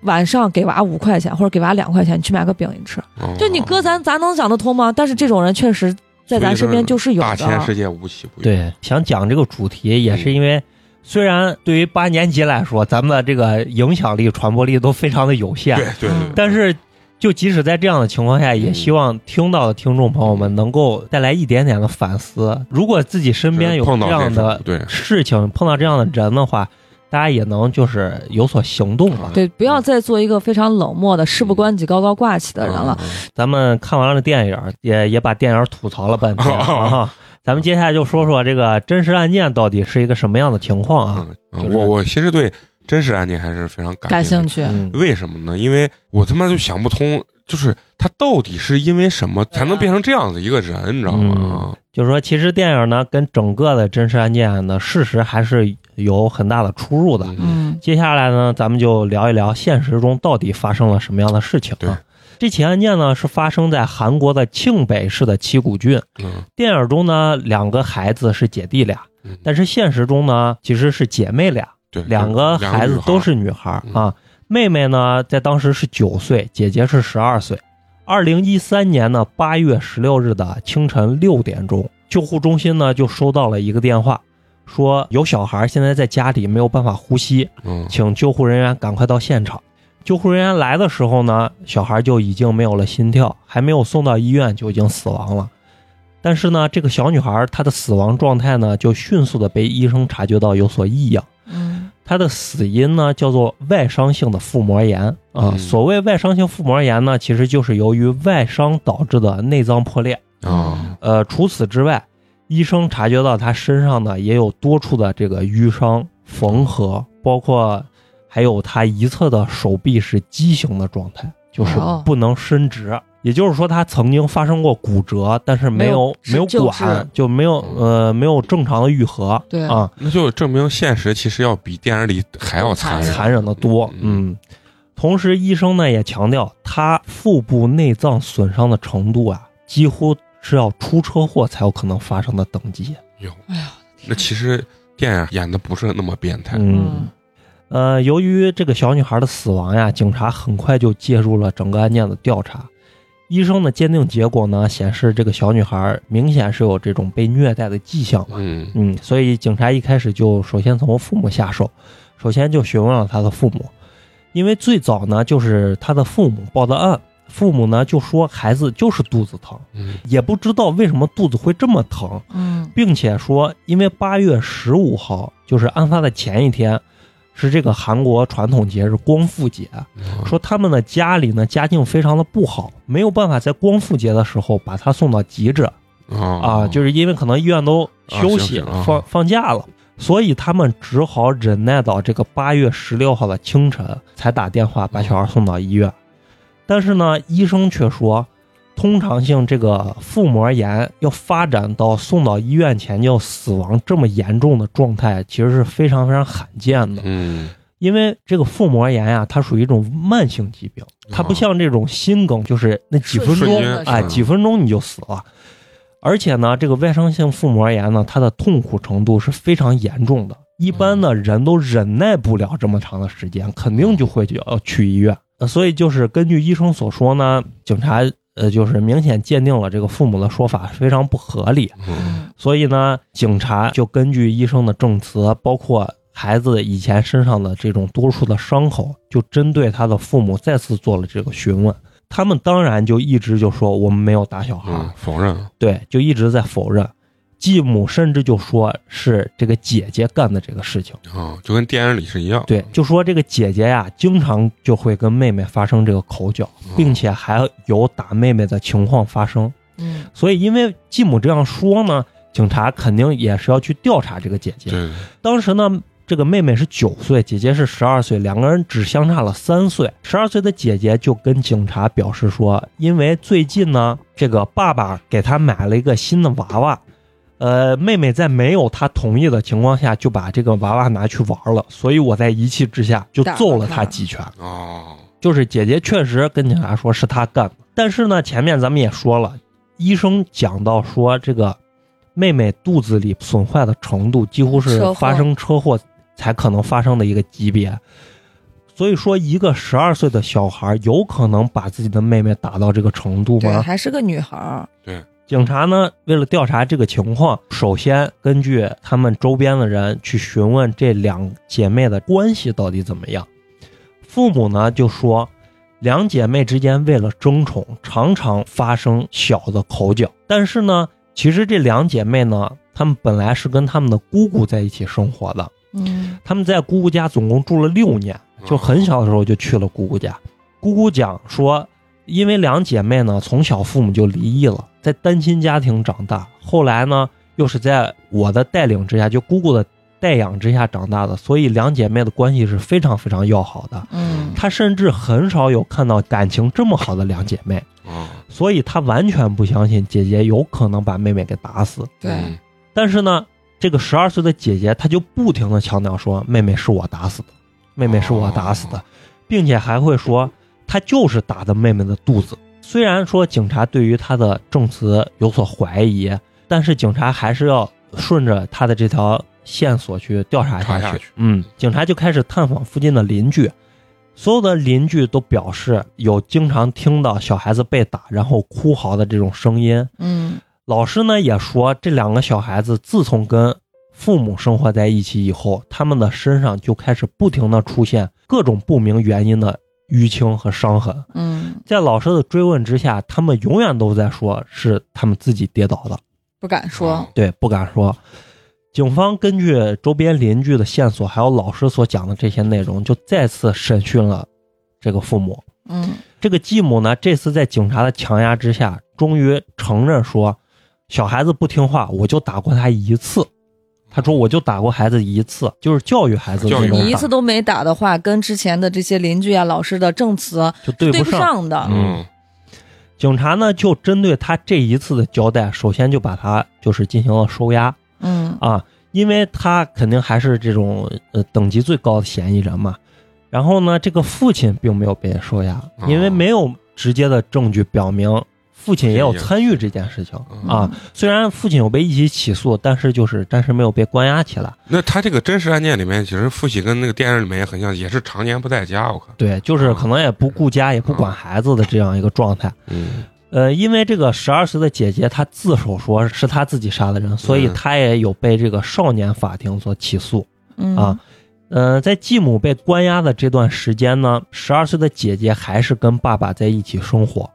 S8: 晚上给娃五块钱或者给娃两块钱，你去买个饼你吃。
S1: 啊
S8: 就你
S3: 哦
S8: 哥，咱咱能想得通吗？但是这种人确实在咱身边就是有
S1: 大千
S8: 的。
S1: 世界无奇不有，
S3: 对，想讲这个主题也是因为，虽然对于八年级来说，咱们的这个影响力、传播力都非常的有限，
S1: 对嗯对
S8: 嗯
S1: 对，
S3: 但是就即使在这样的情况下，也希望听到的听众朋友们能够带来一点点的反思。如果自己身边有
S1: 碰
S3: 这
S1: 到
S3: 样
S1: 种
S3: 的
S1: 对
S3: 事情，碰到这样的人的话，大家也能就是有所行动啊
S1: 嗯
S3: 了。
S8: 对，不要再做一个非常冷漠的、事不关己高高挂起的人了。，
S3: 咱们看完了电影，也也把电影吐槽了半
S1: 哦
S3: 天啊。咱们接下来就说说这个真实案件到底是一个什么样的情况啊？
S1: 嗯嗯我我其实对真实案件还是非常感
S8: 感
S1: 兴趣
S8: 兴趣，
S3: 嗯，
S1: 为什么呢？因为我他妈就想不通，就是他到底是因为什么才能变成这样的一个人，你知道
S3: 嗯
S1: 吗？啊
S3: 就是说，其实电影呢跟整个的真实案件的事实还是有很大的出入的。
S1: 嗯
S8: 嗯，
S3: 接下来呢，咱们就聊一聊现实中到底发生了什么样的事情
S1: 对
S3: 啊？这起案件呢是发生在韩国的庆北市的旗鼓郡。
S1: 嗯
S3: 电影中呢，两个孩子是姐弟俩，
S1: 嗯，
S3: 但是现实中呢，其实是姐妹俩，
S1: 对
S3: 两个孩子都是女孩
S1: 嗯
S3: 啊。妹妹呢，在当时是九岁，姐姐是十二岁。二零一三年呢，八月十六日的清晨六点钟，救护中心呢就收到了一个电话，说有小孩现在在家里没有办法呼吸，
S1: 嗯
S3: 请救护人员赶快到现场。救护人员来的时候呢，小孩就已经没有了心跳，还没有送到医院就已经死亡了。但是呢，这个小女孩她的死亡状态呢，就迅速的被医生察觉到有所异样。
S8: 嗯
S3: 它的死因呢叫做外伤性的腹膜炎啊。
S1: 嗯
S3: 所谓外伤性腹膜炎呢，其实就是由于外伤导致的内脏破裂。
S1: 啊
S3: 呃，除此之外，医生察觉到他身上呢也有多处的这个淤伤、缝合，包括还有他一侧的手臂是畸形的状态，就是
S8: 哦
S3: 不能伸直。也就是说，他曾经发生过骨折，但是没有没
S8: 没有
S3: 有
S8: 救治
S3: 管，就没有呃没有正常的愈合。
S8: 对
S3: 啊，
S1: 那就证明现实其实要比电影里还要残忍。
S3: 残忍的多。嗯，同时医生呢也强调，他腹部内脏损伤的程度啊，几乎是要出车祸才有可能发生的等级。
S1: 哟，
S8: 哎呀，
S1: 那其实电影演的不是那么变态。
S3: 嗯，呃，由于这个小女孩的死亡呀，警察很快就介入了整个案件的调查。医生的鉴定结果呢，显示这个小女孩明显是有这种被虐待的迹象嘛。
S1: 嗯
S3: 嗯，所以警察一开始就首先从父母下手，首先就询问了他的父母，因为最早呢就是他的父母报的案，父母呢就说孩子就是肚子疼，
S1: 嗯
S3: 也不知道为什么肚子会这么疼，
S8: 嗯
S3: 并且说因为八月十五号就是案发的前一天，是这个韩国传统节日光复节，
S1: 嗯
S3: 说他们的家里呢家境非常的不好，没有办法在光复节的时候把他送到急诊。啊，
S1: 啊
S3: 就是因为可能医院都
S1: 啊
S3: 休息、
S1: 休息啊
S3: 放放假了，所以他们只好忍耐到这个八月十六号的清晨才打电话把小孩送到医院。但是呢，医生却说，通常性这个腹膜炎要发展到送到医院前就死亡这么严重的状态，其实是非常非常罕见的。
S1: 嗯
S3: 因为这个腹膜炎呀、它属于一种慢性疾病，它不
S1: 啊
S3: 像这种心梗，就是那几分
S1: 瞬
S3: 钟
S1: 间的，
S3: 哎，
S1: 是吧
S3: 几分钟你就死了。而且呢，这个外伤性腹膜炎呢，它的痛苦程度是非常严重的，一般的人都忍耐不了这么长的时间，肯定就会就要去医院。呃所以就是根据医生所说呢，警察呃就是明显鉴定了这个父母的说法非常不合理，
S1: 嗯
S3: 所以呢，警察就根据医生的证词，包括孩子以前身上的这种多处的伤口，就针对他的父母再次做了这个询问。他们当然就一直就说我们没有打小孩，
S1: 嗯，否认。
S3: 对，就一直在否认。继母甚至就说是这个姐姐干的这个事情，
S1: 啊，就跟电影里是一样。
S3: 对，就说这个姐姐呀，经常就会跟妹妹发生这个口角，
S1: 嗯，
S3: 并且还有打妹妹的情况发生。
S8: 嗯
S3: 所以因为继母这样说呢，警察肯定也是要去调查这个姐姐。
S1: 对，
S3: 当时呢，这个妹妹是九岁，姐姐是十二岁，两个人只相差了三岁。十二岁的姐姐就跟警察表示说，因为最近呢，这个爸爸给她买了一个新的娃娃。呃，妹妹在没有她同意的情况下就把这个娃娃拿去玩了，所以我在一气之下就
S8: 打了
S3: 揍了她
S8: 她
S3: 几拳。
S1: 哦，
S3: 就是姐姐确实跟警察说是她干的，但是呢，前面咱们也说了，医生讲到说这个妹妹肚子里损坏的程度几乎
S8: 车
S3: 是
S8: 祸
S3: 发生车祸才可能发生的一个级别，所以说一个十二岁的小孩有可能把自己的妹妹打到这个程度
S8: 对，啊
S3: 吗？
S8: 还是个女孩儿，
S3: 警察呢，为了调查这个情况，首先根据他们周边的人去询问这两姐妹的关系到底怎么样。父母呢就说，两姐妹之间为了争宠，常常发生小的口角。但是呢，其实这两姐妹呢，她们本来是跟她们的姑姑在一起生活的，
S8: 嗯
S3: 她们在姑姑家总共住了六年。就很小的时候就去了姑姑家。姑姑讲说，因为两姐妹呢从小父母就离异了，在单亲家庭长大，后来呢又是在我的带领之下，就姑姑的带养之下长大的，所以两姐妹的关系是非常非常要好的。
S8: 嗯
S3: 她甚至很少有看到感情这么好的两姐妹，
S1: 啊，
S3: 所以她完全不相信姐姐有可能把妹妹给打死。
S1: 嗯
S8: 对，
S3: 但是呢，这个十二岁的姐姐她就不停的强调说：“妹妹是我打死的，妹妹是我打死的
S1: 哦，
S3: 并且还会说她就是打的妹妹的肚子。”虽然说警察对于她的证词有所怀疑，但是警察还是要顺着她的这条线索去调查
S1: 查
S3: 下
S1: 下
S3: 去。
S1: 去
S3: 嗯，警察就开始探访附近的邻居，所有的邻居都表示有经常听到小孩子被打然后哭嚎的这种声音。
S8: 嗯
S3: 老师呢也说，这两个小孩子自从跟父母生活在一起以后，他们的身上就开始不停的出现各种不明原因的淤青和伤痕。
S8: 嗯，
S3: 在老师的追问之下，他们永远都在说是他们自己跌倒的，
S8: 不敢
S1: 啊
S8: 说，
S3: 对，不敢说。警方根据周边邻居的线索，还有老师所讲的这些内容，就再次审讯了这个父母。
S8: 嗯
S3: 这个继母呢，这次在警察的强压之下，终于承认说，小孩子不听话，我就打过他一次。他说，我就打过孩子一次，就是教育孩子
S1: 教育
S3: 那种
S1: 他
S8: 你一
S3: 打
S8: 次都没打的话，跟之前的这些邻居啊、老师的证词
S3: 就对
S8: 对
S3: 不
S8: 不上的。
S1: 嗯
S3: 警察呢，就针对他这一次的交代，首先就把他就是进行了收押
S8: 嗯
S3: 啊，因为他肯定还是这种呃等级最高的嫌疑人嘛。然后呢，这个父亲并没有被收押，因为没有直接的证据表明父亲也有参与这件事情啊。虽然父亲有被一起起诉，但是就是暂时没有被关押起来。
S1: 那他这个真实案件里面，其实父亲跟那个电影里面也很像，也是常年不在家，我看。
S3: 对，就是可能也不顾家，也不管孩子的这样一个状态。
S1: 嗯
S3: 呃，因为这个十二岁的姐姐她自首说是她自己杀的人，所以
S1: 嗯
S3: 她也有被这个少年法庭所起诉
S8: 嗯
S3: 啊。呃，在继母被关押的这段时间呢，十二岁的姐姐还是跟爸爸在一起生活。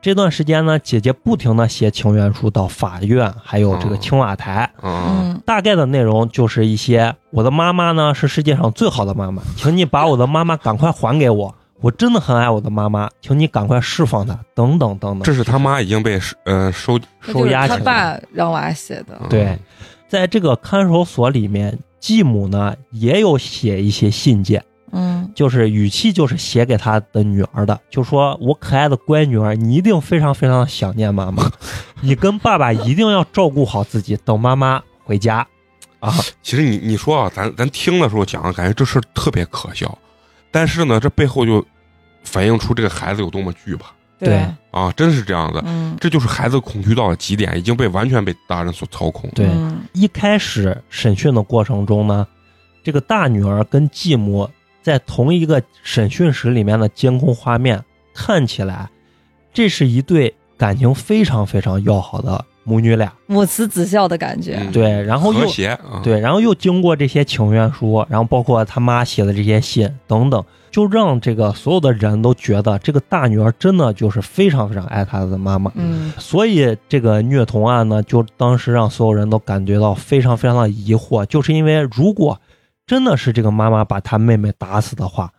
S3: 这段时间呢，姐姐不停的写请愿书到法院，还有这个
S1: 哦
S3: 青瓦台。
S1: 嗯
S8: 嗯
S3: 大概的内容就是一些我的妈妈呢是世界上最好的妈妈，请你把我的妈妈赶快还给我，我真的很爱我的妈妈，请你赶快释放她，等等等等。
S1: 这是他妈已经被收呃收
S3: 收
S8: 那就是
S3: 押
S8: 他
S3: 起来。
S8: 爸让娃写的。
S1: 啊
S3: 对，在这个看守所里面，继母呢也有写一些信件，
S8: 嗯
S3: 就是语气就是写给她的女儿的，就说我可爱的乖女儿，你一定非常非常地想念妈妈，你跟爸爸一定要照顾好自己，等妈妈回家啊。
S1: 其实你你说啊，咱咱听的时候讲，感觉这事儿特别可笑，但是呢，这背后就反映出这个孩子有多么惧怕
S3: 对
S1: 啊，真是这样的。
S8: 嗯
S1: 这就是孩子恐惧到了极点，已经被完全被大人所操控。
S3: 对
S8: 嗯
S3: 一开始审讯的过程中呢，这个大女儿跟继母在同一个审讯室里面的监控画面看起来，这是一对感情非常非常要好的母女俩。
S8: 母慈子孝的感觉。
S1: 嗯
S3: 对，然后
S1: 和
S3: 又
S1: 谐啊，，
S3: 对，然后又经过这些请愿书，然后包括他妈写的这些信等等，就让这个所有的人都觉得这个大女儿真的就是非常非常爱她的妈妈。
S8: 嗯
S3: 所以这个虐童案呢，就当时让所有人都感觉到非常非常的疑惑，就是因为如果真的是这个妈妈把她妹妹打死的话，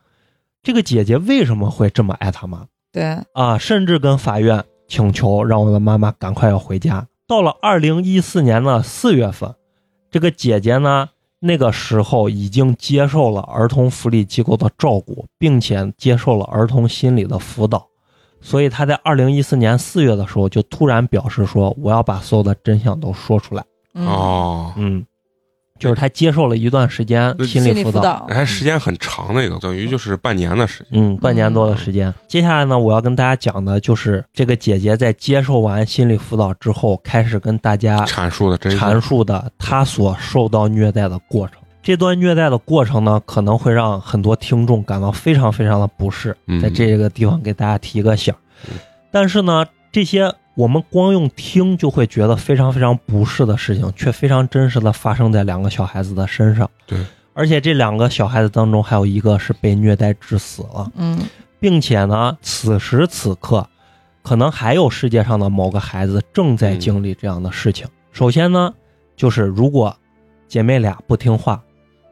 S3: 这个姐姐为什么会这么爱她妈
S8: 对，
S3: 啊？甚至跟法院请求让我的妈妈赶快要回家。到了二零一四年的四月份，这个姐姐呢，那个时候已经接受了儿童福利机构的照顾，并且接受了儿童心理的辅导，所以她在二零一四年四月的时候就突然表示说：“我要把所有的真相都说出来。
S8: 嗯，
S1: 哦”，
S3: 嗯，就是她接受了一段时间
S1: 嗯
S3: 心
S8: 心
S3: 理
S8: 理
S3: 辅
S8: 辅
S3: 导，
S8: 导。
S1: 还时间很长的一个，等于就是半年的时间。
S3: 嗯，半年多的时间。接下来呢，我要跟大家讲的就是这个姐姐在接受完心理辅导之后，开始跟大家
S1: 阐述的真
S3: 阐
S1: 相，
S3: 述的他所受到虐待的过程。这段虐待的过程呢，可能会让很多听众感到非常非常的不适
S1: 嗯，
S3: 在这个地方给大家提个醒儿。但是呢，这些我们光用听就会觉得非常非常不适的事情，却非常真实的发生在两个小孩子的身上。
S1: 对，
S3: 而且这两个小孩子当中，还有一个是被虐待致死了，
S8: 嗯
S3: 并且呢，此时此刻，可能还有世界上的某个孩子正在经历这样的事情。首先呢，就是如果姐妹俩不听话，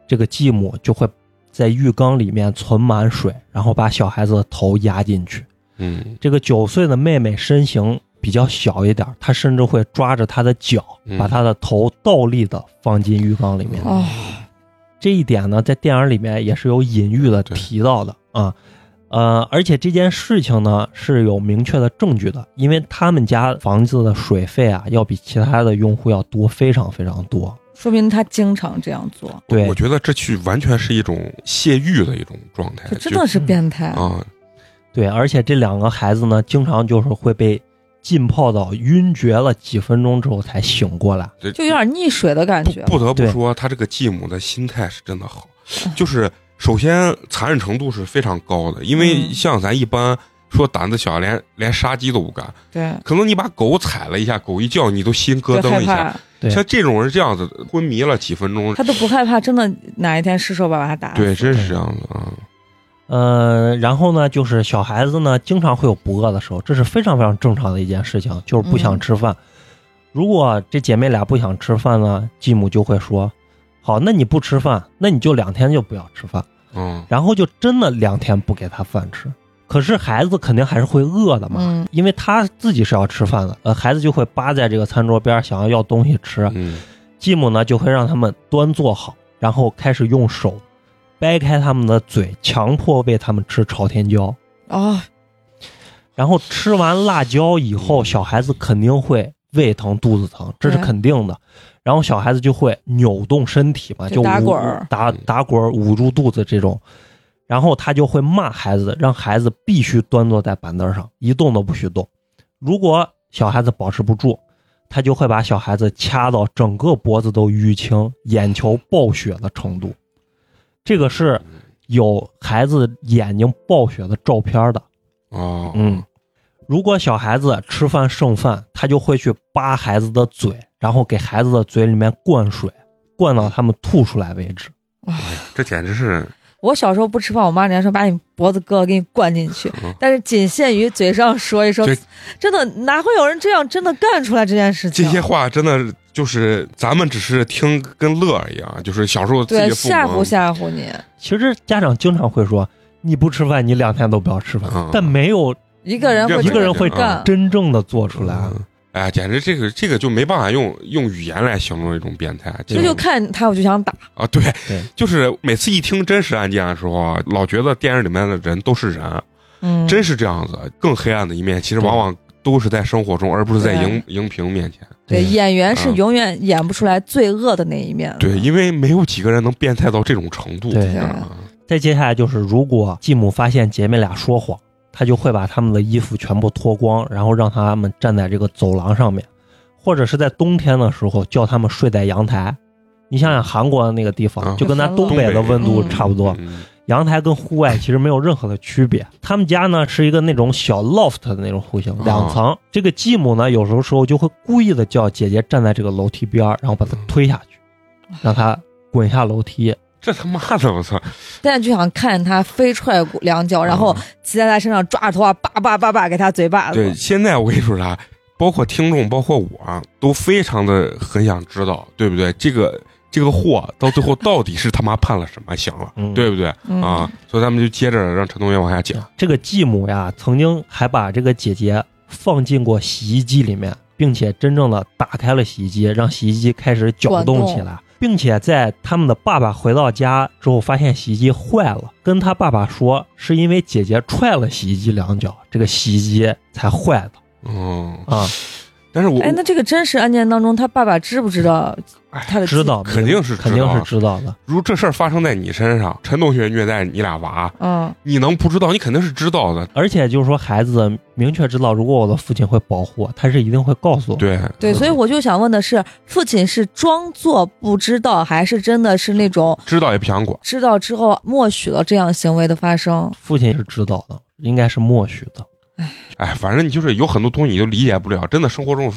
S3: 这个继母就会在浴缸里面存满水，然后把小孩子的头压进去。
S1: 嗯
S3: 这个九岁的妹妹身形比较小一点，她甚至会抓着她的脚
S1: 嗯，
S3: 把她的头倒立的放进浴缸里面。
S8: 哦，
S1: 嗯
S3: 这一点呢，在电影里面也是有隐喻的
S1: 对
S3: 提到的啊。呃，而且这件事情呢是有明确的证据的，因为他们家房子的水费啊，要比其他的用户要多非常非常多。
S8: 说明他经常这样做，
S3: 对
S1: 我，觉得这去完全是一种泄欲的一种状态，
S8: 这真的是
S3: 嗯
S8: 变态
S1: 哎就。啊，
S3: 对，而且这两个孩子呢，经常就是会被浸泡到晕厥了几分钟之后才醒过来。
S1: 这
S8: 就有点溺水的感
S1: 不
S8: 觉，
S1: 不得不
S3: 对
S1: 说，他这个继母的心态是真的好，就是首先残忍程度是非常高的，因为
S8: 嗯
S1: 像咱一般说胆子小，连连杀鸡都不敢，
S8: 对，
S1: 可能你把狗踩了一下，狗一叫你都心咯
S8: 就
S1: 噔
S8: 害
S1: 一下。
S8: 怕，
S3: 对
S1: 像这种人这样子昏迷了几分钟，
S8: 他都不害怕，真的哪一天失手把把他打死。
S1: 对，真是这样子啊。
S3: 呃，然后呢，就是小孩子呢，经常会有不饿的时候，这是非常非常正常的一件事情，就是不想吃饭。如果这姐妹俩不想吃饭呢，继母就会说：“好，那你不吃饭，那你就两天就不要吃饭。”
S1: 嗯，
S3: 然后就真的两天不给他饭吃。可是孩子肯定还是会饿的嘛，
S8: 嗯
S3: 因为他自己是要吃饭的，呃，孩子就会扒在这个餐桌边儿想要要东西吃。
S1: 嗯，
S3: 继母呢就会让他们端坐好，然后开始用手掰开他们的嘴，强迫喂他们吃朝天椒。
S8: 哦，
S3: 然后吃完辣椒以后，
S1: 嗯
S3: 小孩子肯定会胃疼、肚子疼，这是
S8: 对
S3: 肯定的。然后小孩子就会扭动身体嘛，
S8: 就
S3: 就
S8: 打
S3: 捂
S8: 滚儿
S3: 打打滚儿、捂住肚子这种。然后他就会骂孩子，让孩子必须端坐在板凳上，一动都不许动。如果小孩子保持不住，他就会把小孩子掐到整个脖子都淤青、眼球爆血的程度。这个是有孩子眼睛爆血的照片的。
S1: 哦，
S3: 嗯，如果小孩子吃饭剩饭，他就会去扒孩子的嘴，然后给孩子的嘴里面灌水，灌到他们吐出来为止。
S1: 这简直是
S8: 我小时候不吃饭，我妈人家说把你脖子割了，给你灌进去
S1: 嗯，
S8: 但是仅限于嘴上说一说
S1: 这，
S8: 真的哪会有人这样真的干出来这件事情
S1: 这？些话真的就是咱们只是听跟乐儿一样，就是小时候自己
S8: 对，
S1: 的父母嗯
S8: 吓唬吓唬你，
S3: 其实家长经常会说，你不吃饭，你两天都不要吃饭，
S1: 嗯
S3: 但没有
S8: 一个人
S1: 这
S8: 会
S1: 不
S3: 一个人
S8: 这啊么
S3: 会
S8: 干
S1: 嗯，
S3: 真正的做出来。
S1: 嗯哎，简直这个这个就没办法用用语言来形容这种变态，这
S8: 这就
S1: 种
S8: 看他我就想打，
S1: 啊，对，
S3: 对
S1: 就是每次一听真实案件的时候啊，老觉得电影里面的人都是人，
S8: 嗯，
S1: 真是这样子。更黑暗的一面，其实
S3: 对
S1: 往往都是在生活中，而不是在
S8: 对
S1: 荧荧屏面前。
S8: 对，演员是
S1: 嗯
S8: 永远演不出来罪恶的那一面的，
S1: 对，因为没有几个人能变态到这种程度。
S3: 对
S1: 啊
S3: 再接下来就是，如果继母发现姐妹俩说谎，她就会把她们的衣服全部脱光，然后让她们站在这个走廊上面，或者是在冬天的时候叫她们睡在阳台。你想想韩国的那个地
S1: 啊
S3: 方，就跟咱东北的温度差不多，
S1: 嗯
S3: 阳台跟户外其实没有任何的区别。他们家呢是一个那种小 loft 的那种户型
S1: 啊，
S3: 两层。这个继母呢，有时候时候就会故意的叫姐姐站在这个楼梯边儿，然后把她推下去，让她滚下楼梯。
S1: 这他妈的，我操！
S8: 但就想看他飞踹两脚，然后
S1: 嗯
S8: 骑在他身上抓着头发，叭叭叭叭给他嘴巴
S1: 对，
S8: 子。
S1: 现在我跟你说啥，包括听众，包括我啊，都非常的很想知道，对不对？这个这个货到最后到底是他妈判了什么刑了，
S3: 嗯
S1: 对不对？啊，所以咱们就接着让陈同学往下讲。
S3: 这个继母呀，曾经还把这个姐姐放进过洗衣机里面，并且真正的打开了洗衣机，让洗衣机开始搅动起
S8: 滚
S3: 来，并且在他们的爸爸回到家之后，发现洗衣机坏了，跟他爸爸说是因为姐姐踹了洗衣机两脚，这个洗衣机才坏的
S1: 嗯，
S3: 啊。
S1: 但是我
S8: 哎，那这个真实案件当中，他爸爸知不知道
S1: 哎
S8: 他的
S3: 知道
S1: 肯定是知道
S3: 肯定是知道的，
S1: 如果这事儿发生在你身上，陈同学虐待你俩娃，
S8: 嗯，
S1: 你能不知道？你肯定是知道的。
S3: 而且就是说孩子明确知道，如果我的父亲会保护我，他是一定会告诉我。
S1: 对
S8: 对，所以我就想问的是，父亲是装作不知道，还是真的是那种
S1: 知道也不想管。
S8: 知道之后默许了这样行为的发生？
S3: 父亲是知道的，应该是默许的。
S1: 哎，反正你就是有很多东西你就理解不了。真的，生活中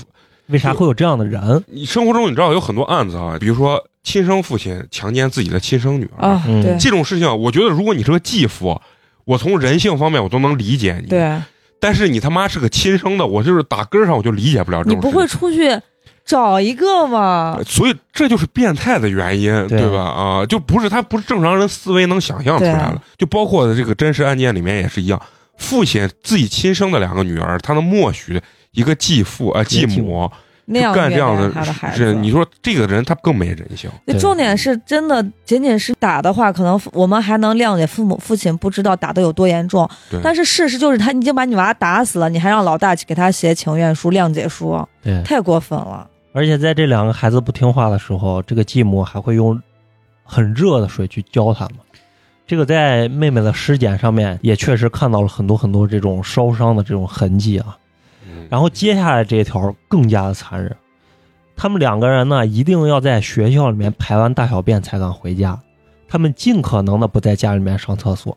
S3: 为啥会有这样的人？
S1: 你生活中你知道有很多案子啊，比如说亲生父亲强奸自己的亲生女儿、
S8: 啊，
S3: 嗯
S8: 对
S1: 这种事情，我觉得如果你是个继父，啊我从人性方面我都能理解你。，
S8: 对，
S1: 但是你他妈是个亲生的，我就是打根儿上我就理解不了这
S8: 你
S1: 种事
S8: 不
S1: 情。呃
S8: 会出去找一个吗？
S1: 所以这就是变态的原因，对
S3: 对
S1: 吧？啊、就不是他不是正常人思维能想象出来
S8: 对
S1: 的，就包括这个真实案件里面也是一样，父亲自己亲生的两个女儿，他能默许一个继父啊、呃继
S3: 继母
S1: 母
S8: 那
S1: 就
S8: 样
S1: 干这
S8: 虐
S1: 样
S8: 待
S1: 的
S8: 他的孩
S1: 事，
S8: 子，
S1: 是你说这个人他更没人性。
S8: 对
S3: 对
S8: 重点是真的，仅仅是打的话，可能父我们还能谅解父母父亲不知道打的有多严重
S1: 对，
S8: 但是事实就是他已经把你娃打死了，你还让老大去给他写请愿书、谅解书，
S3: 对，
S8: 太过分了。
S3: 而且在这两个孩子不听话的时候，这个继母还会用很热的水去浇他们。这个在妹妹的尸检上面也确实看到了很多很多这种烧伤的这种痕迹啊。然后接下来这一条更加的残忍，他们两个人呢一定要在学校里面排完大小便才敢回家，他们尽可能的不在家里面上厕所，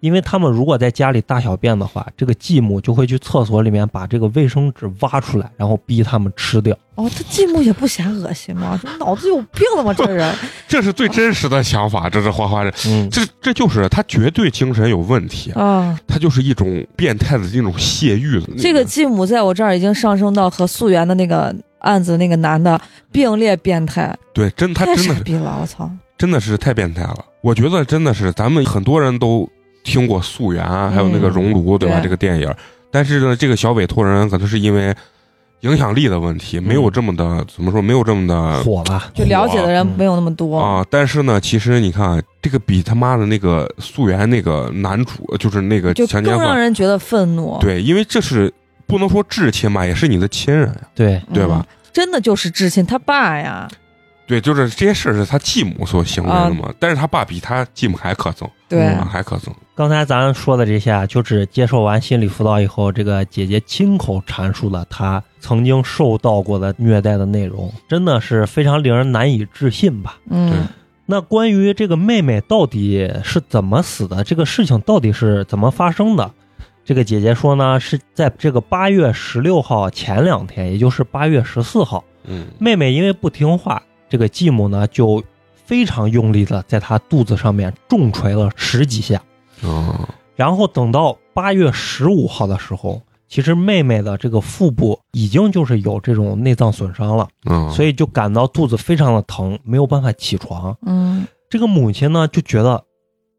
S3: 因为他们如果在家里大小便的话，这个继母就会去厕所里面把这个卫生纸挖出来，然后逼他们吃掉。
S8: 哦，他继母也不嫌恶心吗？这脑子有病了吗？这 人
S1: 这是最真实的想法，这是花花这
S3: 嗯，
S1: 这这就是他绝对精神有问题，
S8: 啊，
S1: 他就是一种变态的这种泄欲。
S8: 这个继母在我这儿已经上升到和素媛的那个案子那个男的并列变态，
S1: 对，真他
S8: 太
S1: 真
S8: 傻
S1: 的是
S8: 逼了！我操，
S1: 真的是太变态了。我觉得真的是咱们很多人都听过《溯源》，还有那个《熔炉》，对吧？
S8: 嗯对
S1: 这个电影，但是呢，这个小委托人可能是因为影响力的问题，没
S8: 嗯
S1: 有这么的怎么说，没有这么的
S3: 火吧，
S8: 就了解的人
S3: 嗯
S8: 没有那么多。
S1: 啊。但是呢，其实你看，啊这个比他妈的那个《溯源》那个男主，就是那个
S8: 就
S1: 哦强
S8: 更
S1: 奸
S8: 让
S1: 犯，
S8: 人觉得愤怒，
S1: 对，因为这是不能说至亲吧，也是你的亲人呀。
S3: 对，
S8: 嗯
S1: 对吧？
S8: 真的就是至亲他爸呀，
S1: 对，就是这些事儿是他继母所形成的嘛，但是他爸比他继母还可憎，
S8: 啊对，
S3: 嗯
S1: 啊，还可憎。
S3: 刚才咱说的这些啊，就是接受完心理辅导以后，这个姐姐亲口阐述了她曾经受到过的虐待的内容，真的是非常令人难以置信吧。
S1: 对
S8: 嗯，
S3: 那关于这个妹妹到底是怎么死的，这个事情到底是怎么发生的？这个姐姐说呢，是在这个八月十六号前两天，也就是八月十四号，
S1: 嗯，
S3: 妹妹因为不听话，这个继母呢就非常用力的在她肚子上面重锤了十几下。
S1: 哦，
S3: 然后等到八月十五号的时候，其实妹妹的这个腹部已经就是有这种内脏损伤了，
S1: 嗯，
S3: 所以就感到肚子非常的疼，没有办法起床。
S8: 嗯，
S3: 这个母亲呢就觉得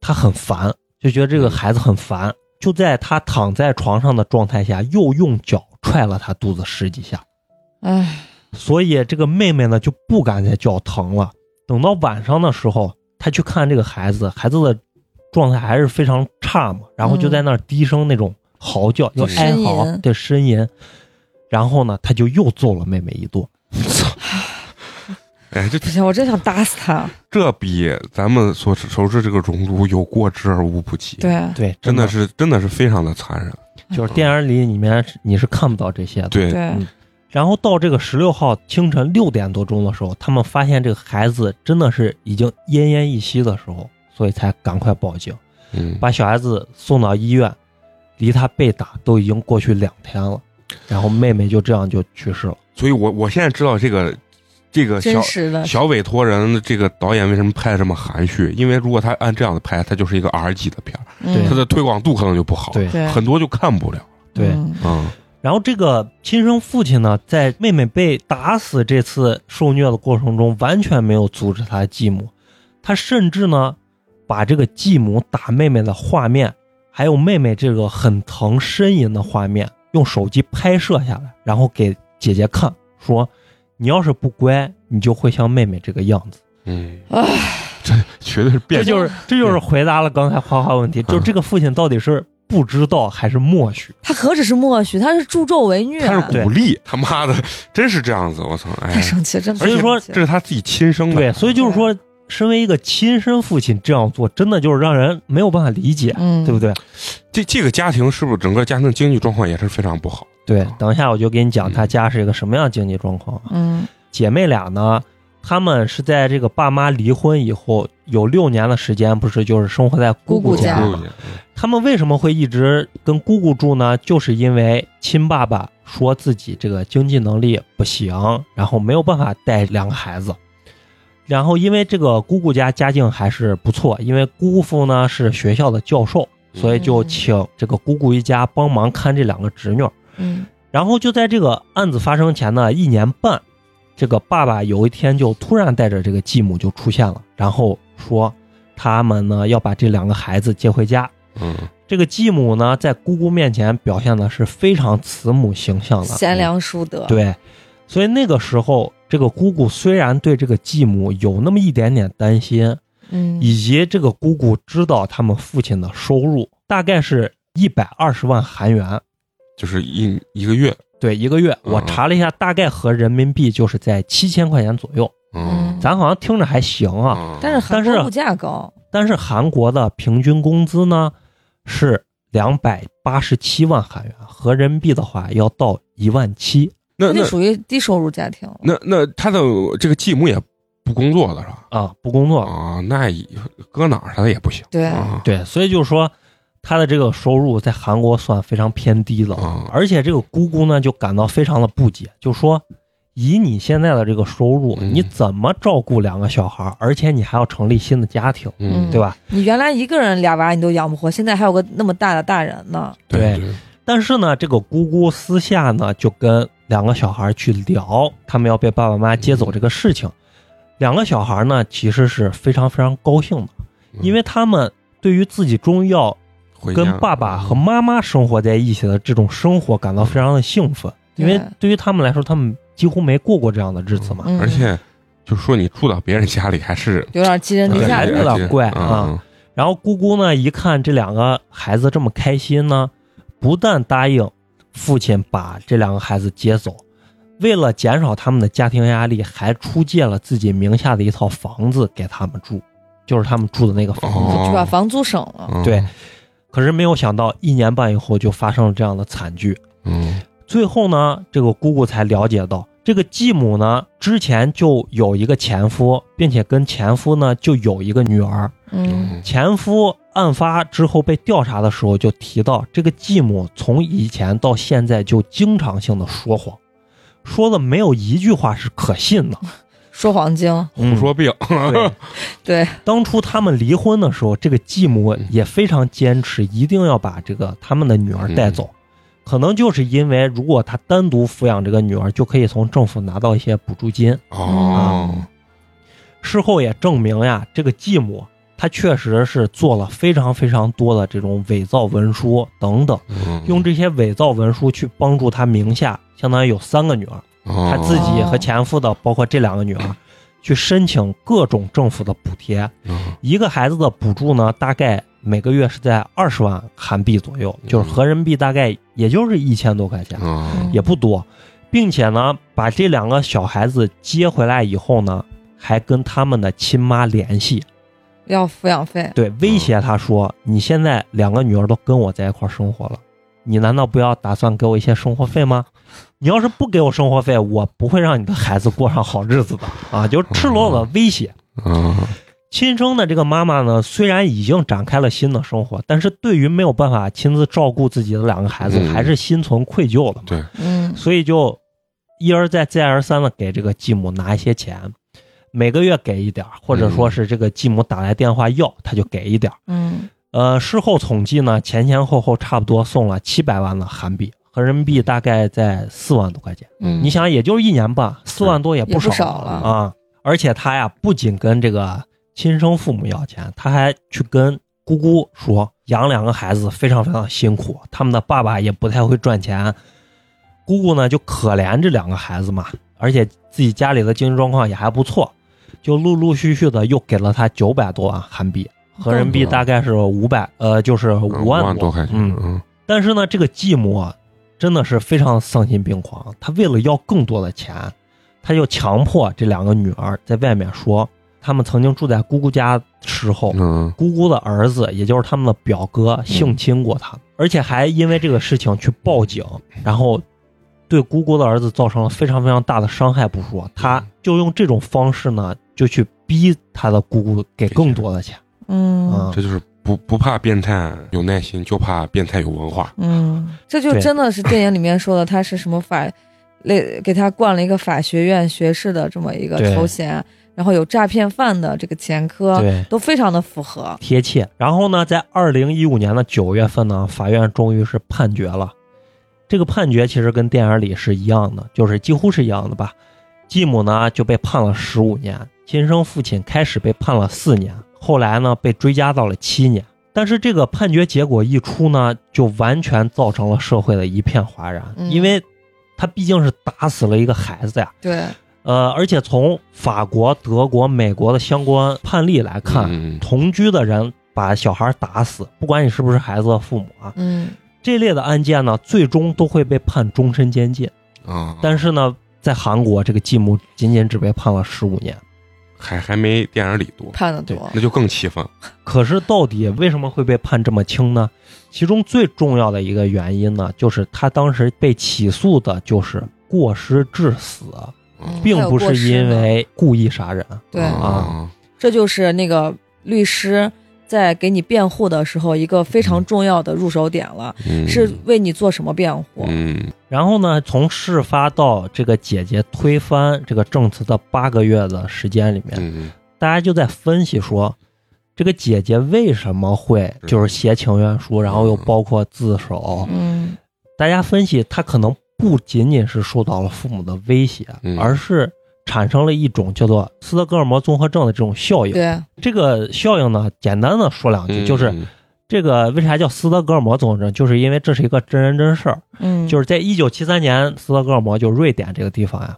S3: 她很烦，就觉得这个孩子很烦，就在她躺在床上的状态下，又用脚踹了她肚子十几下。
S8: 哎，
S3: 所以这个妹妹呢就不敢再叫疼了。等到晚上的时候，她去看这个孩子，孩子的状态还是非常差嘛，然后就在那儿低声那种嚎叫，要
S1: 嗯
S3: 哀嚎
S8: 呻吟
S3: 对呻吟。然后呢，她就又揍了妹妹一顿。
S1: 哎，这
S8: 不行，我真想打死他。
S1: 这比咱们所熟知这个熔炉有过之而无不及。，
S8: 对，
S3: 对，
S1: 真的
S3: 的
S1: 是真的是非常的残忍。
S3: 就是电影里里面你是看不到这些的。
S1: 对，嗯
S8: 对，
S3: 然后到这个十六号清晨六点多钟的时候，他们发现这个孩子真的是已经奄奄一息的时候，所以才赶快报警。
S1: 嗯，
S3: 把小孩子送到医院，离他被打都已经过去两天了，然后妹妹就这样就去世了。
S1: 所以我我现在知道这个这个小
S8: 真实的，
S1: 小委托人这个导演为什么拍的这么含蓄，因为如果他按这样的拍，他就是一个 R 级的片儿，
S8: 嗯
S1: 他的推广度可能就不好，
S3: 对
S8: 对
S1: 很多就看不了。
S3: 对，
S8: 嗯
S1: 嗯
S3: 然后这个亲生父亲呢，在妹妹被打死这次受虐的过程中，完全没有阻止他继母，他甚至呢，把这个继母打妹妹的画面，还有妹妹这个很疼呻吟的画面，用手机拍摄下来，然后给姐姐看，说：“你要是不乖，你就会像妹妹这个样子。”
S1: 嗯，
S8: 唉
S1: 这绝对是变
S3: 这就是这就是回答了刚才花花问题，就是这个父亲到底是不知道还是默许？
S8: 他何止是默许，他是助纣为虐，啊
S1: 他是鼓励，他妈的真是这样子，我操！哎
S8: 太，生气了，真的
S1: 而且
S8: 太生气
S1: 这是
S8: 了
S1: 他自己亲生的，
S3: 对，所以就是说，身为一个亲生父亲这样做，真的就是让人没有办法理解，
S8: 嗯，
S3: 对不对？
S1: 这这个家庭是不是整个家庭经济状况也是非常不好？
S3: 对，等一下我就给你讲
S1: 嗯
S3: 他家是一个什么样经济状况啊。
S8: 嗯
S3: 姐妹俩呢，她们是在这个爸妈离婚以后有六年的时间，不是就是生活在姑
S8: 姑姑
S3: 家
S8: 家
S3: 吗？他们为什么会一直跟姑姑住呢？就是因为亲爸爸说自己这个经济能力不行，然后没有办法带两个孩子。然后因为这个姑姑家家境还是不错，因为姑父呢是学校的教授，所以就请这个姑姑一家帮忙看这两个侄女儿。
S8: 嗯
S3: 然后就在这个案子发生前呢一年半，这个爸爸有一天就突然带着这个继母就出现了，然后说他们呢要把这两个孩子接回家，
S1: 嗯，
S3: 这个继母呢，在姑姑面前表现的是非常慈母形象的，
S1: 嗯
S3: 嗯
S8: 贤良淑德，
S3: 对，所以那个时候，这个姑姑虽然对这个继母有那么一点点担心，
S8: 嗯，
S3: 以及这个姑姑知道他们父亲的收入大概是一百二十万韩元，
S1: 就是一一个月，
S3: 对，一个月，
S1: 嗯
S3: 我查了一下，大概合人民币就是在七千块钱左右，
S1: 嗯，
S3: 咱好像听着还行啊，
S1: 嗯
S8: 但是
S3: 但
S8: 韩
S3: 是
S8: 国物价高，
S3: 但是韩国的平均工资呢是两百八十七万韩元，合人民币的话要到一万七。
S1: 那
S8: 那
S1: 那
S8: 属于低收入家庭，
S1: 那那他的这个继母也不工作的是吧？
S3: 啊，不工作，
S1: 啊，那以搁哪儿他也不行。
S8: 对
S1: 啊，
S3: 对，所以就是说，他的这个收入在韩国算非常偏低的了
S1: 嗯，
S3: 而且这个姑姑呢就感到非常的不解，就说。以你现在的这个收入，
S1: 嗯
S3: 你怎么照顾两个小孩儿？而且你还要成立新的家庭，
S1: 嗯，
S3: 对吧？
S8: 你原来一个人俩娃你都养不活，现在还有个那么大的大人呢。
S1: 对
S3: 对但是呢，这个姑姑私下呢就跟两个小孩去聊，他们要被爸爸妈妈接走这个事情。两个小孩呢其实是非常非常高兴的，
S1: 嗯
S3: 因为他们对于自己终于要
S1: 回家
S3: 跟爸爸和妈妈生活在一起的这种生活感到非常的兴奋，因为
S8: 对
S3: 对于他们来说，他们几乎没过过这样的日子嘛。
S8: 嗯
S1: 而且就说你住到别人家里还是
S8: 有点寄人篱
S3: 对
S8: 下
S3: 还
S8: 的
S3: 有
S8: 感觉。
S3: 点怪啊
S1: 啊。
S3: 然后姑姑呢，一看这两个孩子这么开心呢，不但答应父亲把这两个孩子接走，为了减少他们的家庭压力，还出借了自己名下的一套房子给他们住，就是他们住的那个房子。
S1: 哦
S8: 就把房租省了。
S1: 嗯
S3: 对，可是没有想到，一年半以后就发生了这样的惨剧。
S1: 嗯
S3: 最后呢，这个姑姑才了解到，这个继母呢之前就有一个前夫，并且跟前夫呢就有一个女儿。
S8: 嗯，
S1: 嗯
S3: 前夫案发之后被调查的时候就提到，这个继母从以前到现在就经常性的说谎，说的没有一句话是可信的。
S8: 说谎精，
S1: 胡说病，
S3: 对，
S8: 对，
S3: 当初他们离婚的时候，这个继母也非常坚持，一定要把这个他们的女儿带走。可能就是因为，如果他单独抚养这个女儿，就可以从政府拿到一些补助金。
S1: 哦，
S3: 事后也证明呀，这个继母她确实是做了非常非常多的这种伪造文书等等，
S1: 嗯
S3: 用这些伪造文书去帮助她名下，相当于有三个女儿，
S1: 哦
S3: 她自己和前夫的，包括这两个女儿，去申请各种政府的补贴。
S1: 嗯
S3: 一个孩子的补助呢，大概每个月是在二十万韩币左右，就是合人民币大概也就是一千多块钱，
S1: 嗯
S3: 也不多，并且呢，把这两个小孩子接回来以后呢，还跟他们的亲妈联系，
S8: 要抚养费。
S3: 对，威胁他说：“你现在两个女儿都跟我在一块儿生活了，你难道不要打算给我一些生活费吗？你要是不给我生活费，我不会让你的孩子过上好日子的啊！”就是赤裸裸的威胁。
S1: 嗯
S3: 亲生的这个妈妈呢，虽然已经展开了新的生活，但是对于没有办法亲自照顾自己的两个孩子，
S1: 嗯
S3: 还是心存愧疚的嘛。
S1: 对，
S8: 嗯，
S3: 所以就一而再、再而三的给这个继母拿一些钱，每个月给一点儿，或者说是这个继母打来电话要，他就给一点儿。
S8: 嗯，
S3: 呃，事后统计呢，前前后后差不多送了七百万的韩币，合人民币大概在四万多块钱。
S8: 嗯
S3: 你想，也就是一年吧，四万多也
S8: 也
S3: 不
S8: 不
S3: 少
S8: 少了。
S3: 啊！而且他呀，不仅跟这个亲生父母要钱，他还去跟姑姑说，养两个孩子非常非常辛苦，他们的爸爸也不太会赚钱，姑姑呢就可怜这两个孩子嘛，而且自己家里的经济状况也还不错，就陆陆续续的又给了他九百多万韩币，合人民币大概是五百，呃，就是
S1: 嗯
S3: 五
S1: 五
S3: 万
S1: 万多块钱，
S3: 嗯，
S1: 嗯
S3: 但是呢，这个继母啊真的是非常丧心病狂，她为了要更多的钱，她就强迫这两个女儿在外面说，他们曾经住在姑姑家时候，
S1: 嗯
S3: 姑姑的儿子，也就是他们的表哥，性侵过她，而且还因为这个事情去报警，然后对姑姑的儿子造成了非常非常大的伤害不说，她就用这种方式呢，就去逼她的姑姑给更多的钱
S8: 嗯
S3: 啊。
S1: 这就是不不怕变态有耐心，就怕变态有文化。
S8: 嗯，这就
S3: 对
S8: 真的是电影里面说的，他是什么法，类给他冠了一个法学院学士的这么一个
S3: 对
S8: 头衔，然后有诈骗犯的这个前科，
S3: 对，
S8: 都非常的符合。
S3: 贴切。然后呢，在二零一五年的九月份呢，法院终于是判决了。这个判决其实跟电影里是一样的，就是几乎是一样的吧。继母呢就被判了十五年，亲生父亲开始被判了四年，后来呢被追加到了七年。但是这个判决结果一出呢，就完全造成了社会的一片哗然，
S8: 嗯
S3: 因为他毕竟是打死了一个孩子呀。
S8: 对，
S3: 呃，而且从法国、德国、美国的相关判例来看，
S1: 嗯
S3: 同居的人把小孩打死，不管你是不是孩子的父母啊，
S8: 嗯，
S3: 这类的案件呢，最终都会被判终身监禁。
S1: 啊，
S3: 但是呢，在韩国，这个继母仅仅只被判了十五年。
S1: 还还没电影里多，
S8: 判的多。
S1: 那就更气愤。
S3: 可是到底为什么会被判这么轻呢？其中最重要的一个原因呢，就是他当时被起诉的就是过失致死，
S8: 嗯
S3: 并
S8: 还有
S3: 不
S8: 过
S3: 是
S8: 失
S3: 因
S8: 呢
S3: 为故意杀人。
S8: 对，
S3: 啊
S1: 啊，
S8: 这就是那个律师在给你辩护的时候一个非
S3: 嗯
S8: 常重要的入手点了，
S1: 嗯
S8: 是为你做什么辩护？
S1: 嗯
S3: 然后呢，从事发到这个姐姐推翻这个证词的八个月的时间里面，
S1: 嗯
S3: 大家就在分析说，这个姐姐为什么会
S1: 是
S3: 就是写请愿书，然后
S1: 嗯
S3: 又包括自首。
S8: 嗯
S3: 大家分析，她可能不仅仅是受到了父母的威胁，
S1: 嗯
S3: 而是产生了一种叫做斯德哥尔摩综合症的这种效应。
S8: 对，
S3: 这个效应呢，简单的说两句，
S1: 嗯，
S3: 就是这个为啥叫斯德哥尔摩综合症，就是因为这是一个真人真事儿。
S8: 嗯，
S3: 就是是在一九七三年，斯德哥尔摩就瑞典这个地方呀，啊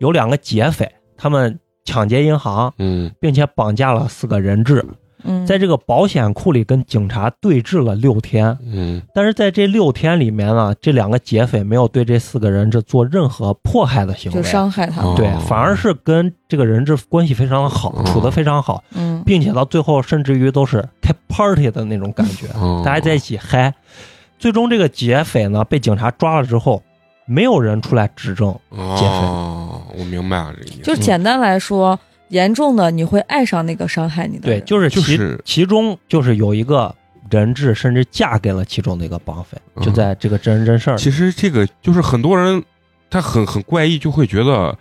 S3: 有两个劫匪，他们抢劫银行，
S1: 嗯
S3: 并且绑架了四个人质，
S8: 嗯
S3: 在这个保险库里跟警察对峙了六天。
S1: 嗯
S3: 但是在这六天里面呢，这两个劫匪没有对这四个人质做任何迫害的行
S8: 就
S3: 为，
S8: 伤害他们，
S3: 对
S1: 哦，
S3: 反而是跟这个人质关系非常的好，
S1: 哦
S3: 处得非常好，
S8: 嗯
S3: 并且到最后甚至于都是开 party 的那种感觉。
S1: 哦
S3: 大家在一起嗨。最终这个劫匪呢被警察抓了之后，没有人出来指证，
S1: 哦，我明白了这个意思，
S8: 就是简单来说，严重的你会爱上那个伤害你的
S3: 对，
S8: 人，
S3: 就是其、
S1: 就是
S3: 其中就是有一个人质甚至嫁给了其中的一个绑匪，
S1: 嗯
S3: 就在这个真人真事儿里。
S1: 其实这个就是很多人他很很怪异，就会觉得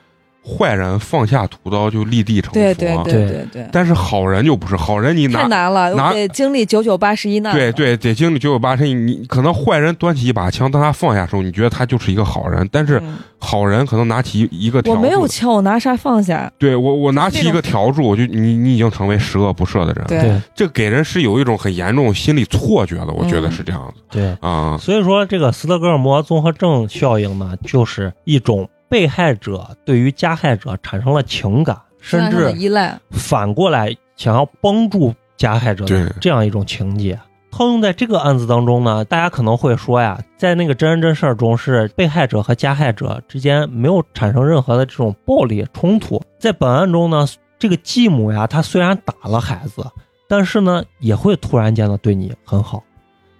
S1: 坏人放下屠刀就立地成佛，
S8: 对对
S3: 对
S8: 对对对，
S1: 啊但是好人就不是好人，你拿。
S8: 太难了，
S1: 拿
S8: 我得经历九九八十一难，
S1: 对，对，得经历九九八十一。你可能坏人端起一把枪，当他放下的时候，你觉得他就是一个好人，但是
S8: 嗯
S1: 好人可能拿起一个条
S8: 我
S1: 子，
S8: 没有枪，我拿啥放下？
S1: 对我我拿起一
S8: 那
S1: 个
S8: 种
S1: 笤帚，我就你你已经成为十恶不赦的人。
S8: 对
S3: 对
S1: 这给人是有一种很严重心理错觉的，我觉得
S8: 嗯
S1: 是这样子
S3: 对，
S1: 啊。
S3: 所以说这个斯德哥尔摩综合症效应呢，就是一种被害者对于加害者产生了情感，甚
S8: 身上的
S3: 至
S8: 依赖，
S3: 反过来想要帮助加害者的
S1: 对
S3: 这样一种情节。套用在这个案子当中呢，大家可能会说呀，在那个真人真事儿中是被害者和加害者之间没有产生任何的这种暴力冲突。在本案中呢，这个继母呀，她虽然打了孩子，但是呢，也会突然间的对你很好，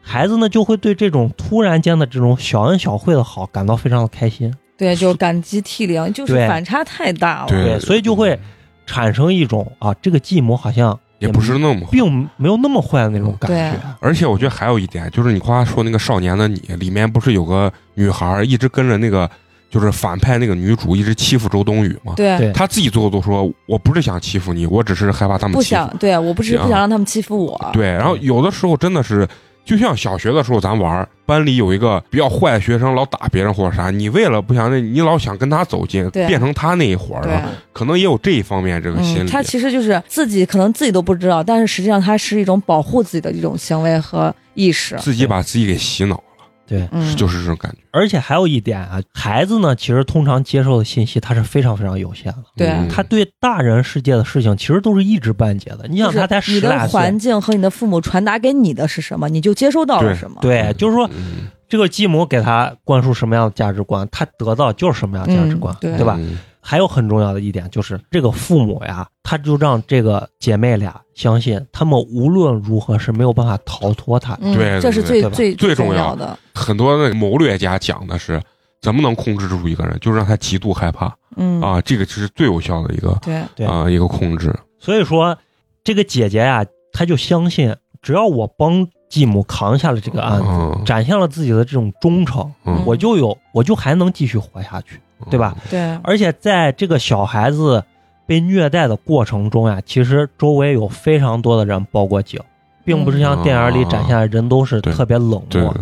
S3: 孩子呢就会对这种突然间的这种小恩小惠的好感到非常的开心。
S8: 对，就感激涕零，就是
S3: 对
S8: 反差太大了，
S3: 对所以就会产生一种啊，这个继母好像
S1: 也不是那么。
S3: 并没有那么坏的那种感觉
S8: 对。
S1: 而且我觉得还有一点，就是你刚才说那个《少年的你》里面不是有个女孩儿一直跟着那个就是反派那个女主一直欺负周冬雨吗？
S8: 对
S3: 对
S1: 她自己最后都说：“我不是想欺负你，我只是害怕他们
S8: 不
S1: 欺负。
S8: 想嗯对我不是
S1: 行啊
S8: 不想让他们欺负我，
S1: 对，然后有的时候真的是，就像小学的时候咱玩儿，班里有一个比较坏的学生，老打别人或者啥，你为了不想那，你老想跟他走近，
S8: 对
S1: 变成他那一伙儿
S8: 对
S1: 了，可能也有这一方面这个心
S8: 嗯，
S1: 理。
S8: 他其实就是自己可能自己都不知道，但是实际上他是一种保护自己的一种行为和意识，
S1: 自己把自己给洗脑了，
S3: 对，
S8: 嗯，
S1: 就是这种感觉。
S3: 而且还有一点啊，孩子呢，其实通常接受的信息他是非常非常有限的，
S8: 对
S1: 嗯
S3: 他对大人世界的事情其实都是一知半解的。你
S8: 就
S3: 想
S8: 是
S3: 他才十
S8: 你
S3: 来
S1: 啊
S8: 的环
S3: 岁，
S8: 境和你的父母传达给你的是什么，你就接收到了什么，
S3: 对，就是说
S1: 嗯
S3: 这个继母给他灌输什么样的价值观，他得到就是什么样的价值观，
S8: 嗯对
S3: 对吧？
S1: 嗯
S3: 还有很重要的一点就是，这个父母呀，他就让这个姐妹俩相信，他们无论如何是没有办法逃脱他的。
S8: 嗯
S1: 对
S8: 这是
S1: 对
S8: 最
S3: 对
S8: 最
S1: 最重
S8: 重
S1: 要
S8: 的，
S1: 很多的谋略家讲的是，怎么能控制住一个人，就是让他极度害怕
S8: 嗯，
S1: 啊，这个是最有效的一个
S8: 对，
S3: 对
S1: 啊一个控制。
S3: 所以说，这个姐姐呀，她就相信，只要我帮继母扛下了这个案子，
S1: 嗯
S3: 展现了自己的这种忠诚，
S1: 嗯
S3: 我就有，我就还能继续活下去。对吧？
S8: 对，
S3: 而且在这个小孩子被虐待的过程中呀，其实周围有非常多的人报过警，并不是像电影里展现的人都是
S1: 对
S3: 特别冷
S1: 对，
S3: 漠，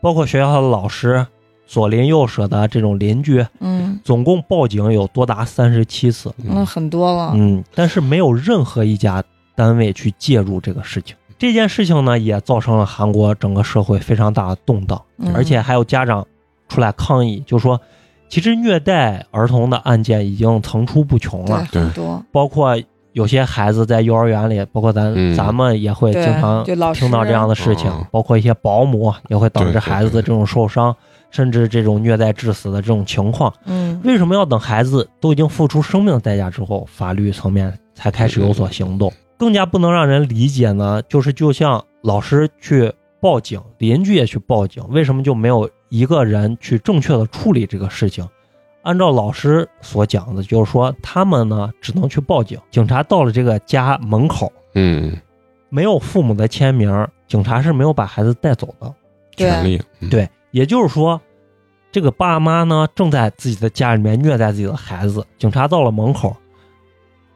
S3: 包括学校的老师、左邻右舍的这种邻居，
S8: 嗯，
S3: 总共报警有多达三十七次。
S8: 那很多了，
S3: 嗯，但是没有任何一家单位去介入这个事情。这件事情呢，也造成了韩国整个社会非常大的动荡，
S8: 嗯
S3: 而且还有家长出来抗议，就说其实虐待儿童的案件已经层出不穷
S8: 对
S3: 了，
S1: 对
S8: 很多，
S3: 包括有些孩子在幼儿园里，包括咱、
S1: 嗯
S3: 咱们也会经
S8: 对
S3: 常
S8: 就老师
S3: 听到这样的事情
S1: 嗯，
S3: 包括一些保姆也会导
S1: 对
S3: 致
S1: 对
S3: 孩子的这种受伤，甚至这种虐待致死的这种情况。
S8: 嗯，
S3: 为什么要等孩子都已经付出生命的代价之后，法律层面才开始有所行动？更加不能让人理解呢，就是就像老师去报警，邻居也去报警，为什么就没有一个人去正确的处理这个事情？按照老师所讲的，就是说他们呢只能去报警，警察到了这个家门口，
S1: 嗯，
S3: 没有父母的签名，警察是没有把孩子带走的。
S1: 权
S8: 对，
S1: 利，嗯，
S3: 对，也就是说，这个爸妈呢正在自己的家里面虐待自己的孩子，警察到了门口，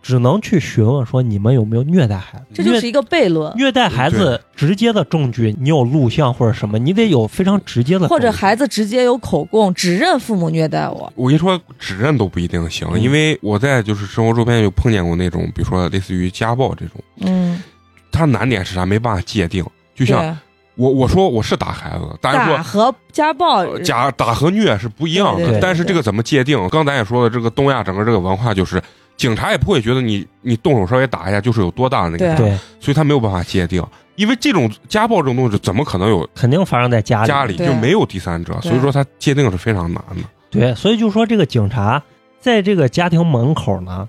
S3: 只能去询问说你们有没有虐待孩子？
S8: 这就是一个悖论。
S3: 虐待孩子直接的证据，你有录像或者什么，你得有非常直接的，
S8: 或者孩子直接有口供，指认父母虐待我。
S1: 我跟你说，指认都不一定行，
S3: 嗯
S1: 因为我在就是生活周边有碰见过那种，比如说类似于家暴这种，
S8: 嗯，
S1: 它难点是啥？没办法界定。就像
S8: 对，
S1: 我我说我是打孩子，大家说
S8: 打和家暴
S1: 呃假打和虐是不一样
S8: 对
S3: 对
S1: 的，
S3: 对
S1: 但是
S8: 对
S1: 这个怎么界定？刚咱也说了，这个东亚整个这个文化就是。警察也不会觉得你你动手稍微打一下就是有多大的那个
S8: 对
S1: 啥，
S3: 对，
S1: 所以他没有办法界定，因为这种家暴这种东西怎么可能有
S3: 肯定发生在家里。
S1: 家里
S8: 对
S1: 就没有第三者，
S8: 对
S1: 所以说他界定是非常难的。
S3: 对，所以就说这个警察在这个家庭门口呢，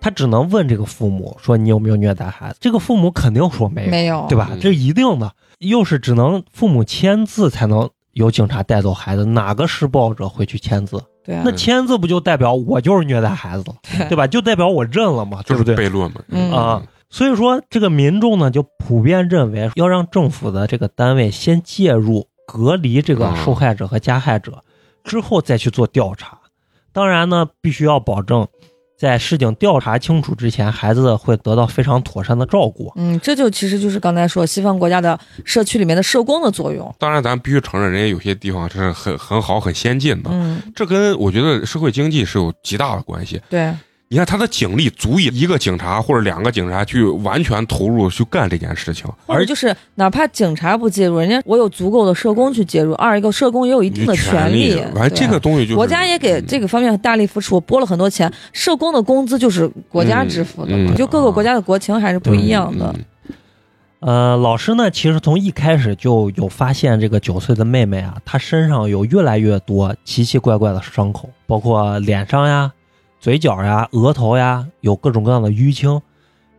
S3: 他只能问这个父母说你有没有虐待孩子，这个父母肯定说没有，
S8: 呃没有
S3: 对吧
S1: 嗯？
S3: 这一定的，又是只能父母签字才能有警察带走孩子，哪个施暴者会去签字？
S8: 对啊
S3: 那签字不就代表我就是虐待孩子了，对吧？就代表我认了嘛，
S1: 就
S3: 对
S1: 是
S3: 不对？
S1: 悖论嘛。
S8: 嗯
S3: 啊，所以说，这个民众呢就普遍认为，要让政府的这个单位先介入隔离这
S1: 嗯
S3: 个受害者和加害者，之后再去做调查。当然呢，必须要保证在事情调查清楚之前，孩子会得到非常妥善的照顾。
S8: 嗯，这就其实就是刚才说西方国家的社区里面的社工的作用。
S1: 当然，咱必须承认，人家有些地方是很很好、很先进的，
S8: 嗯，
S1: 这跟我觉得社会经济是有极大的关系。
S8: 对，
S1: 你看，他的警力足以一个警察或者两个警察去完全投入去干这件事情，
S8: 或者就是哪怕警察不介入，人家我有足够的社工去介入。二一个社工也有一定的
S1: 权
S8: 权利，
S1: 完，
S8: 对
S1: 这个东西就是
S8: 国家也给这个方面大力扶持，我拨了很多钱，社工的工资就是国家支付的嘛，
S1: 嗯嗯
S8: 就各个国家的国情还是不一样的。
S1: 嗯
S3: 呃，老师呢，其实从一开始就有发现这个九岁的妹妹啊，她身上有越来越多奇奇怪怪的伤口，包括脸上呀、嘴角呀、额头呀，有各种各样的淤青。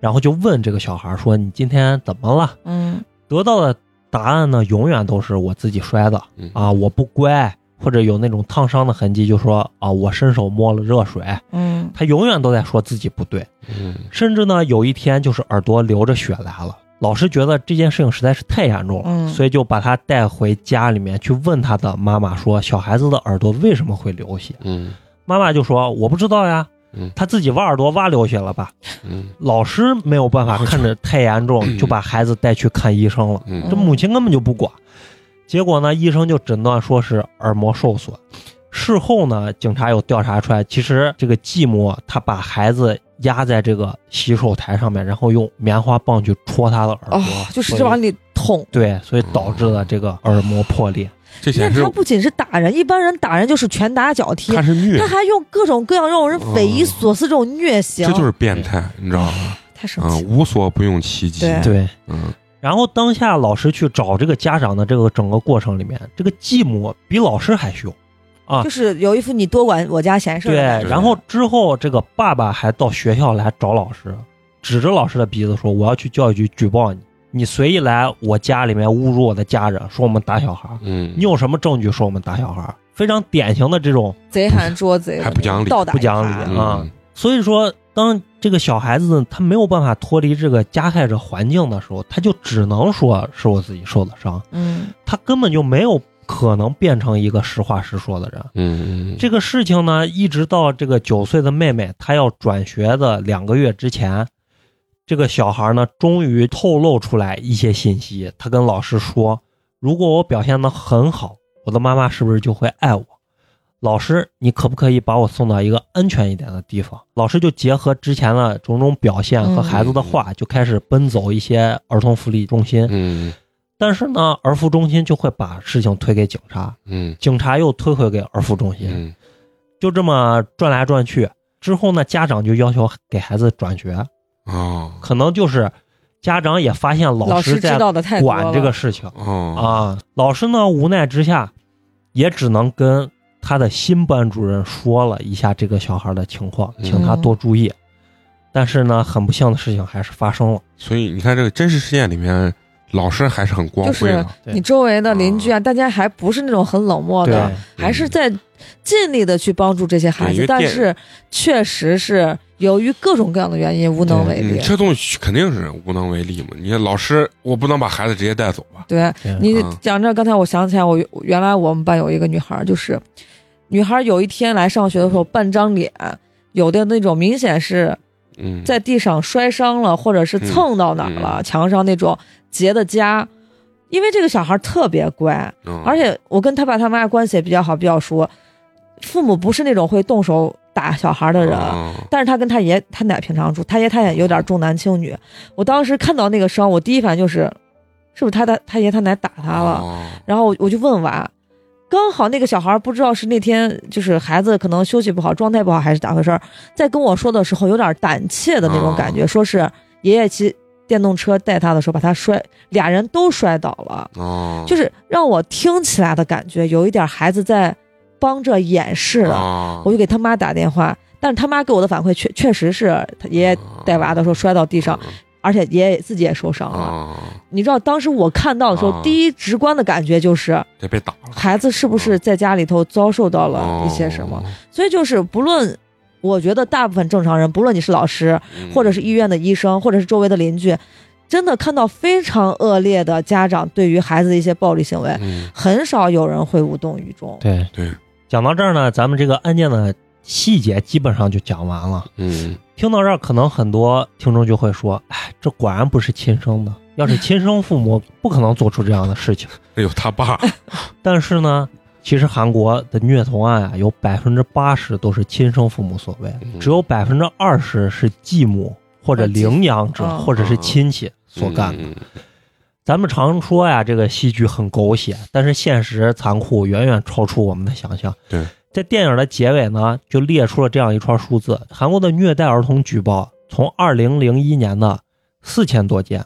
S3: 然后就问这个小孩说：“你今天怎么了
S8: 嗯，？”
S3: 得到的答案呢，永远都是我自己摔的
S1: 嗯
S3: 啊，我不乖，或者有那种烫伤的痕迹，就说啊，我伸手摸了热水。
S8: 嗯，
S3: 他永远都在说自己不对。
S1: 嗯
S3: 甚至呢，有一天就是耳朵流着血来了。老师觉得这件事情实在是太严重了，
S8: 嗯
S3: 所以就把他带回家里面去问他的妈妈说：“小孩子的耳朵为什么会流血
S1: 嗯？”
S3: 妈妈就说：“我不知道呀
S1: 嗯，
S3: 他自己挖耳朵挖流血了吧
S1: 嗯？”
S3: 老师没有办法看着太严重，就把孩子带去看医生了。
S1: 嗯
S3: 这母亲根本就不管，结果呢，医生就诊断说是耳膜受损。事后呢，警察有调查出来，其实这个继母她把孩子压在这个洗手台上面，然后用棉花棒去戳他的耳朵
S8: 哦，，就是
S3: 所以
S8: 往里捅。
S3: 对，所以导致了这个耳膜破裂。
S1: 这
S8: 那
S1: 显示
S8: 他不仅是打人，一般人打人就是拳打脚踢
S1: 他，是虐
S8: 他，还用各种各样让人匪夷所思这种虐刑，
S1: 这就是变态，你知道吗？
S8: 太生
S1: 啊，
S8: 气了。
S1: 无所不用其极。
S8: 对
S3: 对，
S1: 嗯
S3: 然后当下老师去找这个家长的这个整个过程里面，这个继母比老师还凶啊
S8: 就！是有一副你多管我家闲事儿
S3: 对
S8: 的感，觉。
S3: 然后之后这个爸爸还到学校来找老师，指着老师的鼻子说：“我要去教育局举报你，你随意来我家里面侮辱我的家人，说我们打小孩，
S1: 嗯，
S3: 你有什么证据说我们打小孩？”非常典型的这种，
S8: 贼喊捉贼的那种，
S1: 还不讲理
S8: 倒打
S3: 不讲
S8: 一耙
S3: 理
S1: 嗯
S3: 啊所以说当这个小孩子他没有办法脱离这个加害者环境的时候，他就只能说是我自己受的伤，
S8: 嗯，
S3: 他根本就没有可能变成一个实话实说的人。
S1: 嗯嗯，
S3: 这个事情呢，一直到这个九岁的妹妹她要转学的两个月之前，这个小孩呢，终于透露出来一些信息。他跟老师说：“如果我表现的很好，我的妈妈是不是就会爱我？”老师，你可不可以把我送到一个安全一点的地方？老师就结合之前的种种表现和孩子的话，就开始奔走一些儿童福利中心。
S1: 嗯
S3: 但是呢，儿福中心就会把事情推给警察，
S1: 嗯
S3: 警察又推回给儿福中心。
S1: 嗯
S3: 就这么转来转去。之后呢，家长就要求给孩子转学，
S1: 哦
S3: 可能就是家长也发现
S8: 老
S3: 老
S8: 师
S3: 师
S8: 知
S3: 在
S8: 道的太多了。
S3: 管这个事情
S1: 哦
S3: 啊。老师呢，无奈之下，也只能跟他的新班主任说了一下这个小孩的情况，
S1: 嗯
S3: 请他多注意。但是呢，很不幸的事情还是发生了。
S1: 所以你看，这个真实事件里面，老师还是很光辉的。啊
S3: 对
S8: 你周围的邻居啊，大家还不是那种很冷漠
S3: 对
S8: 的，还是在尽力的去帮助这些孩
S1: 对因
S8: 子
S1: 为，
S8: 但
S1: 电
S8: 是确实是由于各种各样的原因无能为
S1: 嗯
S8: 力。
S1: 这东西肯定是无能为力嘛。你看老师，我不能把孩子直接带走吧？
S8: 对
S3: 对
S8: 你
S1: 嗯
S8: 讲这，刚才我想起来，我我原来我们班有一个女孩儿，就是女孩儿有一天来上学的时候半张脸，有的那种明显是
S1: 嗯，
S8: 在地上摔伤了，或者是蹭到哪儿了，
S1: 嗯
S8: 墙上那种结的痂。因为这个小孩儿特别乖，
S1: 嗯
S8: 而且我跟他爸他妈关系也比较好，比较熟。父母不是那种会动手打小孩儿的人，
S1: 嗯
S8: 但是他跟他爷他奶平常住，他爷他奶有点重男轻女。我当时看到那个伤，我第一反应就是，是不是他他他爷他奶打他了？
S1: 哦
S8: 然后我我就问娃，刚好那个小孩不知道是那天就是孩子可能休息不好，状态不好还是咋回事儿，在跟我说的时候有点胆怯的那种
S1: 哦
S8: 感觉，说是爷爷骑电动车带他的时候把他摔，俩人都摔倒了，
S1: 哦，
S8: 就是让我听起来的感觉有一点孩子在帮着掩饰了。
S1: 啊
S8: 我就给他妈打电话，但是他妈给我的反馈确确实是他爷爷带娃的时候摔到地上，而且爷爷自己也受伤了。
S1: 嗯啊，
S8: 你知道当时我看到的时候，
S1: 啊
S8: 第一直观的感觉就是
S1: 这被打了，哦
S8: 孩子是不是在家里头遭受到
S1: 啊
S8: 了一些什么？所以就是不论，我觉得大部分正常人，不论你是老师，
S1: 嗯，
S8: 或者是医院的医生，或者是周围的邻居，真的看到非常恶劣的家长对于孩子的一些暴力行为，
S1: 嗯，
S8: 很少有人会无动于衷。
S3: 对
S1: 对，
S3: 讲到这儿呢，咱们这个案件的细节基本上就讲完了。
S1: 嗯
S3: 听到这儿，可能很多听众就会说：“哎，这果然不是亲生的，要是亲生父母， 不可能做出这样的事情。
S1: 哎呦，他爸，”
S3: 但是呢，其实韩国的虐童案啊，有百分之八十都是亲生父母所为，
S1: 嗯
S3: 只有百分之二十是继嗯母或者领养者
S8: 哦
S3: 或者是亲戚所干的。
S1: 嗯
S3: 咱们常说呀，这个戏剧很狗血，但是现实残酷远远超出我们的想象。
S1: 对，
S3: 在电影的结尾呢，就列出了这样一串数字：韩国的虐待儿童举报从二零零一年的四千多件，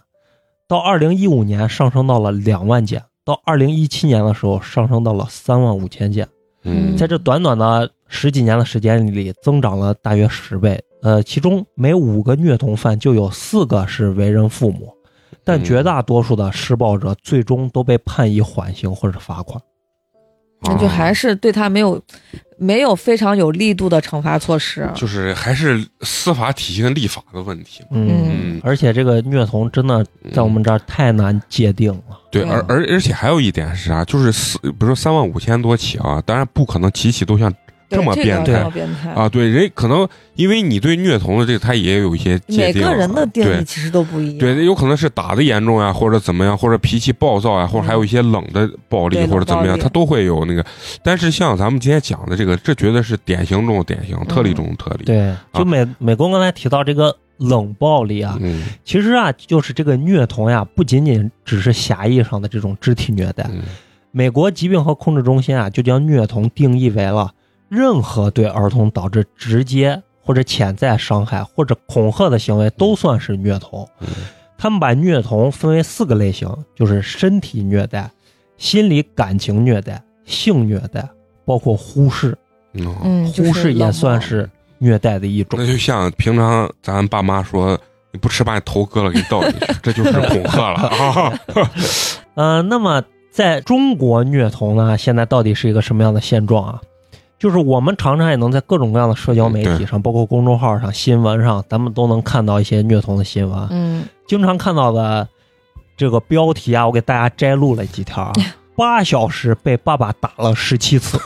S3: 到二零一五年上升到了两万件，到二零一七年的时候上升到了三万五千件。
S1: 嗯，
S3: 在这短短的十几年的时间里，增长了大约十倍。呃，其中每五个虐童犯就有四个是为人父母，但
S1: 嗯
S3: 绝大多数的施暴者最终都被判以缓刑或者罚款。
S8: 那就还
S1: 是
S8: 是对他没有没有非常有力度的惩罚措施。
S1: 啊就是还是司法体系跟立法的问题嘛，嗯
S3: 而且这个虐童真的在我们这儿太难界定了。
S1: 对，
S8: 对
S1: 而而而且还有一点是啥？就是四，比如说三万五千多起啊，当然不可能起起都像
S8: 对
S1: 这么
S8: 个
S1: 变
S8: 这
S1: 态
S8: 么变态！
S1: 啊，对，人可能因为你对虐童的这个，他也有一些界
S8: 每
S1: 定啊，
S8: 个人的定义
S1: 对
S8: 其实都不一样。
S1: 对，有可能是打的严重呀、或者怎么样，或者脾气暴躁呀、或者还有一些冷的暴力
S8: 嗯对
S1: 或者怎么
S8: 冷暴
S1: 样，
S8: 力
S1: 他都会有那个。但是像咱们今天讲的这个，这绝对是典型中的典型，特
S8: 嗯
S1: 例中的特例。，
S3: 对，就美美工刚才提到这个冷暴力啊，
S1: 啊嗯
S3: 其实啊，就是这个虐童呀，不仅仅只是狭义上的这种肢体虐待，
S1: 嗯
S3: 美国疾病和控制中心啊，就将虐童定义为了任何对儿童导致直接或者潜在伤害或者恐吓的行为，都算是虐童。
S1: 嗯
S3: 他们把虐童分为四个类型，就是身体虐待、心理感情虐待、性虐待，包括忽视。
S1: 嗯哦
S8: 嗯，就是
S3: 忽视也
S8: 冷
S3: 算
S8: 漠
S3: 是虐待的一种
S1: 那。就像平常咱爸妈说，你不吃把你头割了给你倒进去，这就是恐吓 了啊。
S3: 呃，那么在中国虐童呢，现在到底是一个什么样的现状啊？就是我们常常也能在各种各样的社交媒
S1: 嗯
S3: 体
S1: 对
S3: 上，包括公众号上、新闻上，咱们都能看到一些虐童的新闻。啊
S8: 嗯，
S3: 经常看到的这个标题啊，我给大家摘录了几条啊：八小时被爸爸打了十七次，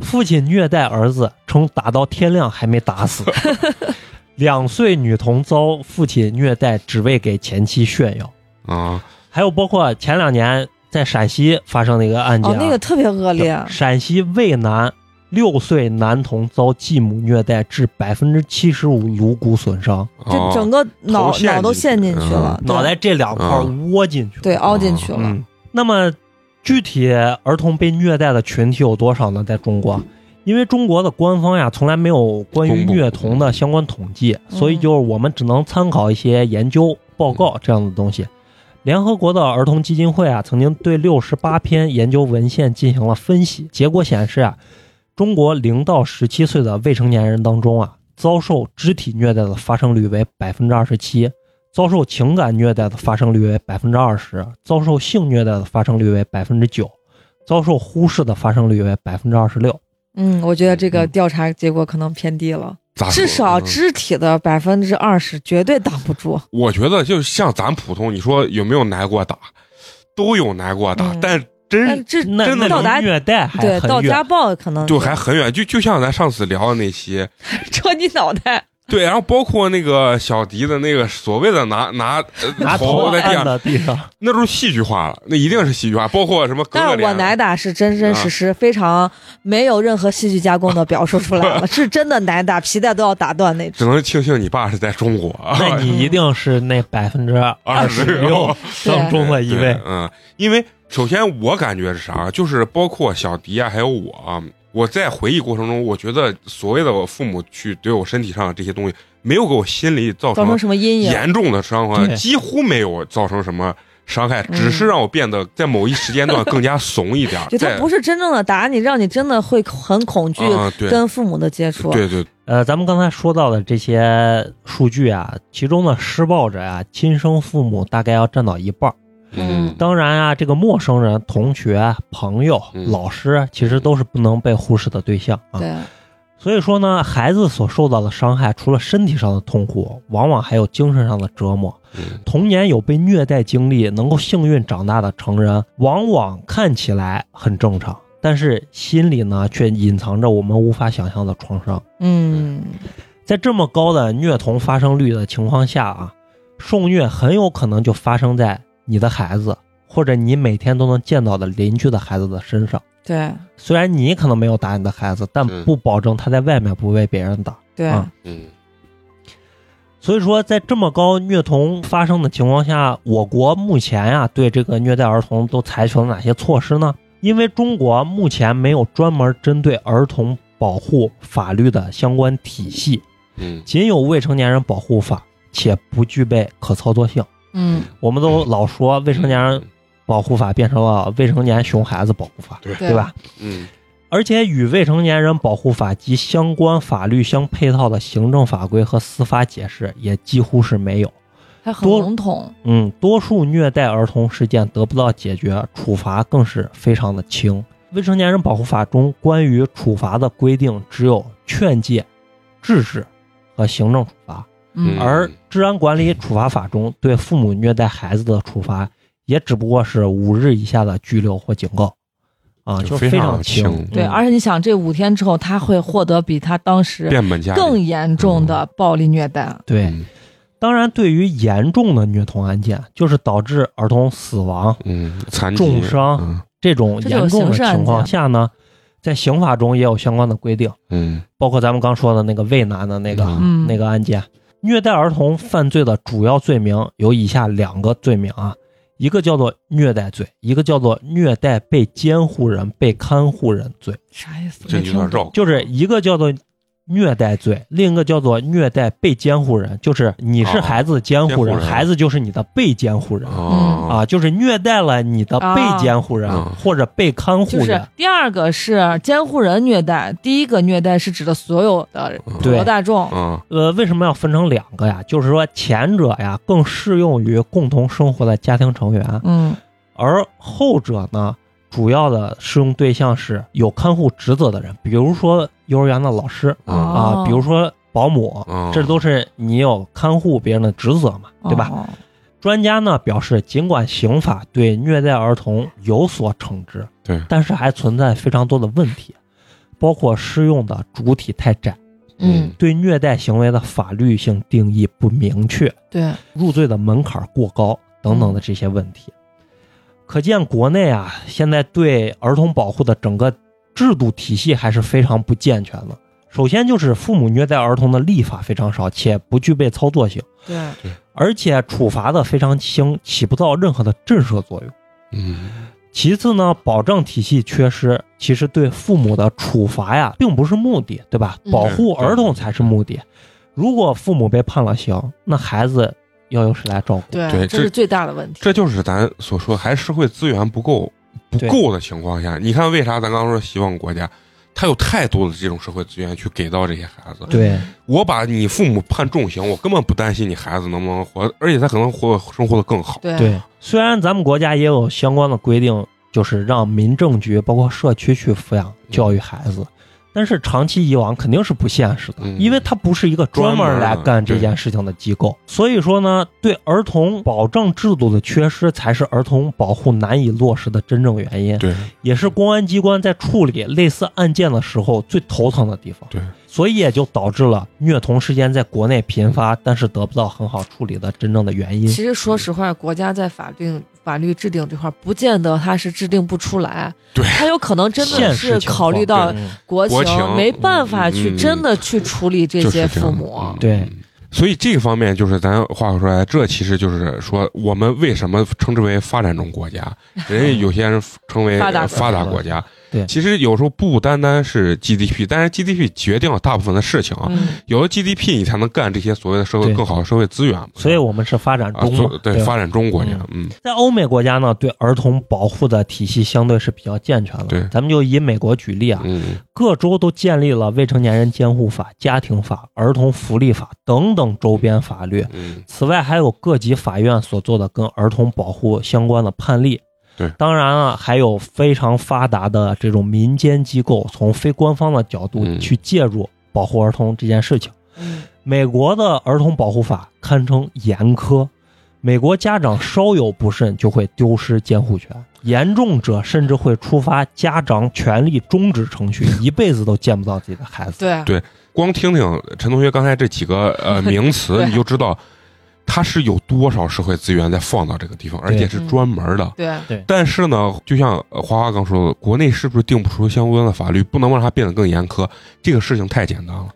S3: 父亲虐待儿子，称打到天亮还没打死，两岁女童遭父亲虐待，只为给前妻炫耀。
S1: 啊，
S3: 还有包括前两年在陕西发生的一个案件、
S8: 哦
S3: 啊，
S8: 那个特别恶劣，
S3: 陕西渭南六岁男童遭继母虐待，致百分之七十五颅骨损伤，
S8: 就整个脑
S1: 哦头陷
S8: 脑都
S1: 进去嗯
S8: 陷进去了，对
S3: 脑袋这两块儿窝进去了。
S8: 啊对啊凹进去了。
S3: 嗯，那么具体儿童被虐待的群体有多少呢？在中国，因为中国的官方呀从来没有关于
S1: 公布
S3: 虐童的相关统计，
S8: 嗯
S3: 所以就是我们只能参考一些研究报告这样的东西。联合国的儿童基金会啊，曾经对六十八篇研究文献进行了分析，结果显示啊，中国零到十七岁的未成年人当中啊，遭受肢体虐待的发生率为百分之二十七，遭受情感虐待的发生率为百分之二十，遭受性虐待的发生率为百分之九，遭受忽视的发生率为百分之二十六。
S8: 嗯，我觉得这个
S1: 嗯
S8: 调查结果可能偏低了，
S1: 咋说
S8: 至少
S1: 嗯
S8: 肢体的百分之二十绝对挡不住。
S1: 我觉得就像咱普通，你说有没有挨过打，都有挨过打，
S8: 嗯
S1: 但真
S8: 但这
S3: 那
S8: 真的
S3: 那
S8: 到达
S3: 离虐待还
S8: 对
S3: 很
S8: 到
S3: 远
S8: 家暴可能
S1: 就还很远。就就像咱上次聊的那期，
S8: 戳你脑袋，
S1: 对，然后包括那个小迪的那个所谓的拿拿呃
S3: 拿头
S1: 头在地
S3: 按
S1: 上，啊
S3: 到地上，
S1: 那都是戏剧化了，那一定是戏剧化。包括什么格格啊
S8: 但是我
S1: 脸，
S8: 挨打是
S1: 嗯
S8: 真真实实，非常没有任何戏剧加工的表述出 来了，是真的挨打，皮带都要打断那
S1: 只
S8: 种。
S1: 能庆幸你爸是在中国，啊
S3: 那你一定是那百分之二十六
S1: 26
S3: 当中的一
S1: 对
S3: 位。
S1: 嗯，因为首先我感觉是啥，就是包括小迪啊，还有我啊，我在回忆过程中，我觉得所谓的我父母去对我身体上的这些东西，没有给我心里造
S8: 造
S1: 成
S8: 成什么阴影？
S1: 严重的伤害，
S3: 对
S1: 几乎没有造成什么伤害，只
S8: 嗯，
S1: 是让我变得在某一时间段更加怂一点儿
S8: 就他
S1: 在
S8: 不是真正的打你，让你真的会很恐惧
S1: 啊，对
S8: 跟父母的接触。
S1: 对对，
S3: 呃，咱们刚才说到的这些数据啊，其中的施暴者啊，亲生父母大概要占到一半儿。
S1: 嗯，
S3: 当然啊，这个陌生人、同学、朋友、
S1: 嗯
S3: 老师，啊其实都是不能被忽视的对象啊。
S8: 对
S3: 所以说呢，孩子所受到的伤害，除了身体上的痛苦，往往还有精神上的折磨。
S1: 嗯
S3: 童年有被虐待经历，能够幸运长大的成人，往往看起来很正常，但是心里呢却隐藏着我们无法想象的创伤。
S8: 嗯，
S3: 在这么高的虐童发生率的情况下啊，受虐很有可能就发生在你的孩子，或者你每天都能见到的邻居的孩子的身上。
S8: 对
S3: 虽然你可能没有打你的孩子，但
S1: 嗯
S3: 不保证他在外面不被别人打。
S8: 对，
S3: 啊
S1: 嗯
S3: 所以说，在这么高虐童发生的情况下，我国目前呀、对这个虐待儿童都采取了哪些措施呢？因为中国目前没有专门针对儿童保护法律的相关体系，
S1: 嗯
S3: 仅有未成年人保护法，且不具备可操作性。
S8: 嗯，
S3: 我们都老说
S1: 嗯
S3: 未成年人保护法变成了未成年熊孩子保护法，
S1: 对
S3: 对吧？
S1: 嗯
S3: 而且与未成年人保护法及相关法律相配套的行政法规和司法解释也几乎是没有。
S8: 还很
S3: 多
S8: 笼统。
S3: 嗯，多数虐待儿童事件得不到解决，处罚更是非常的轻。未成年人保护法中关于处罚的规定只有劝诫、制止和行政处罚，
S1: 嗯
S3: 而治安管理处罚法中对父母虐待孩子的处罚也只不过是五日以下的拘留或警告，啊，
S1: 就
S3: 就
S1: 非
S3: 非
S1: 常
S3: 常轻。
S1: 轻
S3: 嗯
S8: 对，而且你想，这五天之后，他会获得比他当时
S1: 变本加厉，
S8: 更严重的暴力虐待。
S3: 对，
S1: 嗯
S3: 当然对于严重的虐童案件，就是导致儿童死亡、
S1: 嗯残疾
S3: 重伤
S1: 嗯
S3: 这种
S8: 这就有
S3: 严重
S8: 刑
S3: 的
S8: 事案
S3: 情况
S8: 件
S3: 下呢，在刑法中也有相关的规定，
S1: 嗯
S3: 包括咱们刚说的那个渭南的那个、
S8: 嗯，
S3: 那个案件，虐待儿童犯罪的主要罪名有以下两个罪名啊，一个叫做虐待罪，一个叫做虐待被监护人、被看护人罪，
S8: 啥意思？
S1: 这
S8: 没
S1: 有点
S8: 听懂。
S1: 绕，
S3: 就是一个叫做。虐待罪，另一个叫做虐待被监护人，就是你是
S1: 哦
S3: 孩子的监护人，
S1: 监护人
S3: 孩子就是你的被监护人、
S1: 哦
S3: 啊，就是虐待了你的被监护人、
S1: 啊
S3: 或者被看护
S8: 哦就
S3: 人，
S8: 是第二个是监护人虐待，第一个虐待是指的所有的普
S3: 对
S8: 罗大众。
S1: 嗯
S3: 呃，为什么要分成两个呀？就是说，前者呀更适用于共同生活的家庭成员，
S8: 嗯
S3: 而后者呢，主要的适用对象是有看护职责的人，比如说幼儿园的老师
S1: 啊
S3: 啊，
S8: 哦
S3: 比如说保姆，
S1: 啊，
S3: 这都是你有看护别人的职责嘛，对吧？
S8: 哦
S3: 专家呢表示，尽管刑法对虐待儿童有所惩治，
S1: 对
S3: 但是还存在非常多的问题，包括适用的主体太窄。
S8: 嗯，
S3: 对虐待行为的法律性定义不明确，
S8: 对，
S3: 入罪的门槛过高等等的这些问题。可见国内啊，现在对儿童保护的整个制度体系还是非常不健全的。首先就是父母虐待儿童的立法非常少，且不具备操作性，
S8: 对，
S3: 而且处罚的非常轻，起不到任何的震慑作用。
S1: 嗯
S3: 其次呢，保障体系缺失，其实对父母的处罚呀，并不是目的，对吧？
S8: 嗯
S3: 保护儿童才是目的。如果父母被判了刑，那孩子要由谁来照顾？
S8: 对
S1: 对
S8: 这
S1: 这
S8: 是最大的问题。
S1: 这就是咱所说，还是社会资源不够不
S3: 对
S1: 够的情况下，你看为啥咱刚刚说希望国家，它有太多的这种社会资源去给到这些孩子。
S3: 对
S1: 我把你父母判重刑，我根本不担心你孩子能不能活，而且他可能活生活的更好。
S8: 对，
S3: 对，哎虽然咱们国家也有相关的规定，就是让民政局包括社区去抚养教育孩子，但是长期以往肯定是不现实的，
S1: 嗯
S3: 因为它不是一个专门来干这件事情的机构。所以说呢，对儿童保障制度的缺失，才是儿童保护难以落实的真正原因，
S1: 对
S3: 也是公安机关在处理类似案件的时候最头疼的地方。
S1: 对，
S3: 所以也就导致了虐童事件在国内频发，但是得不到很好处理的真正的原因。
S8: 其实说实话，国家在法律法律制定这块儿，不见得它是制定不出来，
S1: 对
S8: 它有可能真
S3: 现
S8: 的
S3: 实
S8: 是
S3: 情
S8: 考虑
S3: 况
S8: 到
S3: 嗯
S8: 国
S1: 国情
S8: 没办法去
S1: 嗯
S8: 真的去处理这
S1: 就是
S8: 些
S1: 这
S8: 父
S1: 样的
S8: 母。
S1: 嗯
S3: 对
S1: 所以这个方面就是咱话说出来，这其实就是说我们为什么称之为发展中国 家，人家有些人称为呃
S8: 发达国家
S1: 发达国家。
S3: 对
S1: 其实有时候不单单是 GDP，但是 GDP 决定了大部分的事情啊。
S8: 嗯，
S1: 有了 GDP，你才能干这些所谓的社会
S3: 对
S1: 更好的社会资源嘛。
S3: 所以我们是发展
S1: 啊，
S3: 中嘛
S1: 所，对
S3: 吧
S1: 发展中国家，嗯，
S3: 在欧美国家呢，对儿童保护的体系相对是比较健全的。
S1: 对
S3: 咱们就以美国举例啊，
S1: 嗯，
S3: 各州都建立了未成年人监护法、家庭法、儿童福利法等等周边法律。
S1: 嗯，
S3: 此外，还有各级法院所做的跟儿童保护相关的判例。
S1: 对
S3: 当然了，还有非常发达的这种民间机构，从非官方的角度
S1: 嗯
S3: 去介入保护儿童这件事情。
S8: 嗯
S3: 美国的儿童保护法堪称严苛，美国家长稍有不慎就会丢失监护权，严重者甚至会触发家长权利终止程序，一辈子都见不到自己的孩子。
S8: 对
S1: 对光听听陈同学刚才这几个 呃名词，
S8: 对
S1: 你就知道它是有多少社会资源在放到这个地方，而且
S8: 嗯
S1: 是专门的。
S8: 对
S1: 但是呢，就像呃花花刚说的，国内是不是定不出相关的法律，不能让它变得更严苛？这个事情太简单了。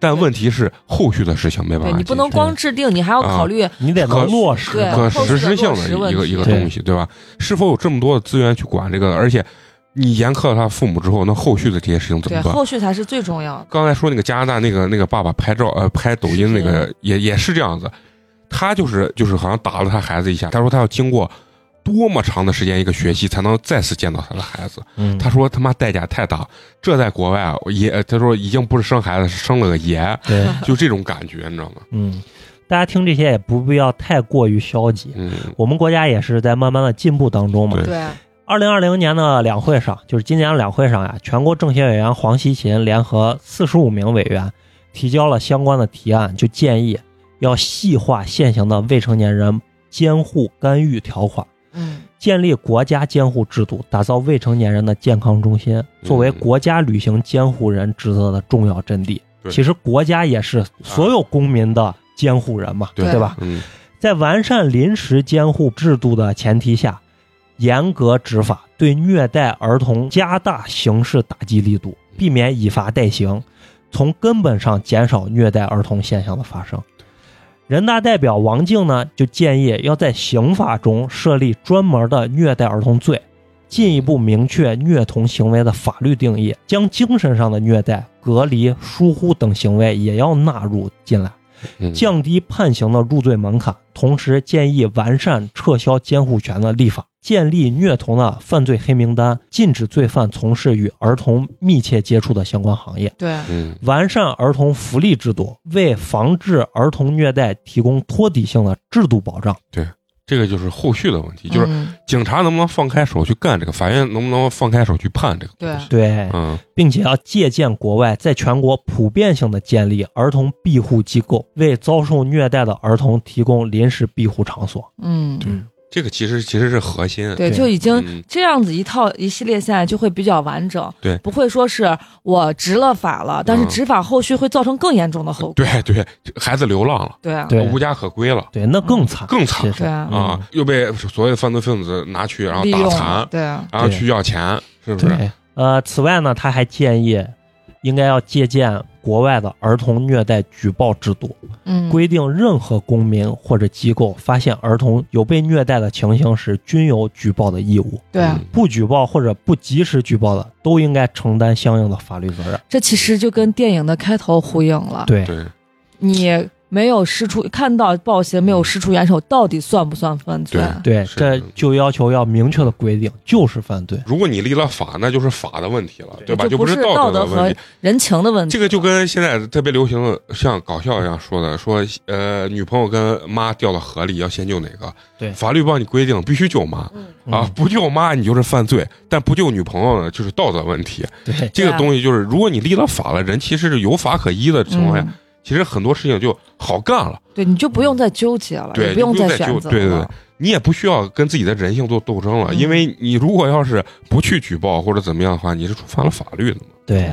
S1: 但问题是，后续的事情没办法解
S8: 对，
S1: 决。
S8: 你不能光制定，你还要
S1: 啊
S8: 考虑
S3: 你得能落实
S8: 对
S3: 嘛。
S1: 可
S8: 后续
S1: 实施
S8: 的
S1: 性
S8: 落
S1: 的
S8: 实
S1: 一
S8: 问
S1: 个
S8: 题
S1: 一个东西，对吧？是否有这么多的资源去管这个？而且你严苛了他父母之后，那后续的这些事情怎
S8: 对
S1: 么办？
S8: 后续才是最重要的。
S1: 刚才说那个加拿大那个那个爸爸拍照呃拍抖音那个也也是这样子，他就是就是好像打了他孩子一下，他说他要经过多么长的时间一个学习才能再次见到他的孩子，
S3: 嗯
S1: 他说他妈代价太大，这在国外啊也呃他说已经不是生孩子，是生了个爷，
S3: 对，
S1: 就这种感觉，你知道吗？
S3: 嗯，大家听这些也不必要太过于消极。
S1: 嗯，
S3: 我们国家也是在慢慢的进步当中嘛
S1: 对。
S8: 对，
S3: 二零二零年的两会上，就是今年两会上呀、全国政协委员黄西琴联合四十五名委员提交了相关的提案，就建议要细化现行的未成年人监护干预条款，
S8: 嗯，
S3: 建立国家监护制度，打造未成年人的健康中心，
S1: 嗯
S3: 作为国家履行监护人职责的重要阵地。
S1: 对
S3: 其实国家也是所有公民的监护人嘛，
S1: 对
S3: 对吧？
S1: 嗯
S3: 在完善临时监护制度的前提下，严格执法，对虐待儿童加大刑事打击力度，避免以罚代行，从根本上减少虐待儿童现象的发生。人大代表王静呢，就建议要在刑法中设立专门的虐待儿童罪，进一步明确虐童行为的法律定义，将精神上的虐待、隔离、疏忽等行为也要纳入进来。
S1: 嗯，
S3: 降低判刑的入罪门槛，同时建议完善撤销监护权的立法，建立虐童的犯罪黑名单，禁止罪犯从事与儿童密切接触的相关行业，
S8: 对，
S1: 嗯
S3: 完善儿童福利制度，为防治儿童虐待提供托底性的制度保障。
S1: 这个就是后续的问题，就是
S8: 嗯
S1: 警察能不能放开手去干这个，法院能不能放开手去判这个东西？
S3: 对，
S1: 嗯，
S3: 并且要借鉴国外，在全国普遍性的建立儿童庇护机构，为遭受虐待的儿童提供临时庇护场所。
S8: 嗯，
S1: 这个其实其实是核心。
S8: 对，
S3: 对
S8: 就已经
S1: 嗯
S8: 这样子一套一系列下来就会比较完整，
S1: 对
S8: 不会说是我执了法了，但是
S1: 嗯
S8: 执法后续会造成更严重的后果，
S1: 对对，孩子流浪了，
S8: 对啊，
S3: 对
S1: 无家可归了
S3: 对，那更惨，
S1: 更惨
S3: 其实
S8: 对啊
S3: 嗯
S1: 啊，又被所谓的犯罪分子拿去，然后
S8: 利
S1: 打
S8: 用
S1: 残，
S8: 对啊，
S1: 然后
S3: 对
S1: 去要钱，是不是？
S3: 对，呃，此外呢，他还建议应该要借鉴国外的儿童虐待举报制度，
S8: 嗯，
S3: 规定任何公民或者机构发现儿童有被虐待的情形时，均有举报的义务，
S8: 对啊，
S1: 嗯
S3: 不举报或者不及时举报的，都应该承担相应的法律责任。
S8: 这其实就跟电影的开头呼应了，
S3: 对
S1: 嗯对
S8: 你没有师出看到暴行没有师出援手，到底算不算犯罪？
S1: 对
S3: 对，
S1: 是
S3: 这就要求要明确的规定，就是犯罪。
S1: 如果你立了法，那就是法的问题了，对吧？
S8: 就
S1: 就
S8: 不
S1: 是
S8: 是道
S1: 德的
S8: 德
S1: 问
S8: 和嗯
S1: 题。
S8: 人情的问题。
S1: 这个就跟现在特别流行的像搞笑一样说的，说呃，女朋友跟妈掉到河里要先救哪个？
S3: 对
S1: 法律帮你规定必须救妈啊
S3: 嗯，
S1: 不救妈你就是犯罪，但不救女朋友呢就是道德问题。
S3: 对，
S1: 这个
S8: 对啊
S1: 东西就是，如果你立了法了，人其实是有法可依的情况下，
S8: 嗯
S1: 其实很多事情就好干了。
S8: 对，你就不用再纠结了，
S1: 对
S8: 也
S1: 你不用
S8: 再
S1: 再
S8: 选
S1: 纠
S8: 择了。
S1: 对对对你也不需要跟自己的人性做斗争了，
S8: 嗯
S1: 因为你如果要是不去举报或者怎么样的话，你是触犯了法律的嘛。
S3: 对，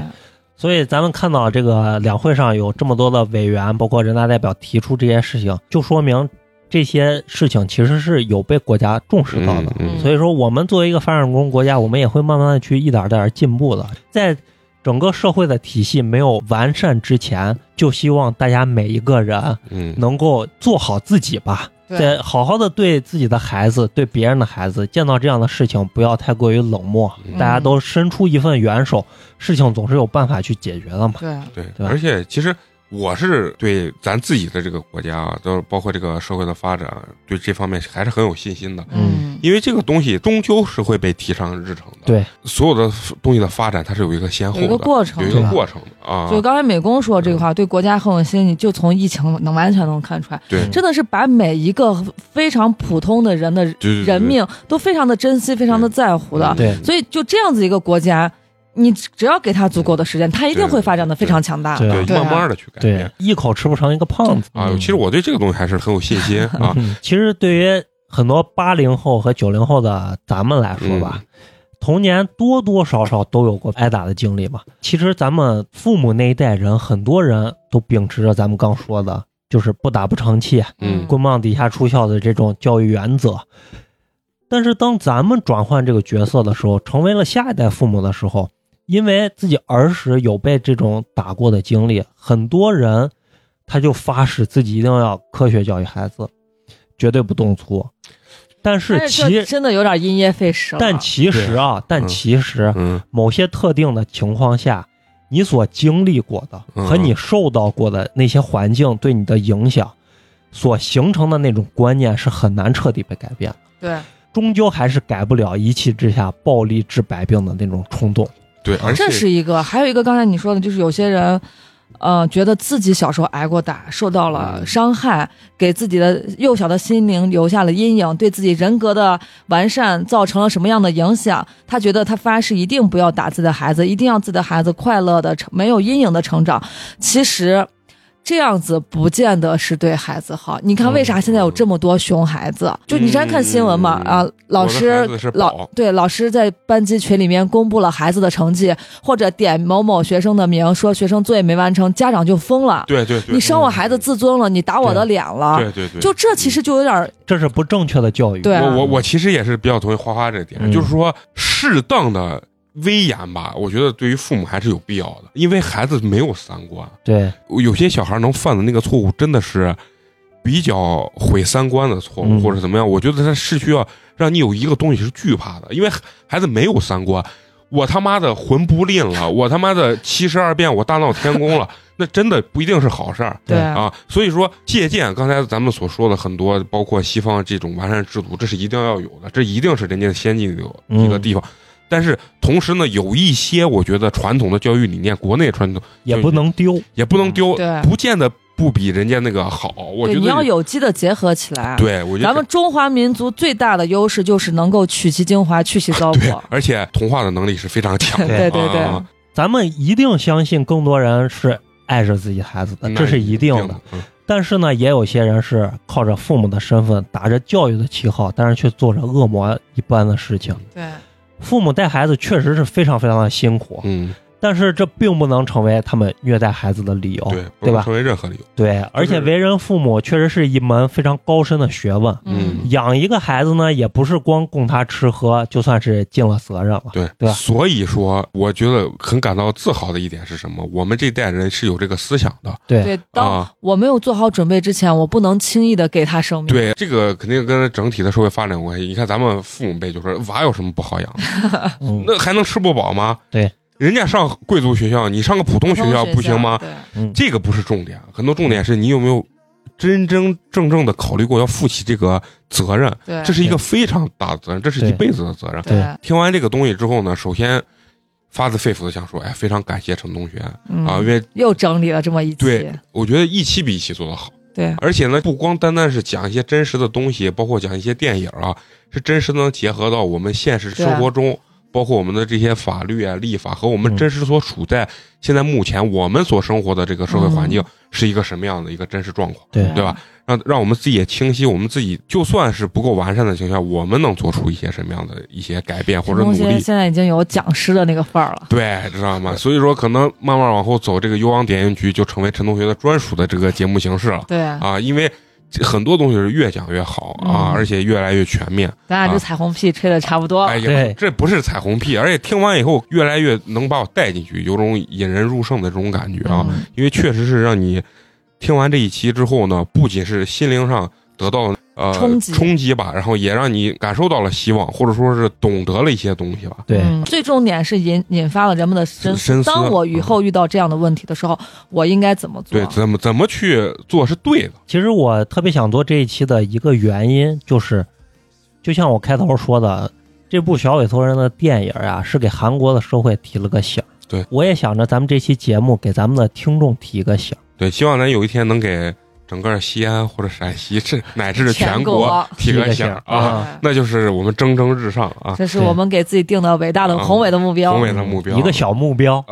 S3: 所以咱们看到这个两会上有这么多的委员，包括人大代表提出这些事情，就说明这些事情其实是有被国家重视到的。
S1: 嗯
S3: 所以说，我们作为一个发展中国家，我们也会慢慢的去一点儿点儿进步的。在整个社会的体系没有完善之前，就希望大家每一个人
S1: 嗯，
S3: 能够做好自己吧，
S8: 对
S3: 在好好的对自己的孩子、对别人的孩子，见到这样的事情不要太过于冷漠，
S1: 嗯
S3: 大家都伸出一份援手，事情总是有办法去解决的嘛。
S8: 对，
S1: 对，
S3: 对吧
S1: 而且其实我是对咱自己的这个国家啊，都包括这个社会的发展，啊对这方面还是很有信心的。
S3: 嗯
S8: 嗯，
S1: 因为这个东西终究是会被提上日程的，
S3: 对，
S1: 所有的东西的发展，它是有一个先后
S8: 有
S1: 的，
S8: 一个过程
S1: 有一。
S3: 对
S1: 个
S3: 吧
S1: 过程的啊。嗯
S8: 就刚才美工说这个话，对国家很有信心，就从疫情能完全能看出来，
S1: 对，
S8: 真的是把每一个非常普通的人的
S1: 对嗯
S8: 人，命都非常的珍惜，非常的在乎的。
S3: 对
S8: 所以就这样子一个国家，你只要给他足够的时间，他一定会发展的非常强大。
S3: 对
S1: 对，
S8: 对啊
S1: 慢慢的去改
S3: 对
S1: 变，
S3: 一口吃不成一个胖子
S1: 啊。
S3: 嗯
S1: 其实我对这个东西还是很有信心 啊。
S3: 嗯其实对于很多八零后和九零后的咱们来说
S1: 嗯
S3: 吧，童年多多少少都有过挨打的经历嘛。其实咱们父母那一代人，很多人都秉持着咱们刚说的，就是不打不成器、啊
S1: 嗯
S3: 棍棒底下出孝的这种教育原则。但是当咱们转换这个角色的时候，成为了下一代父母的时候，因为自己儿时有被这种打过的经历，很多人他就发誓自己一定要科学教育孩子，绝对不动粗。但是
S8: 但是
S3: 其
S8: 这真的有点因噎废食了。
S3: 但其实啊，但其实
S1: 嗯，
S3: 某些特定的情况下，你所经历过的
S1: 嗯
S3: 和你受到过的那些环境对你的影响，所形成的那种观念是很难彻底被改变的，
S8: 对，
S3: 终究还是改不了一气之下暴力治百病的那种冲动。
S1: 对，而且
S8: 这是一个，还有一个刚才你说的，就是有些人，呃，觉得自己小时候挨过打，受到了
S1: 嗯
S8: 伤害，给自己的幼小的心灵留下了阴影，对自己人格的完善造成了什么样的影响？他觉得他发誓一定不要打自己的孩子，一定要自己的孩子快乐的成，没有阴影的成长。其实。这样子不见得是对孩子好。你看，
S1: 嗯
S8: 为啥现在有这么多熊孩子？就你之前看新闻嘛，
S1: 嗯
S8: 啊，老
S1: 我的
S8: 师
S1: 孩子是宝
S8: 老对老师在班级群里面公布了孩子的成绩，或者点某某学生的名，说学生作业没完成，家长就疯了。
S1: 对对嗯对，
S8: 你伤我孩子自尊了，你打我的脸了，
S1: 对对对，嗯
S8: 就这其实嗯就有点儿
S3: 这是不正确的教育。
S8: 对啊
S1: 我我我其实也是比较同意花花这个点，
S3: 嗯
S1: 就是说适当的威严吧，我觉得对于父母还是有必要的，因为孩子没有三观，
S3: 对
S1: 有些小孩能犯的那个错误真的是比较毁三观的错误，
S3: 嗯
S1: 或者怎么样，我觉得他是需要让你有一个东西是惧怕的，因为孩子没有三观，我他妈的魂不吝了，我他妈的七十二变，我大闹天宫了，那真的不一定是好事儿。
S3: 对
S8: 啊，
S1: 啊，所以说借鉴刚才咱们所说的很多，包括西方这种完善制度，这是一定要有的，这一定是人家先进的有一个
S3: 嗯
S1: 地方。但是同时呢，有一些我觉得传统的教育理念，国内传统
S3: 也不能丢。
S1: 也不能丢，
S8: 嗯对
S1: 不见得不比人家那个好。我觉
S8: 对，
S1: 得
S8: 你要，有机的结合起来。，
S1: 对我觉得
S8: 咱们中华民族最大的优势就是能够取其精华，去其糟
S1: 对
S8: 粕。，
S1: 而且童话的能力是非常强的。
S8: 对对对
S1: 啊
S3: 咱们一定相信更多人是爱着自己孩子的，
S1: 那
S3: 这是
S1: 一
S3: 一定的
S1: 的。。嗯
S3: 但是呢，也有些人是靠着父母的身份，打着教育的旗号，但是却做着恶魔一般的事情。
S8: 对，
S3: 父母带孩子确实是非常非常的辛苦，
S1: 嗯，
S3: 但是这并不能成为他们虐待孩子的理由，
S1: 对，不
S3: 哦对
S1: 能
S3: 吧？
S1: 成为任何理由。
S3: 对，而且为人父母确实是一门非常高深的学问。
S1: 嗯
S3: 养一个孩子呢，也不是光供他吃喝，就算是尽了责任了。
S1: 对，
S3: 对吧
S1: 所以说，我觉得很感到自豪的一点是什么？我们这代人是有这个思想的。
S8: 对，当
S1: 啊
S8: 我没有做好准备之前，我不能轻易的给他生命。
S1: 对，这个肯定跟整体的社会发展有关系。你看，咱们父母辈就说娃有什么不好养的？
S3: 嗯，
S1: 那还能吃不饱吗？
S3: 对，
S1: 人家上贵族学校，你上个普通
S8: 普
S1: 学
S8: 通
S1: 校不行吗？
S8: 对
S3: 嗯
S1: 这个不是重点，很多重点是你有没有真真正正的考虑过要负起这个责任，
S8: 对，
S1: 这是一个非常大的责任，这是一
S3: 对
S1: 辈子的责任。
S3: 对
S8: 对，
S1: 听完这个东西之后呢，首先发自肺腑的想说，哎，非常感谢陈同学
S8: 嗯
S1: 啊，因为
S8: 又整理了这么一期，
S1: 对我觉得一期比一期做得好。
S8: 对
S1: 而且呢，不光单单是讲一些真实的东西，包括讲一些电影啊，是真实能结合到我们现实生活中，包括我们的这些法律啊、立法和我们
S3: 嗯
S1: 真实所处在现在目前我们所生活的这个社会环境是一个什么样的一个真实状况，
S3: 对
S1: 对吧？让让我们自己也清晰，我们自己就算是不够完善的情况下，我们能做出一些什么样的一些改变或者
S8: 陈同
S1: 努
S8: 学
S1: 力。
S8: 现在已经有讲师的那个范儿了，
S1: 对，知道吗？所以说，可能慢慢往后走，这个优网点映局就成为陈同学的专属的这个节目形式了。
S8: 对，
S1: 啊，因为这很多东西是越讲越好啊，
S8: 嗯
S1: 而且越来越全面。
S8: 咱俩
S1: 啊
S8: 这彩虹屁吹的差不多了，
S1: 哎呀
S3: 对，
S1: 这不是彩虹屁，而且听完以后越来越能把我带进去，有种引人入胜的这种感觉啊。
S8: 嗯
S1: 因为确实是让你听完这一期之后呢，不仅是心灵上得到呃
S8: 冲击
S1: 冲击吧，然后也让你感受到了希望，或者说是懂得了一些东西吧。
S3: 对，
S8: 嗯，最重点是引引发了人们的深
S1: 深思
S8: 当我以后遇到这样的问题的时候，我应该怎么做？
S1: 对，怎么怎么去做是对的。
S3: 其实我特别想做这一期的一个原因，就是就像我开头说的，这部小委托人的电影啊，是给韩国的社会提了个醒。
S1: 对，
S3: 我也想着咱们这期节目给咱们的听众提一个醒。
S1: 对，希望咱有一天能给整个西安或者陕西这乃至是全
S8: 全
S1: 国啊
S8: 国
S1: 提个
S3: 提
S1: 醒
S3: 个
S1: 儿
S3: 醒
S1: 啊
S3: 啊，
S1: 那就是我们蒸蒸日上啊，
S8: 这是我们给自己定的伟大的、
S1: 对
S8: 宏伟的目标，
S1: 啊宏伟的目标，
S3: 一个小目标，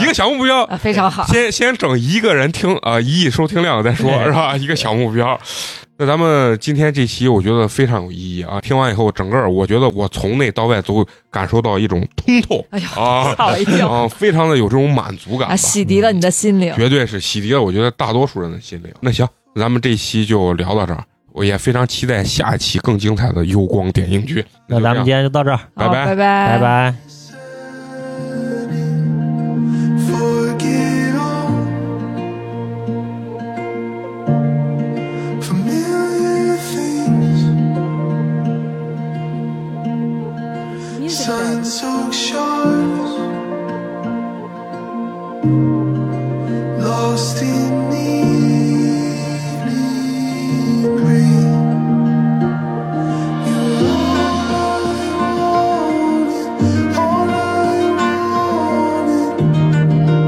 S1: 一个小目标。
S8: 啊，非常好。
S1: 先先整一个人听啊、一亿收听量再说
S3: 对
S1: 是吧？一个小目标。那咱们今天这期我觉得非常有意义啊！听完以后，整个儿我觉得我从内到外都感受到一种通透
S8: 哎呦，
S1: 啊
S8: 吓我一跳
S1: 啊，非常的有这种满足感吧
S8: 啊，。洗涤了你的心灵。
S1: 绝对是洗涤了我觉得大多数人的心灵。那行，咱们这期就聊到这儿，我也非常期待下一期更精彩的幽光点映剧。
S3: 那
S1: 就这
S3: 咱
S1: 样
S3: 们今天就到这儿，
S1: 拜
S8: 好
S1: 拜
S8: 拜
S3: 拜
S8: 拜。
S3: 拜。
S9: Forget all familiar things. Sun-soaked shores, lost in the evening breeze. You're all I wanted, all I wanted.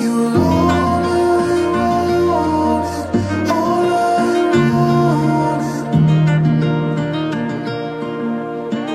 S9: You were all I wanted, all I wanted.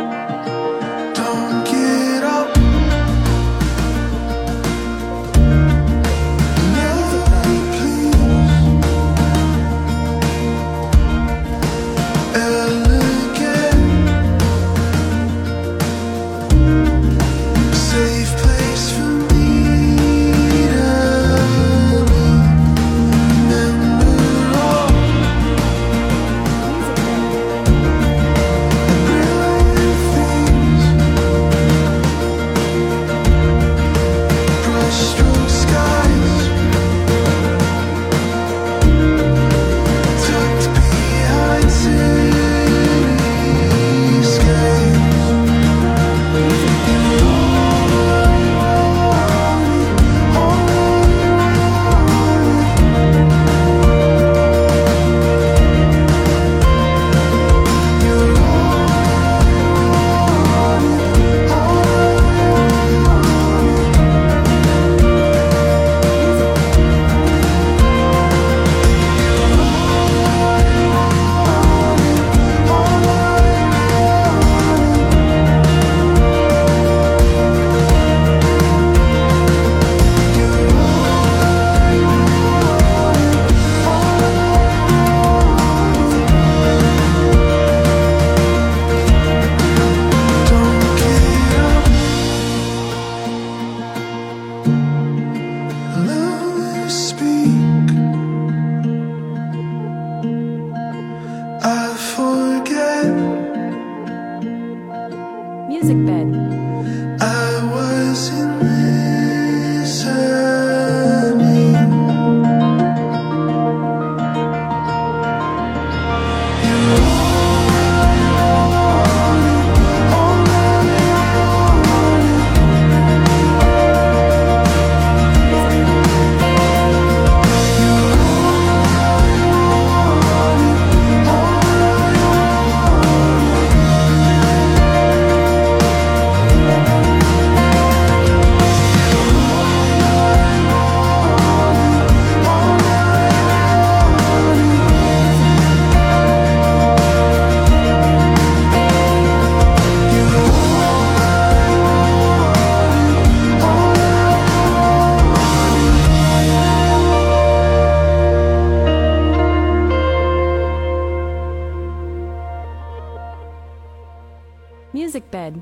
S10: Music Bed